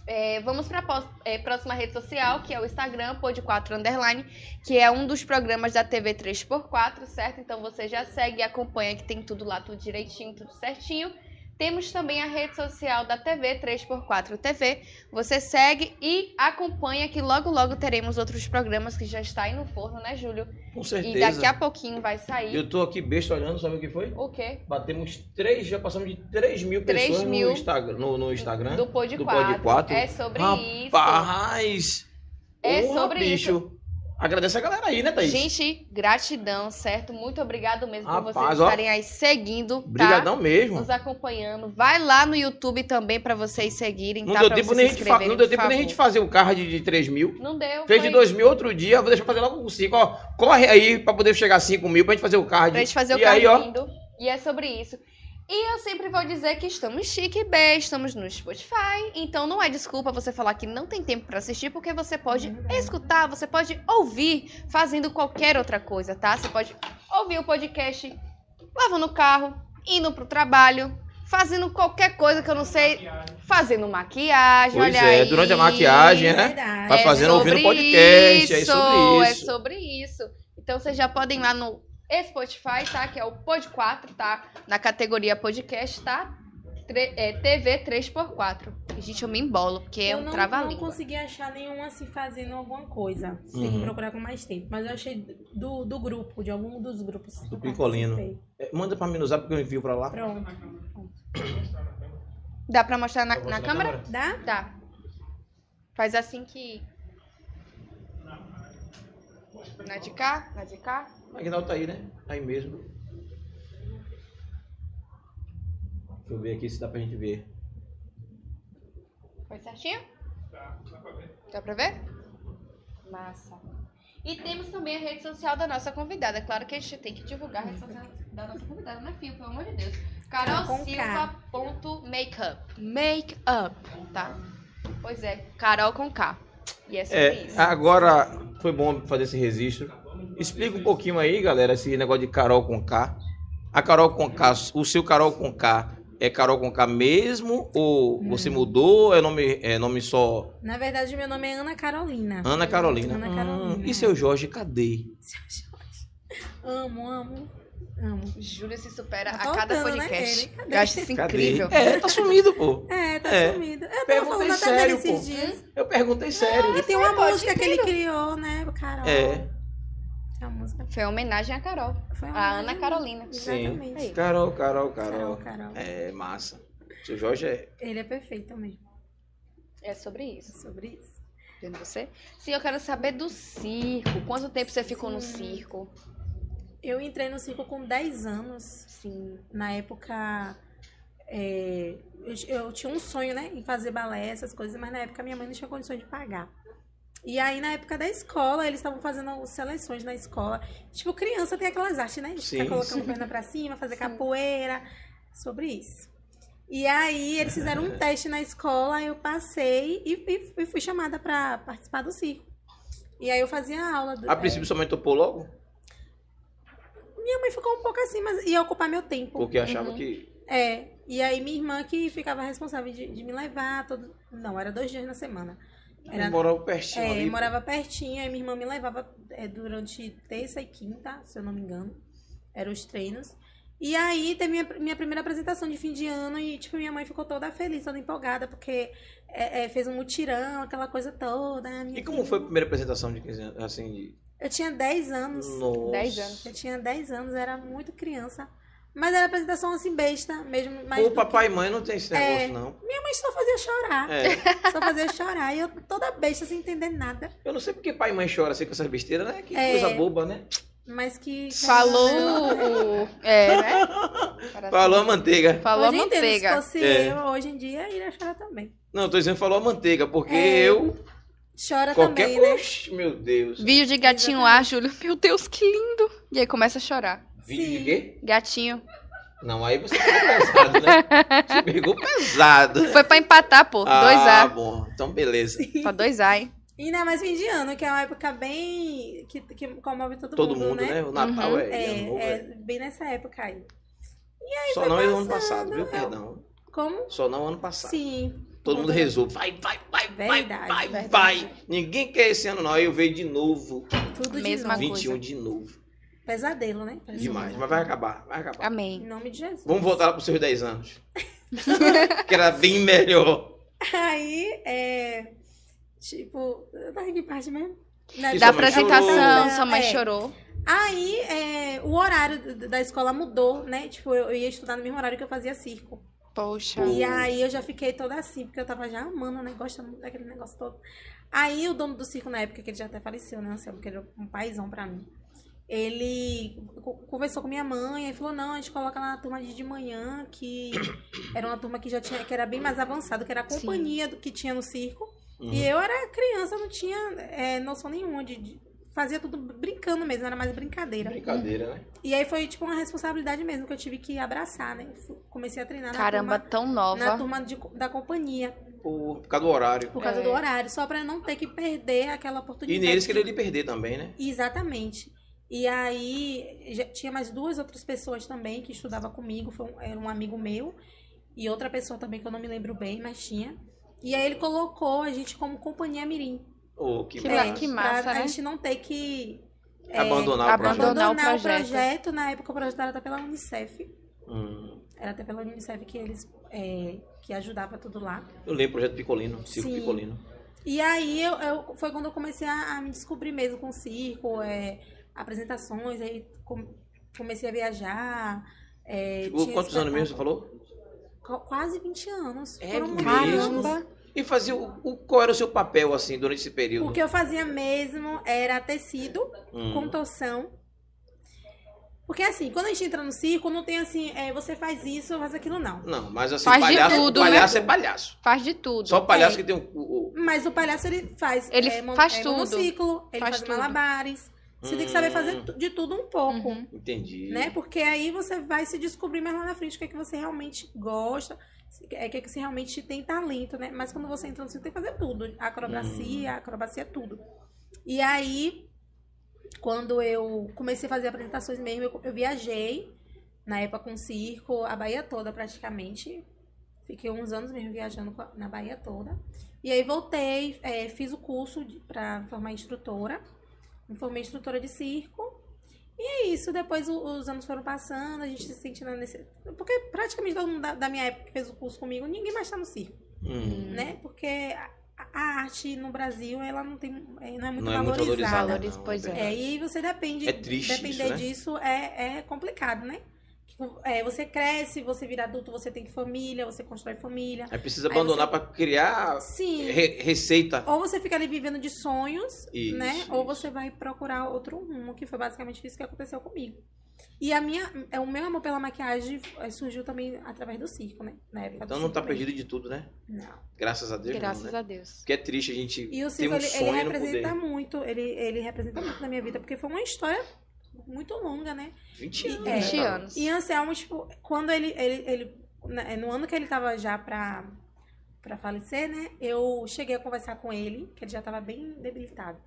É, vamos para a próxima rede social, que é o Instagram, Pod4 Underline, que é um dos programas da TV 3x4, certo? Então você já segue e acompanha, que tem tudo lá, tudo direitinho, tudo certinho. Temos também a rede social da TV, 3x4 TV. Você segue e acompanha, que logo, logo teremos outros programas que já está aí no forno, né, Júlio? Com E daqui certeza. a pouquinho vai sair. Eu tô aqui besta olhando, sabe o que foi? O quê? Batemos três, já passamos de 3 mil Três pessoas mil no Instagram. No, no Instagram. né? Do Pod4. Do Pod 4? É sobre isso. Rapaz! É Porra, sobre isso. bicho. Agradece a galera aí, né, Thaís? Gente, gratidão, certo? Muito obrigado mesmo por Rapaz, vocês ó. estarem aí seguindo, tá? Obrigadão mesmo. Nos acompanhando. Vai lá no YouTube também pra vocês seguirem, Não tá? deu Pra tempo, vocês nem a, gente fa- inscreverem, não deu por tempo nem a favor. gente fazer o card de 3 mil. Não deu. Fez foi de 2 mil outro dia, eu vou deixar fazer logo com 5, ó. Corre aí pra poder chegar a 5 mil pra gente fazer o card. Pra gente fazer o e aí, carro ó, lindo. E é sobre isso. E eu sempre vou dizer que estamos chique bem, estamos no Spotify, então não é desculpa você falar que não tem tempo pra assistir, porque você pode escutar, você pode ouvir fazendo qualquer outra coisa, tá? Você pode ouvir o podcast lavando o carro, indo pro trabalho, fazendo qualquer coisa que eu não sei, fazendo maquiagem, Pois olha é, aí. durante a maquiagem, né? Verdade. Vai É fazendo, sobre ouvindo podcast, é sobre É isso. sobre isso. Então vocês já podem ir lá no Spotify, tá? Que é o Pod 4, tá? Na categoria podcast, tá? Tre- é, TV 3x4. Gente, eu me embolo, porque é Eu um não, não trava-língua. consegui achar nenhum assim fazendo alguma coisa. Tem Uhum. que procurar com mais tempo. Mas eu achei do, do grupo, de algum dos grupos. que Do eu Picolino. participei. É, Manda pra mim no zap que eu envio pra lá. Pronto. Dá pra mostrar na, Eu vou na na câmera? câmera. Dá? Dá. Faz assim que. Na de cá? Na de cá? Agnaldo tá aí, né? Aí mesmo. Deixa eu ver aqui se dá pra gente ver. Foi certinho? Dá, dá pra ver. Dá pra ver? Massa. E temos também a rede social da nossa convidada. É Claro que a gente tem que divulgar a rede social da nossa convidada, né, Fio? Pelo amor de Deus. Carol Com K. Silva ponto makeup. Makeup, tá? Pois é, Carol com K. E é sobre É, isso. agora foi bom fazer esse registro. Explica um pouquinho aí, galera, esse negócio de Carol com K. A Carol com K, o seu Carol com K é Carol com K mesmo? Ou você mudou? É nome, é nome só Na verdade, meu nome é Ana Carolina. Ana Carolina? Hum, Ana Carolina. e seu Jorge, cadê? Amo, amo, amo. Júlia se supera Tá a cada faltando, né, podcast. ele? Cadê? Eu acho isso Cadê? incrível. É, tá sumido, pô. É, tá É. sumido. Eu tava Perguntei falando até sério, dele esses pô. dias. Eu perguntei Hum? sério. E tem uma pô, música que ele criou, né, Carol? É. Tem uma música. Foi uma homenagem à Carol. Foi uma A Ana homenagem. Carolina. Sim. Exatamente. Carol, Carol, Carol, Carol. Carol. É, massa. Seu Jorge é. Ele é perfeito mesmo. É sobre isso. É sobre isso. Vendo você? Sim, eu quero saber do circo. Quanto tempo você ficou no Sim. circo? Eu entrei no circo com 10 anos. Sim. Na época, é, eu, eu tinha um sonho, né, em fazer balé, essas coisas, mas na época minha mãe não tinha condição de pagar. E aí, na época da escola, eles estavam fazendo seleções na escola. Tipo, criança tem aquelas artes, né? De ficar Sim, colocando sim. perna pra cima, fazer Sim. capoeira, sobre isso. E aí, eles <laughs> fizeram um teste na escola, eu passei e, e- e fui chamada pra participar do circo. E aí, eu fazia aula. Do, A princípio sua mãe topou logo? Minha mãe ficou um pouco assim, mas ia ocupar meu tempo. Porque achava Uhum. que. É, e aí minha irmã que ficava responsável de, de me levar, todo... não, era dois dias na semana. Era, Morava pertinho é, ali. pô. morava pertinho, aí minha irmã me levava é, durante terça e quinta, se eu não me engano, eram os treinos. E aí, teve minha, minha primeira apresentação de fim de ano e, tipo, minha mãe ficou toda feliz, toda empolgada, porque é, é, fez um mutirão, aquela coisa toda. né, minha E como filha- foi a primeira apresentação de 15 anos? Assim, de- Eu tinha 10 anos. Nossa. 10 anos. Eu tinha 10 anos, era muito criança. Mas era apresentação assim, besta mesmo. Mas O papai e mãe não tem esse negócio, É. não. Minha mãe só fazia chorar. É. Só fazia chorar. E eu toda besta, sem entender nada. Eu não sei porque pai e mãe choram assim com essas besteiras, né? Que É. coisa boba, né? Mas que. Falou. É, <laughs> né? Parece- Falou a manteiga. Falou a hoje em dia, manteiga. Se fosse É. eu, hoje em dia, iria chorar também. Não, eu tô dizendo falou a manteiga, porque É, eu. Chora Qualquer também, né? Oxe, meu Deus. Vídeo de gatinho lá, Júlio. Meu Deus, que lindo. E aí começa a chorar. Vídeo de Sim. quê? Gatinho. Não, aí você pegou pesado, <laughs> né? Você pegou pesado. Foi pra empatar, pô. Ah, 2A. bom. Então, beleza. Pra 2A, hein? E ainda mais fim de ano, que é uma época bem. que, que comove todo, Todo mundo, né? O Natal Uhum. é, é, ano novo, É, é. é, bem nessa época aí. Só não é o ano passado, passando, viu? é. Perdão. Como? Só não é o ano passado. Sim. Todo mundo Conta- resolve. Vai, vai, vai, vai, Verdade, vai, verdade. vai. Ninguém quer esse ano, não. Aí eu vejo de novo. Tudo Mesma de novo. coisa. 21 de novo. Pesadelo, né? Pesadelo. Demais. Mas vai acabar, vai acabar. Em Amém. nome de Jesus. Vamos voltar lá pros seus 10 <laughs> anos. que era bem melhor. Aí, é. Tipo, tá em que parte mesmo? Na- E Da sua mãe apresentação, chorou. sua mãe É. chorou. Aí, é, o horário d- da escola mudou, né? Tipo, eu, eu ia estudar no mesmo horário que eu fazia circo. Poxa. Hum. E aí eu já fiquei toda assim, porque eu tava já amando, né? Gostando daquele negócio todo. Aí o dono do circo, na época, que ele já até faleceu, né? Anselmo, que ele era um paizão pra mim. Ele co- conversou com minha mãe e falou: não, a gente coloca lá na turma de de manhã, que <coughs> era uma turma que já tinha, que era bem mais avançada, que era a Sim. companhia do que tinha no circo. Uhum. E eu era criança, não tinha é, noção nenhuma de, de- Fazia tudo brincando mesmo, era mais brincadeira. Brincadeira, né? E aí foi tipo uma responsabilidade mesmo que eu tive que abraçar, né? Fu- Comecei a treinar Caramba, na tão turma, na nova. turma de co- da companhia, Por, por causa do horário. por causa É. do horário, só pra não ter que perder aquela E oportunidade. neles de- queria lhe perder também, né? Exatamente. E aí já tinha mais duas outras pessoas também que estudava comigo, foi um- era um amigo meu e outra pessoa também que eu não me lembro bem, mas tinha. E aí ele colocou a gente como companhia mirim. Oh, que, Que massa. ma- que pra massa, A né? gente não ter que é, Abandonar o projeto. Abandonar abandonar o o projeto. projeto. Na época o projeto era até pela Unicef. Hum. Era até pela Unicef que eles é, que ajudava tudo lá. Eu lembro do projeto Picolino, Circo Sim. Picolino. E aí eu, eu- foi quando eu comecei a, a me descobrir mesmo com o circo, é, apresentações, aí com- comecei a viajar. é, Ficou tinha quantos anos mesmo você espetáculo- falou? Qu- Quase 20 anos. É Foram muitos mesmo? anos. Caramba. E fazia o, o- qual era o seu papel assim durante esse período? O que eu fazia mesmo era tecido. Hum. contorção. Porque assim, quando a gente entra no circo, não tem assim, é, você faz isso, faz aquilo, não. Não, mas assim, Faz de palhaço, né? tudo, palhaço é palhaço. Faz de tudo. Só o palhaço É. que tem o. o- o- Mas o palhaço, ele faz... é, Ele mon- faz tudo. monociclo, ele Faz faz, tudo. malabares. Você tem que saber Hum. fazer tu- de tudo um pouco, Uhum. Entendi. né? Porque aí você vai se descobrir mais lá na frente o que é que você realmente gosta, se- é o que é que você realmente tem talento, né? Mas quando você entra no circo, tem que fazer tudo. Acrobacia, acrobacia, é tudo. E aí, quando eu comecei a fazer apresentações mesmo, eu, eu viajei, na época com circo, a Bahia toda praticamente. Fiquei uns anos mesmo viajando com a- na Bahia toda. E aí voltei, eh, fiz o curso para formar instrutora. Me formei instrutora de circo. E é isso, depois o- os anos foram passando, a gente se sentindo nesse... Porque praticamente todo mundo da, da minha época que fez o curso comigo, ninguém mais tá no circo, Hum. né? Porque a, a arte no Brasil, ela não, tem, eh, não é muito Não é muito valorizada. valorizado. Valores, não, pois é. É, e aí você depende. É triste isso, Depender né? disso é, é complicado, né? Tipo, é, você cresce, você vira adulto, você tem família, você constrói família. Aí precisa abandonar Aí pra criar Sim. re- receita. Ou você fica ali vivendo de sonhos, Isso, né? isso. Ou você vai procurar outro rumo, que foi basicamente isso que aconteceu comigo. E a minha, é, o meu amor pela maquiagem eh, surgiu também através do circo, né? Na época do Então não circo tá mesmo. perdido de tudo, né? Não. Graças a Deus. não, Graças né? a Deus. Porque é triste a gente E o ter circo, um ele, ele sonho e não poder. representa muito, ele, ele representa muito na minha vida, porque foi uma história muito longa, né? 20 anos. É. né, 20 cara? anos. E Anselmo, tipo, quando ele, ele, ele na- no ano que ele tava já pra, pra falecer, né? Eu cheguei a conversar com ele, que ele já tava bem debilitado.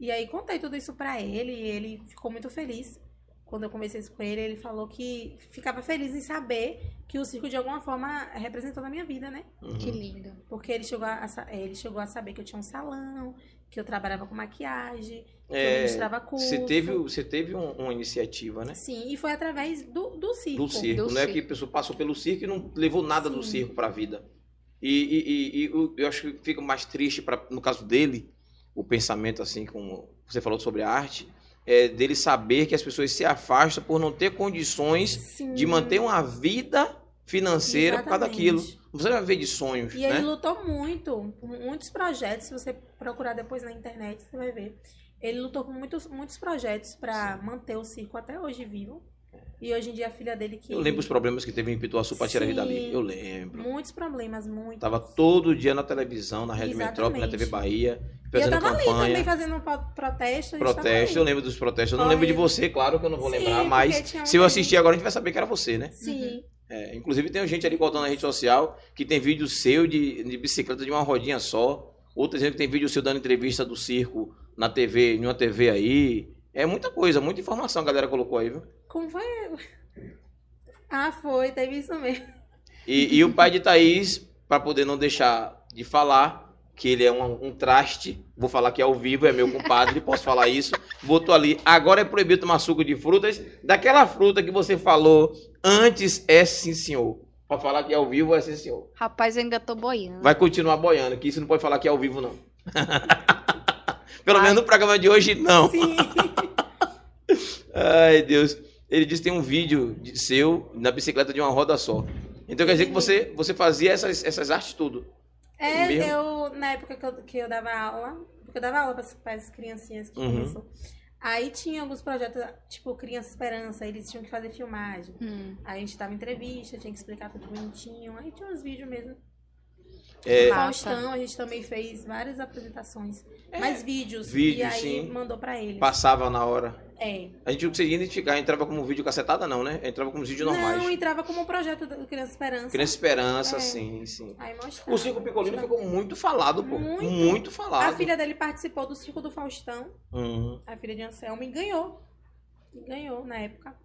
E aí contei tudo isso pra ele e ele ficou muito feliz. Quando eu conversei isso com ele, ele falou que ficava feliz em saber que o circo de alguma forma representou na minha vida, né? Uhum. Que lindo. Porque ele chegou a, a sa- ele chegou a saber que eu tinha um salão, que eu trabalhava com maquiagem, que eu É, ministrava curso. Você teve, você teve um- uma iniciativa, né? Sim, e foi através do, do circo. Do circo, Do né? circo. Que a pessoa passou pelo circo e não levou nada do Sim. circo para a vida. E, e- e- e o- eu acho que fica mais triste, pra, no caso dele, o pensamento, assim, como você falou sobre a arte, é dele saber que as pessoas se afastam por não ter condições Sim, de manter uma vida financeira por causa daquilo. exatamente. Você vai ver de sonhos, E ele né? lutou muito, por muitos projetos, se você procurar depois na internet, você vai ver. Ele lutou por muitos, muitos projetos para manter o circo até hoje vivo. E hoje em dia a filha dele que Eu lembro os problemas que teve em Pituaçu para tirar a vida Sim. dele. Eu lembro. muitos problemas, muito. Tava todo dia na televisão, na Rede Exatamente. Metrópole, na TV Bahia, E eu fazendo tava ali também campanha, fazendo um pro- protesto. a gente tava protesto. Eu ali. lembro dos protestos. Eu não Correndo. lembro de você, claro que eu não vou Sim, lembrar, porque mas tinha se eu um- assistir agora, a gente vai saber que era você, né? Sim. É, inclusive tem gente ali contando na rede social que tem vídeo seu de, de bicicleta de uma rodinha só. Outra gente que tem vídeo seu dando entrevista do circo na TV, em uma TV aí. É muita coisa, muita informação a galera colocou aí, viu? Como foi? <laughs> Ah, foi, teve isso mesmo. E, e o pai de Thaís, para poder não deixar de falar, que ele é um, um traste, vou falar que ao vivo, é meu compadre, <laughs> posso falar isso, botou ali, agora é proibido tomar suco de frutas, daquela fruta que você falou antes é sim senhor. Para falar que é ao vivo é sim senhor. Rapaz, eu ainda tô boiando. Vai continuar boiando, que isso não pode falar que é ao vivo não. <laughs> Pelo menos no programa de hoje não. Sim. Ai, Deus. Ele disse que tem um vídeo de- seu na bicicleta de uma roda só. Então quer dizer que você, você fazia essas, essas artes tudo. É, Mesmo? eu, na época que eu, que eu dava aula, porque eu dava aula para as criancinhas que Uhum. começam. Aí tinha alguns projetos, tipo Criança Esperança, eles tinham que fazer filmagem. Hum. Aí a gente dava entrevista, tinha que explicar tudo bonitinho. Aí tinha uns vídeos mesmo. É. Do Massa. Faustão, a gente também fez várias apresentações. Mas vídeos. vídeos, e aí É. sim. mandou pra eles. Passava na hora. É. A gente não conseguia identificar, entrava como vídeo cacetada, não, né? Entrava como vídeo normais. Não, entrava como um projeto do Criança Esperança. Criança Esperança, É. sim, sim. Aí mostrava. O Circo Picolino mostrava. ficou muito falado, pô. Muito. Muito, falado. A filha dele participou do Circo do Faustão, Hum, a filha de Anselmo, e ganhou. E ganhou na época.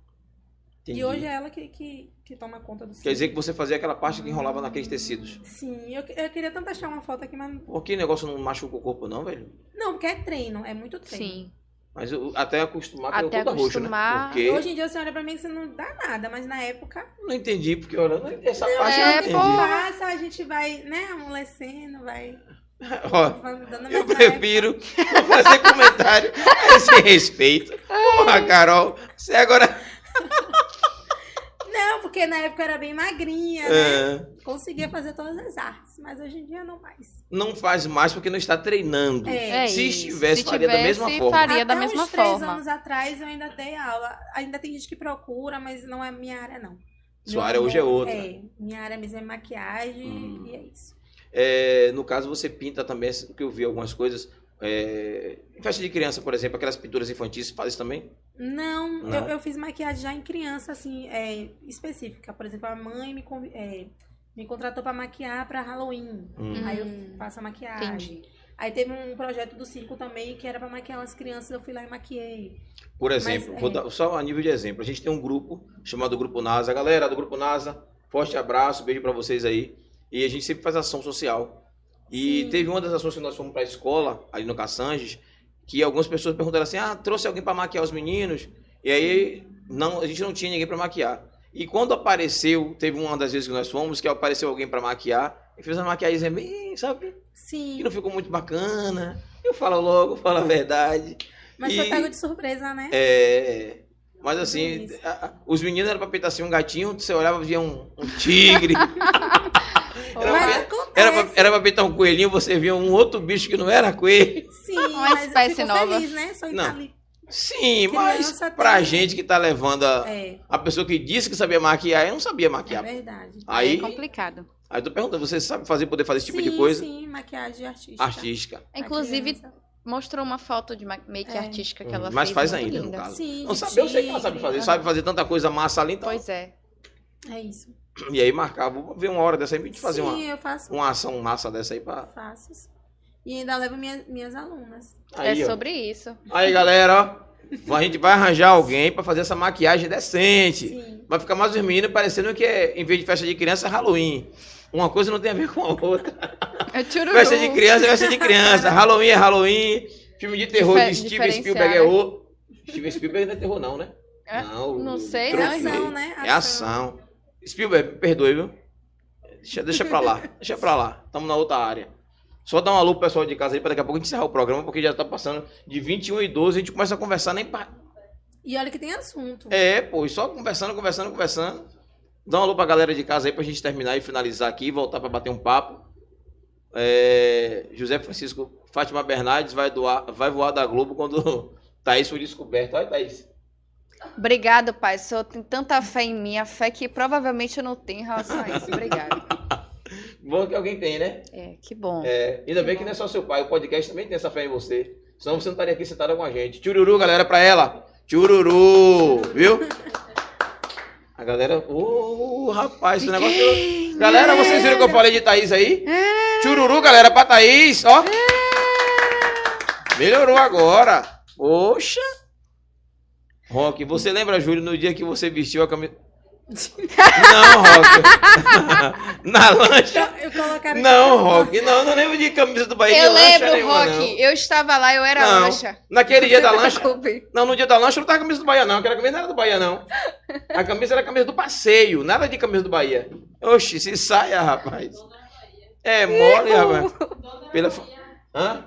entendi. E hoje é ela que, que, que toma conta do circo. Quer dizer que você fazia aquela parte que enrolava naqueles tecidos. Sim, eu, eu queria tanto achar uma foto aqui, mas. não- Pô, que negócio não machuca o corpo, não, velho? Não, porque é treino, é muito treino. Sim. Mas eu- até acostumar Até tem o roxo, né? acostumar. Porque Hoje em dia você olha pra mim e você não dá nada, mas na época não entendi, porque olhando essa parte é, eu pô. não entendi. passa, a gente vai, né, amolecendo, vai, Ó, vai mudando, mas Eu na prefiro não fazer comentário a esse respeito. É. Porra, Carol, você agora. época- Não, porque na época eu era bem magrinha, né? Ah. Conseguia fazer todas as artes, mas hoje em dia não mais. não faz mais porque não está treinando. É. É Se isso. estivesse, Se faria da mesma tivesse, forma. faria da Até mesma uns três forma. anos atrás eu ainda dei aula. Ainda tem gente que procura, mas não é minha área, não. Sua Meu área hoje é outra. É, minha área mesmo é maquiagem Hum. e é isso. É, no caso, você pinta também, o que eu vi algumas coisas. é, em festa de criança, por exemplo, aquelas pinturas infantis, faz isso também? Não, Não. Eu, eu fiz maquiagem já em criança, assim, é, específica. Por exemplo, a mãe me, convi- é, me contratou pra maquiar pra Halloween. Hum. Aí Hum, eu faço a maquiagem. Entendi. Aí teve um projeto do circo também que era pra maquiar umas crianças, eu fui lá e maquiei. Por exemplo, Mas, vou é. dar- só a nível de exemplo, a gente tem um grupo chamado Grupo NASA. Galera do Grupo NASA, forte abraço, beijo pra vocês aí. E a gente sempre faz ação social. E Sim. teve uma das ações que nós fomos pra escola, ali no Cassanges, que algumas pessoas perguntaram assim: ah, trouxe alguém pra maquiar os meninos? E aí não, a gente não tinha ninguém pra maquiar. E quando apareceu, teve uma das vezes que nós fomos, que apareceu alguém pra maquiar, e fez uma maquiagem bem, sabe, que Sim, não ficou muito bacana. Eu falo logo, falo a verdade. mas E- foi pego de surpresa, né? é. <laughs> Mas assim, Delícia. a- a- os meninos eram pra pintar assim um gatinho, você olhava e via um, um tigre. <laughs> É, Era mas pra- acontece. Era pra, era pra pintar um coelhinho, você via um outro bicho que não era coelho. Sim, Uma mas espécie ficou nova. feliz, né? Só em Não. tá ali. Sim, mas Criança pra tem- gente que tá levando a, É, a pessoa que disse que sabia maquiar, eu não sabia é maquiar. verdade. É Aí, complicado. aí tu pergunta, você sabe fazer, poder fazer esse tipo de Sim, tá. coisa? Sim, maquiagem artística. Artística. Pra Inclusive, criança. mostrou uma foto de ma- make É. artística que ela Hum, Mas fez. faz muito ainda, no linda. caso. Sim, Não de sabe, eu sei que ela sabe tigre. fazer, sabe fazer tanta coisa massa ali, então. Pois é. É isso. E aí marcava, vou ver uma hora dessa aí, pra gente fazer Sim, uma, eu faço. uma ação massa dessa aí pra. Faço. sim. E ainda levo minhas, minhas alunas. Aí, é ó. sobre <laughs> isso. Aí, galera, ó, a gente vai arranjar alguém pra fazer essa maquiagem decente. Sim. Vai ficar mais os meninos parecendo que é, em vez de festa de criança, é Halloween. Uma coisa não tem a ver com a outra. É tchururu. Festa de criança é festa de criança. Halloween é Halloween. Filme de terror Difer- de Steven Spielberg é diferenciado. outro. Steven Spielberg não é terror, não, né? né? É? Não, Não o- sei, É não. troquei. ação, né? É ação. Spielberg, me perdoe, viu? Deixa, deixa pra lá, deixa pra lá. Estamos na outra área. Só dá um alô pro pessoal de casa aí pra daqui a pouco encerrar o programa, porque já tá passando de 21 e 12, a gente começa a conversar nem pa- E olha que tem assunto. É, pô, e só conversando, conversando, conversando. Dá um alô pra galera de casa aí pra gente terminar e finalizar aqui e voltar pra bater um papo. É, José Francisco Fátima Bernardes vai, doar, vai voar da Globo quando <laughs> Thaís foi descoberto. Olha, Thaís. Obrigado, pai. O senhor tem tanta fé em mim, a fé que provavelmente eu não tenho em relação a isso. <laughs> Obrigado. Bom que alguém tem, né? É, que bom. É, ainda bem que não é só seu pai, o podcast também tem essa fé em você. Senão você não estaria aqui sentada com a gente. Tchururu, galera, pra ela. Tchururu, viu? A galera. Ô, rapaz, esse <laughs> negócio. Galera, vocês viram que eu falei de Thaís aí? Tchururu, galera, pra Thaís, ó. Melhorou agora. Poxa. Rock, você lembra, Júlio, no dia que você vestiu a camisa. Não, Rock. <laughs> Na lancha. Eu, eu colocaram. Não, Rock, não, não lembro de camisa do Bahia. eu de lancha lembro, nenhuma, Rock. Eu estava lá, eu era Não. lancha. um não. Naquele dia da lancha. Desculpe. Não, no dia da lancha eu não tava com a camisa do Bahia, não. Aquela camisa não era do Bahia, não. A camisa era a camisa do passeio, nada de camisa do Bahia. Oxi, se saia, rapaz. É mole, rapaz. Pela... fa- Hã?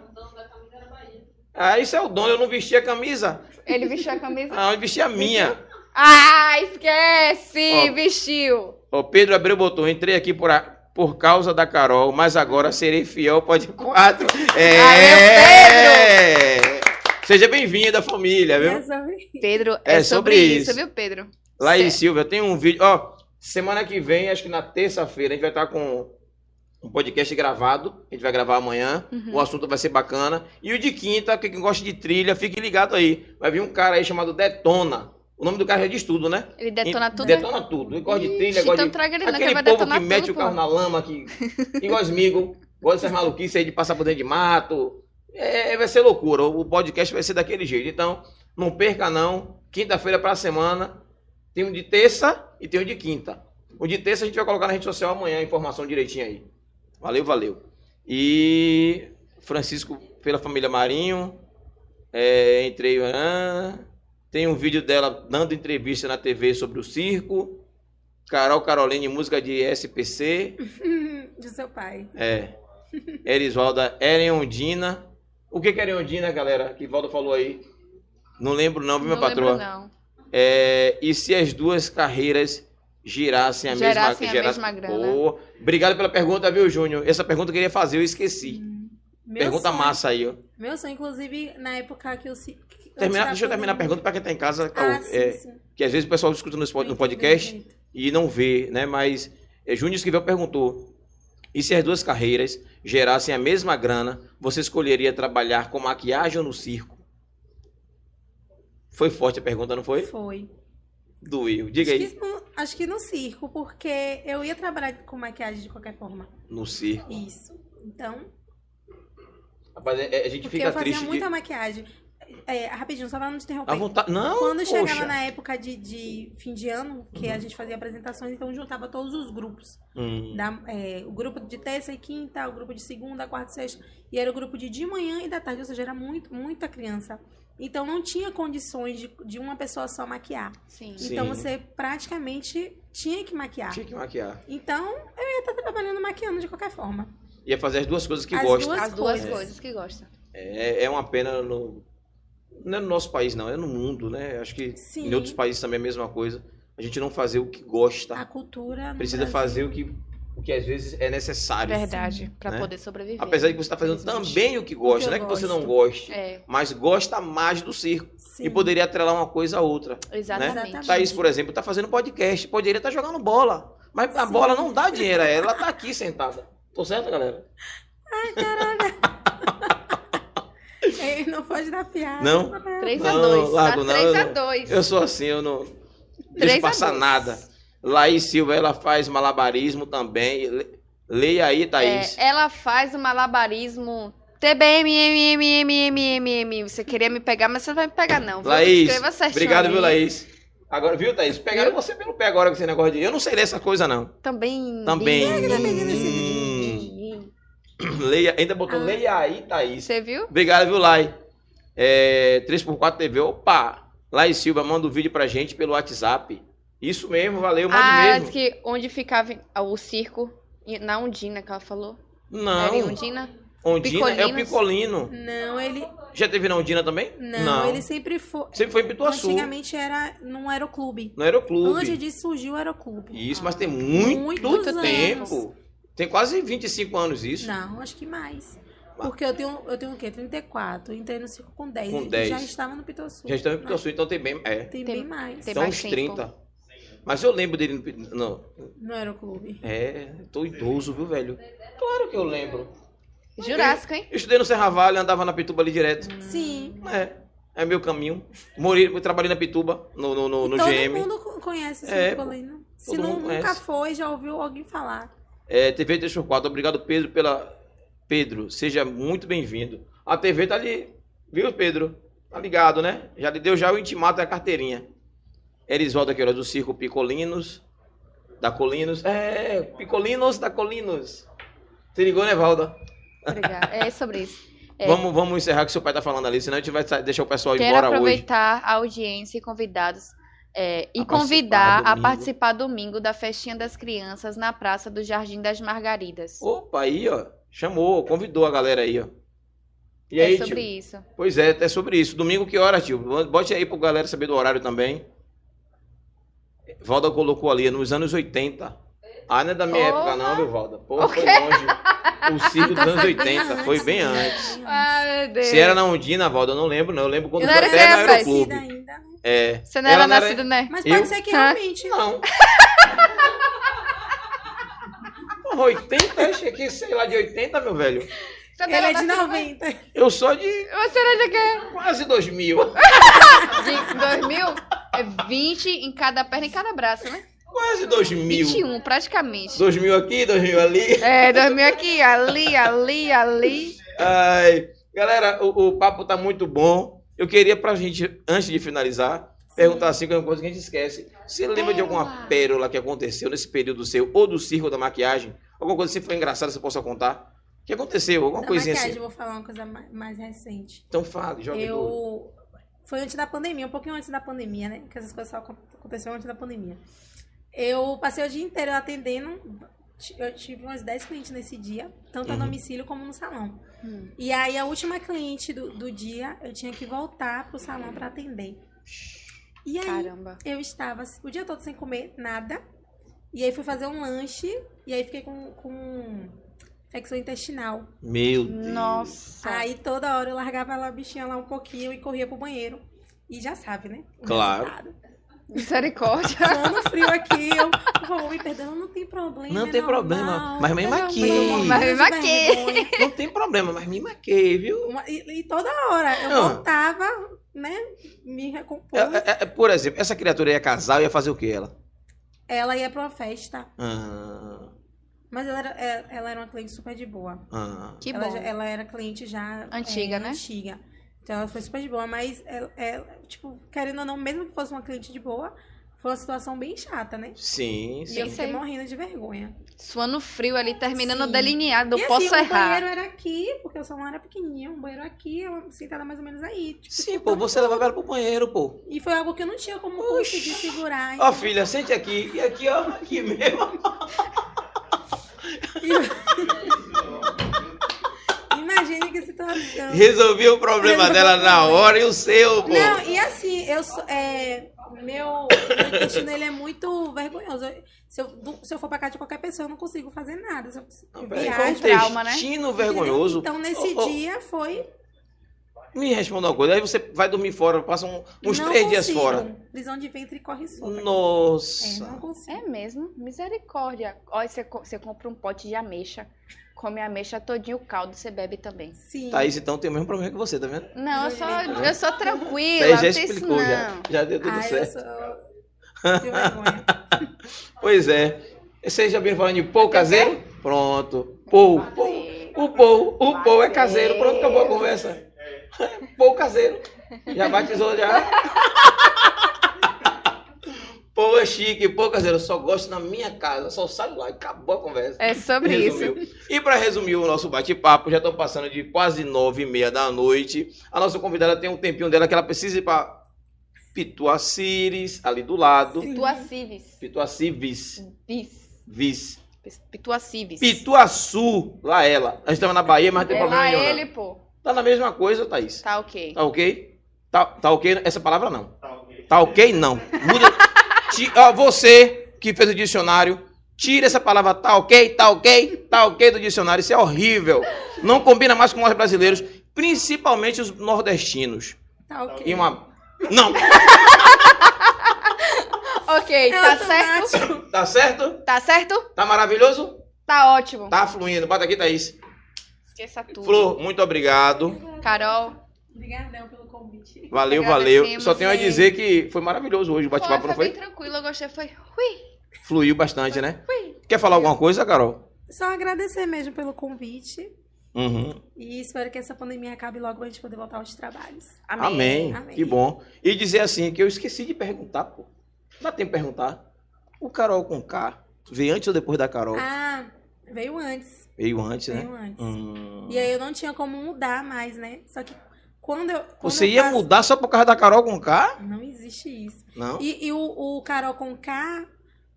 Ah, isso é o dono, eu não vesti a camisa. Ele vestiu a camisa. Ah, eu vesti a minha. Ah, esquece! Ó. Vestiu. Ó, Pedro Abreu botou, entrei aqui por, a- por causa da Carol, mas agora serei fiel, pode quatro. É, Aê, Seja bem-vinda, família, viu? Resolve. Pedro, É é, sobre sobre, isso. isso. viu, Pedro? Laís Silva, tem um vídeo. Ó, semana que vem, acho que na terça-feira, a gente vai estar com um podcast gravado. A gente vai gravar amanhã. Uhum. O assunto vai ser bacana. E o de quinta, quem gosta de trilha, fique ligado aí. Vai vir um cara aí chamado Detona. O nome do cara já diz tudo, né? Ele detona tudo. Detona tudo. Ele gosta de trilha, Ixi, gosta então de traga ele, não, que ele Aquele vai povo que detonar mete tudo, o carro pô. na lama, <laughs> que igual os migos, gosta dessas maluquices aí de passar por dentro de mato. É, vai ser loucura. O podcast vai ser daquele jeito. Então, não perca não. Quinta-feira pra semana. Tem um de terça e tem um de quinta. O de terça a gente vai colocar na rede social amanhã a informação direitinho aí. Valeu, valeu. E Francisco pela família Marinho. É, entrei. ah, tem um vídeo dela dando entrevista na TV sobre o circo. Carol Caroline, música de SPC. <laughs> De seu pai. É. Erisvalda Ereondina. O que que é Ereondina, galera? Que Valdo falou aí. Não lembro não, viu, minha não patroa? Lembro, não. É, e se as duas carreiras girassem a Gerassem mesma... a gerassem- mesma grana. Pô, obrigado pela pergunta, viu, Júnior? Essa pergunta eu queria fazer, eu esqueci. Hum. Meu pergunta sonho- massa aí, ó. Meu sonho, inclusive, na época que eu se. que eu Terminar- tirava deixa eu terminar a pergunta pra quem tá em casa. que tá Ah, ouv- sim, é, sim. que às vezes o pessoal escuta no, spot- no Muito podcast bem, gente. e não vê, né? Mas é, Júnior Esquivel perguntou: e se as duas carreiras gerassem a mesma grana, você escolheria trabalhar com maquiagem ou no circo? Foi forte a pergunta, não foi? Foi. Doeu. Diga acho, aí. Que no, acho que no circo, porque eu ia trabalhar com maquiagem de qualquer forma. No circo. Isso. Então, Rapaz, é- é- a gente porque fica eu fazia triste. de- muita maquiagem. É, rapidinho, só pra não te A interromper. vontade. Não, Quando chegava poxa. Uhum. na época de, de fim de ano, que a gente fazia apresentações, então juntava todos os grupos. Hum, Da- é, o grupo de terça e quinta, o grupo de segunda, quarta e sexta. E era o grupo de de manhã e da tarde, ou seja, era muito, muita criança. Então não tinha condições de, de uma pessoa só maquiar. Sim. Sim. Então você praticamente tinha que maquiar. Tinha que maquiar. Então eu ia estar trabalhando maquiando de qualquer forma. Ia fazer as duas coisas que As gosta. duas As duas coisas. coisas que gosta. É, é uma pena no. Não é no nosso país, não, é no mundo, né? Acho que Sim. em outros países também é a mesma coisa. A gente não fazer o que gosta. A cultura. no precisa Brasil- fazer o que, o que às vezes é necessário. Verdade. Pra Né? poder sobreviver. Apesar de você estar fazendo também o que gosta, eu não é que você não gosto. goste, É, mas gosta mais do circo Sim. e poderia atrelar uma coisa a outra. exatamente. Exatamente. Thaís, por exemplo, está fazendo podcast, poderia estar jogando bola, mas a Sim. bola não dá dinheiro a ela, ela está aqui sentada. Tô certo, galera? <laughs> Ele não pode dar piada. Não? 3x2. Tá largo não, eu- 3x2. Eu sou assim, eu não Três deixo a passar dois. nada. Laís Silva, ela faz malabarismo também. Le- Leia aí, Thaís. É, ela faz um malabarismo TBM, M, M, M, M, M, M. Você queria me pegar, mas você não vai me pegar, não. viu? Laís, Escreva certinho obrigado, aí. viu, Laís? Agora, viu, Thaís? Pegaram você pelo pé agora com esse negócio de. Eu não sei ler essa coisa, não. Também. Também. Quem é que tá pegando esse Hum. Leia, ainda botou Ah. leia aí, Thaís. Você viu? Obrigado, viu, Lai? É, 3x4 TV, opa! Lai Silva, manda o vídeo pra gente pelo WhatsApp. Isso mesmo, valeu, mande ah, mesmo. diz que onde ficava ah, o circo, e- na Undina que ela falou. Era em Não, Undina? Ondina é o Picolinos. Picolino. Não, ele. Já teve na Ondina também? Não, ele sempre foi. Sempre foi em Pituaçu, Antigamente era num aeroclube. no Aeroclube. Antes disso surgiu o aeroclube. Isso, mas tem muito, Muitos tempo. anos. Tem quase 25 anos isso. Não, acho que mais. Porque eu tenho, eu tenho o quê? 34. Entrei no circo com 10. Com e 10. Já estava no Pitoçu. Já estamos em Pituaçu, então tem bem. É, Tem, Tem- bem mais. tem são mais uns tempo. 30. Mas eu lembro dele no. Pi- Não. No aeroclube. É, tô idoso, viu, velho? Claro que eu lembro. Jurássico, hein? Eu estudei no Serra Vale, andava na Pituba ali direto. Hum. Sim. É, é meu caminho. Morei, trabalhei na Pituba, no, no, no, no Todo GM. mundo co- conhece o É, circo colino. Se todo não, mundo nunca conhece. foi, já ouviu alguém falar. É, TV 3 por 4 obrigado, Pedro, pela. Pedro, seja muito bem-vindo. A TV tá ali, viu, Pedro? Tá ligado, né? Já lhe deu já o intimato da carteirinha. Erisoldo aqui, do Circo Picolinos. Da Colinos. É, Picolinos da Colinos. Se ligou, né, Valda? Obrigada. É sobre isso. É. Vamos, vamos encerrar que seu pai tá falando ali, senão a gente vai sa- deixar o pessoal ir Quero embora hoje. aproveitar a audiência e convidados é, e A participar convidar a domingo. participar domingo da festinha das crianças na Praça do Jardim das Margaridas. Opa, aí, ó. Chamou, convidou a galera aí, ó. E aí, é sobre tio? isso. Pois é, é sobre isso. Domingo que hora, tio? Bote aí pra galera saber do horário também. Valda colocou ali, é nos anos 80. Ah, não é da minha Porra. época não, viu, Valda? Pô, foi longe. O circo dos <laughs> anos 80, foi bem antes. Ai, meu Deus. Se era na Undina, Valda, eu não lembro não. Eu lembro quando Eu foi não era até no criança. aeroclube. ainda. né? É, Você não era ela não era- nascido, né? Mas Eu? pode ser que realmente. Ah. não. <laughs> Porra, 80? Eu cheguei, sei lá, de 80, meu velho. Você não Ele era é de nascido- né? 90. Eu sou de Você era de quê? quase 2000. De 2000? É 20 em cada perna e em cada braço, né? Quase um. 2000. 21, praticamente. 2000 aqui, 2000 ali. É, 2000 aqui, ali, ali, ali. Ai, galera, o, o papo tá muito bom. Eu queria pra gente, antes de finalizar, perguntar assim, que é uma coisa que a gente esquece. Você lembra de alguma Pérola. pérola que aconteceu nesse período seu, ou do circo, ou da maquiagem? Alguma coisa assim que foi engraçada, que você possa contar? O que aconteceu? Alguma Da coisinha maquiagem, assim? eu vou falar uma coisa mais, mais recente. Então fale, joga tudo. Eu. Foi antes da pandemia, um pouquinho antes da pandemia, né? Porque essas coisas só acon- aconteceram antes da pandemia. Eu passei o dia inteiro atendendo. ti- Eu tive umas 10 clientes nesse dia, tanto a Uhum. domicílio como no salão. Hum. E aí, a última cliente do, do dia, eu tinha que voltar pro salão pra atender. E aí, Caramba. eu estava o dia todo sem comer nada. E aí, fui fazer um lanche. E aí, fiquei com, com infecção intestinal. Meu Deus. Nossa. Aí toda hora eu largava lá a bichinha lá um pouquinho e corria pro banheiro. E já sabe, né? O Claro. resultado. Misericórdia. Suando frio aqui, eu, por favor, me perdoando, não tem problema. Não é tem normal. problema, mas mesmo Mas eu aqui. morro de Mas mesmo aqui. vergonha. Não tem problema, mas me maquei, viu? Uma- E, e toda hora eu Ah. voltava, né? Me recompor. É, é, é, por exemplo, essa criatura ia casar, ia fazer o que ela? Ela ia pra uma festa. Ah, Mas ela era, é- ela era uma cliente super de boa. ah. Que ela, bom. já- é ela era cliente já. Antiga, é, né? Antiga. Então ela foi super de boa, mas ela, ela, tipo, querendo ou não, mesmo que fosse uma cliente de boa, foi uma situação bem chata, né? Sim, E eu sim. fiquei Sim. morrendo de vergonha. Suando frio ali, terminando o Sim. delineado. e Eu assim, posso o errar. banheiro era aqui, porque o salão era pequenininho, o banheiro aqui, eu sentada mais ou menos aí. tipo, Sim, pô, você levava ela pro banheiro, pô. E foi algo que eu não tinha como Oxi. conseguir segurar. então. <laughs> Ó, filha, sente aqui. E aqui, ó, aqui mesmo. Imagina que situação. Resolvi o problema dela na hora e o seu, pô. Não, e assim, eu sou, é, meu, meu intestino ele é muito vergonhoso. Eu- se, eu, do- se eu for pra casa de qualquer pessoa, eu não consigo fazer nada. Se eu, se eu Não, peraí, viajo, com um trauma, né? intestino entendeu? é vergonhoso. Então, nesse Ô, ô, dia foi. Me responda uma coisa. Aí você vai dormir fora, passa um- uns não três consigo. dias fora. Prisão de ventre e corre solta. É, Nossa. não consigo. É mesmo? Misericórdia. Olha, você, co- você compra um pote de ameixa, come a ameixa todinho, o caldo, você bebe também. Sim. Thaís, então, tem o mesmo problema que você, tá vendo? Não, eu sou, Misericórdia. eu sou tranquila, Thaís não já tem isso explicou, já. não. Já deu tudo Ai, eu certo. sou. Tenho vergonha. Tá Pois é. Seja bem-vindo. Pou caseiro? Pronto. Pou, pou. O pou, o pou é caseiro. Pronto, acabou a conversa. <laughs> Pou caseiro. Já batizou já. Pou é é chique, poucas eu só gosto na minha casa, só sai lá e acabou a conversa. É sobre isso. Resumiu. E para resumir o nosso bate-papo, já estão passando de quase nove e meia da noite. A nossa convidada tem um tempinho dela que ela precisa ir para Pituacires, ali do lado. Sim. Pituacives. Pituacivis, Bis. vis. Pituacives. Pituaçu, lá ela. A gente estava na Bahia, mas não tem É problema lá nenhum. não. ele, pô. Tá na mesma coisa, Thaís. Tá ok. Tá ok? Tá, tá ok? Essa palavra não. Tá ok? Não. Muda. Ti- ó, você que fez o dicionário, tira essa palavra tá ok, tá ok, tá ok do dicionário. Isso é horrível. Não combina mais com nós brasileiros, principalmente os nordestinos. Tá ok. E uma. Não! Ok, É tá automático. certo? Tá certo? Tá certo? Tá maravilhoso? Tá ótimo. Tá fluindo. Bota aqui, Thaís. Esqueça tudo. Flor, muito obrigado. Carol, Obrigadão pelo convite. Valeu, Agradecemos, valeu. Só tenho a hein? dizer que foi maravilhoso hoje o bate-papo, pô, não foi bem foi? tranquilo, eu gostei. Foi, ui, Fluiu bastante, né? ui. Quer falar alguma coisa, Carol? Só agradecer mesmo pelo convite. Uhum. E espero que essa pandemia acabe logo pra gente poder voltar aos trabalhos. Amém. Amém. Que bom. E dizer assim, que eu esqueci de perguntar, pô. Dá tempo de perguntar. O Carol com K veio antes ou depois da Carol? Ah, veio antes. veio antes, né? Veio antes. Hum. E aí eu não tinha como mudar mais, né? Só que quando eu. quando Você eu ia faço- mudar só por causa da Carol com K? Não existe isso. Não. E, e o, o Carol com K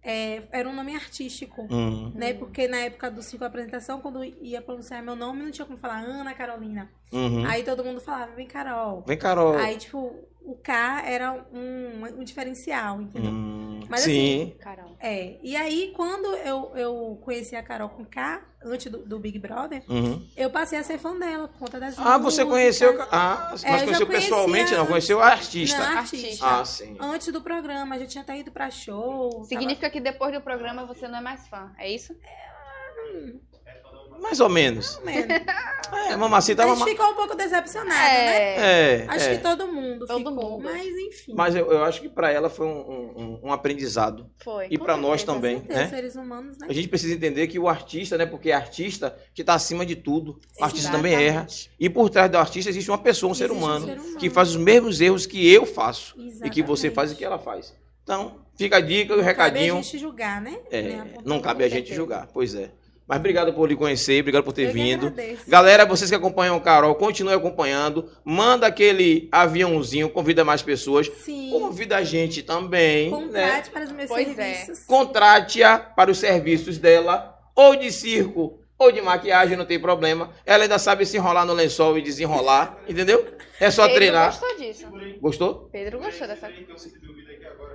é, era um nome artístico. Hum. Né? Porque na época do ciclo de apresentação, quando ia pronunciar meu nome, não tinha como falar Ana Carolina. Uhum. Aí todo mundo falava, vem Carol. Vem, Carol. Aí, tipo, o K era um, um diferencial, entendeu? Hum. Mas Sim. Carol. É, e aí quando eu, eu conheci a Carol com K, antes do, do Big Brother, Uhum. eu passei a ser fã dela por conta das Ah, você músicas. conheceu. Ah, mas assim, É, eu já conheceu conhecia pessoalmente, não. antes. Conheceu a artista. Não, Ah, artista. sim. Antes do programa, já tinha até ido pra show. tava- Significa que depois do programa você não é mais fã, é isso? Mais ou menos. Não, mano. <laughs> É, mamacita é A uma. gente ficou um pouco decepcionada, né? É, Acho é. que todo mundo Todo ficou, mundo. mas enfim. Mas eu, eu acho que pra ela foi um- um- um- um aprendizado. foi. E Com pra nós certeza, também, certeza, né? seres humanos, né? A gente precisa entender que o artista, né? Porque é artista que está acima de tudo. O artista também erra. Exatamente. E por trás do artista existe uma pessoa, um ser Existe um humano, ser humano. que faz os mesmos erros que eu faço e que você Exatamente. faz e que ela faz. Então, fica a dica e o Cabe a recadinho. gente julgar, né? É, Né, apontar. não cabe a com gente certeza. julgar, pois é. Mas obrigado por lhe conhecer, obrigado por ter Eu que vindo. agradeço. Galera, vocês que acompanham o Carol, continuem acompanhando. Manda aquele aviãozinho, convida mais pessoas. Sim. Convida a gente também. né? Contrate para os meus Pois é. serviços. contrate-a para os serviços dela, ou de circo, ou de maquiagem, não tem problema. Ela ainda sabe se enrolar no lençol e desenrolar, entendeu? É só Pedro treinar. gostou disso. Gostou? Pedro gostou dessa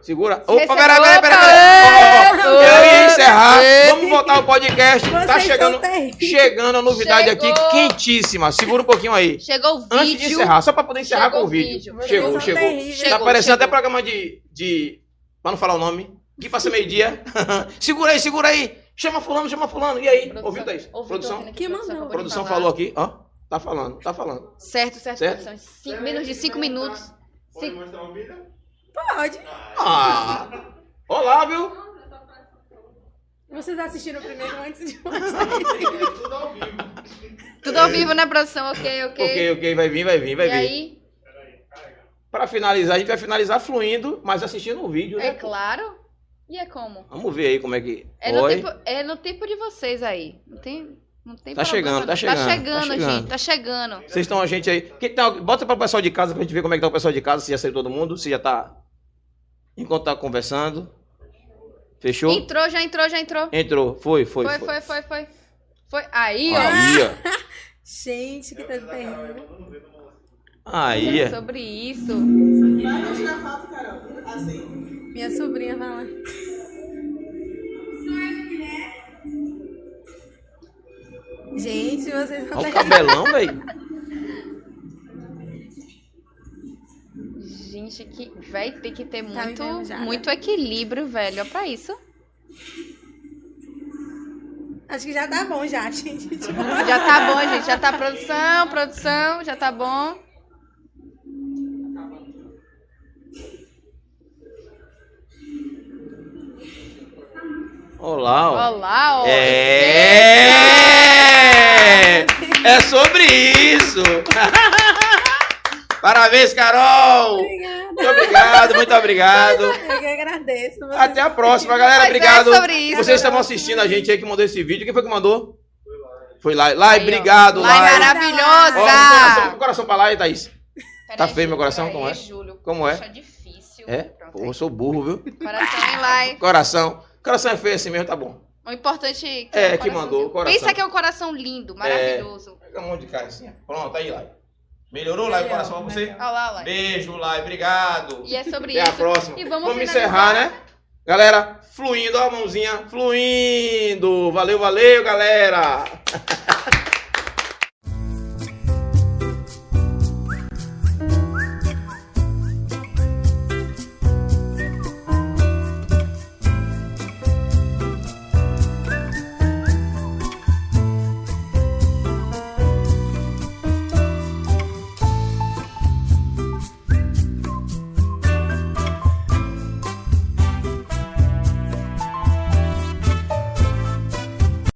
Segura. Você Opa, recebeu- peraí, peraí, peraí. Opa! Ó, ó, ó. Eu ia encerrar. Vamos voltar ao podcast. Vocês Tá chegando, são terríveis. chegando a novidade aqui Chegou. quentíssima. Segura um pouquinho aí. Chegou o vídeo. Antes de encerrar, só para poder encerrar Chegou com o o vídeo. vídeo. Vocês Chegou, são chegou. terríveis. Tá parecendo chegou. até programa de, de. Pra não falar o nome. Que passa meio-dia. <laughs> segura aí, segura aí. Chama fulano, chama fulano. E aí? Produção. Ouviu, Thaís? Ouviu, produção? tô ouvindo aqui, Que produção, mandou. A acabou de produção falar. falou aqui, ó. Tá falando, tá falando. Certo, certo, Certo? produção. Cinco- menos de cinco minutos. Cinco- Pode. Ah! Olá, viu? Vocês assistiram primeiro antes de <laughs> vocês. Tudo ao vivo, né, produção? Ok, ok. Ok, ok, vai vir, vai vir, vai e vir. aí, Pra finalizar, a gente vai finalizar fluindo, mas assistindo o vídeo, é né? claro. E é como? Vamos ver aí como é que. É no, tempo, é no tempo de vocês aí. Não tem, não tem Tá problema, chegando, não. tá chegando, tá Tá chegando, chegando. gente. Tá chegando. Vocês estão a gente aí. Quem tá, bota para o pessoal de casa pra gente ver como é que tá o pessoal de casa, se já saiu todo mundo, se já tá. Enquanto tá conversando. Fechou? Entrou, já entrou, já entrou. Entrou. Foi, foi. Foi, foi, foi, foi. Foi. Aí, ó. Aí, ó. Gente, que tanto terrível. Aí. ó. É Sobre isso. Minha sobrinha vai lá. Gente, vocês são Olha o terríveis. cabelão, velho. Gente, que vai ter que ter Tá muito, enferrujada. muito equilíbrio, velho. Ó, pra isso. Acho que já tá bom <laughs> já, gente. Tipo, Já tá bom, gente. Já tá produção, produção, já tá bom. Olá, ó. Olá, ó. É! É sobre isso! <laughs> Parabéns, Carol! Obrigada. Muito obrigado, muito obrigado. Eu que agradeço. vocês Até a por próxima, terem- galera. Mas é Obrigado. sobre isso, Vocês estavam galera. assistindo a gente aí que mandou esse vídeo. Quem foi que mandou? Foi lá. Lá, Aí, ó. obrigado, Lai lá. maravilhosa! Ó, um coração, um coração pra lá, Thaís. Tá Peraí, feio meu coração? peraí, Como é? Júlio, Como é? Poxa, difícil. É? Pronto, Pô, eu sou burro, viu? Coração em Lai. Coração. Coração é feio assim mesmo, tá bom. O importante é que, É, o que coração- mandou. Coração. Pensa que é um coração lindo, maravilhoso. Pega a mão de cara assim. ó. Pronto, aí, lá. Melhorou lá o Melhor, coração pra você? melhor. Olha lá, Lai. Beijo, lá. Obrigado. E é sobre Até É. a isso. próxima. E vamos vamos encerrar, finalizar. né? Galera, fluindo, ó a mãozinha. Fluindo. Valeu, valeu, galera.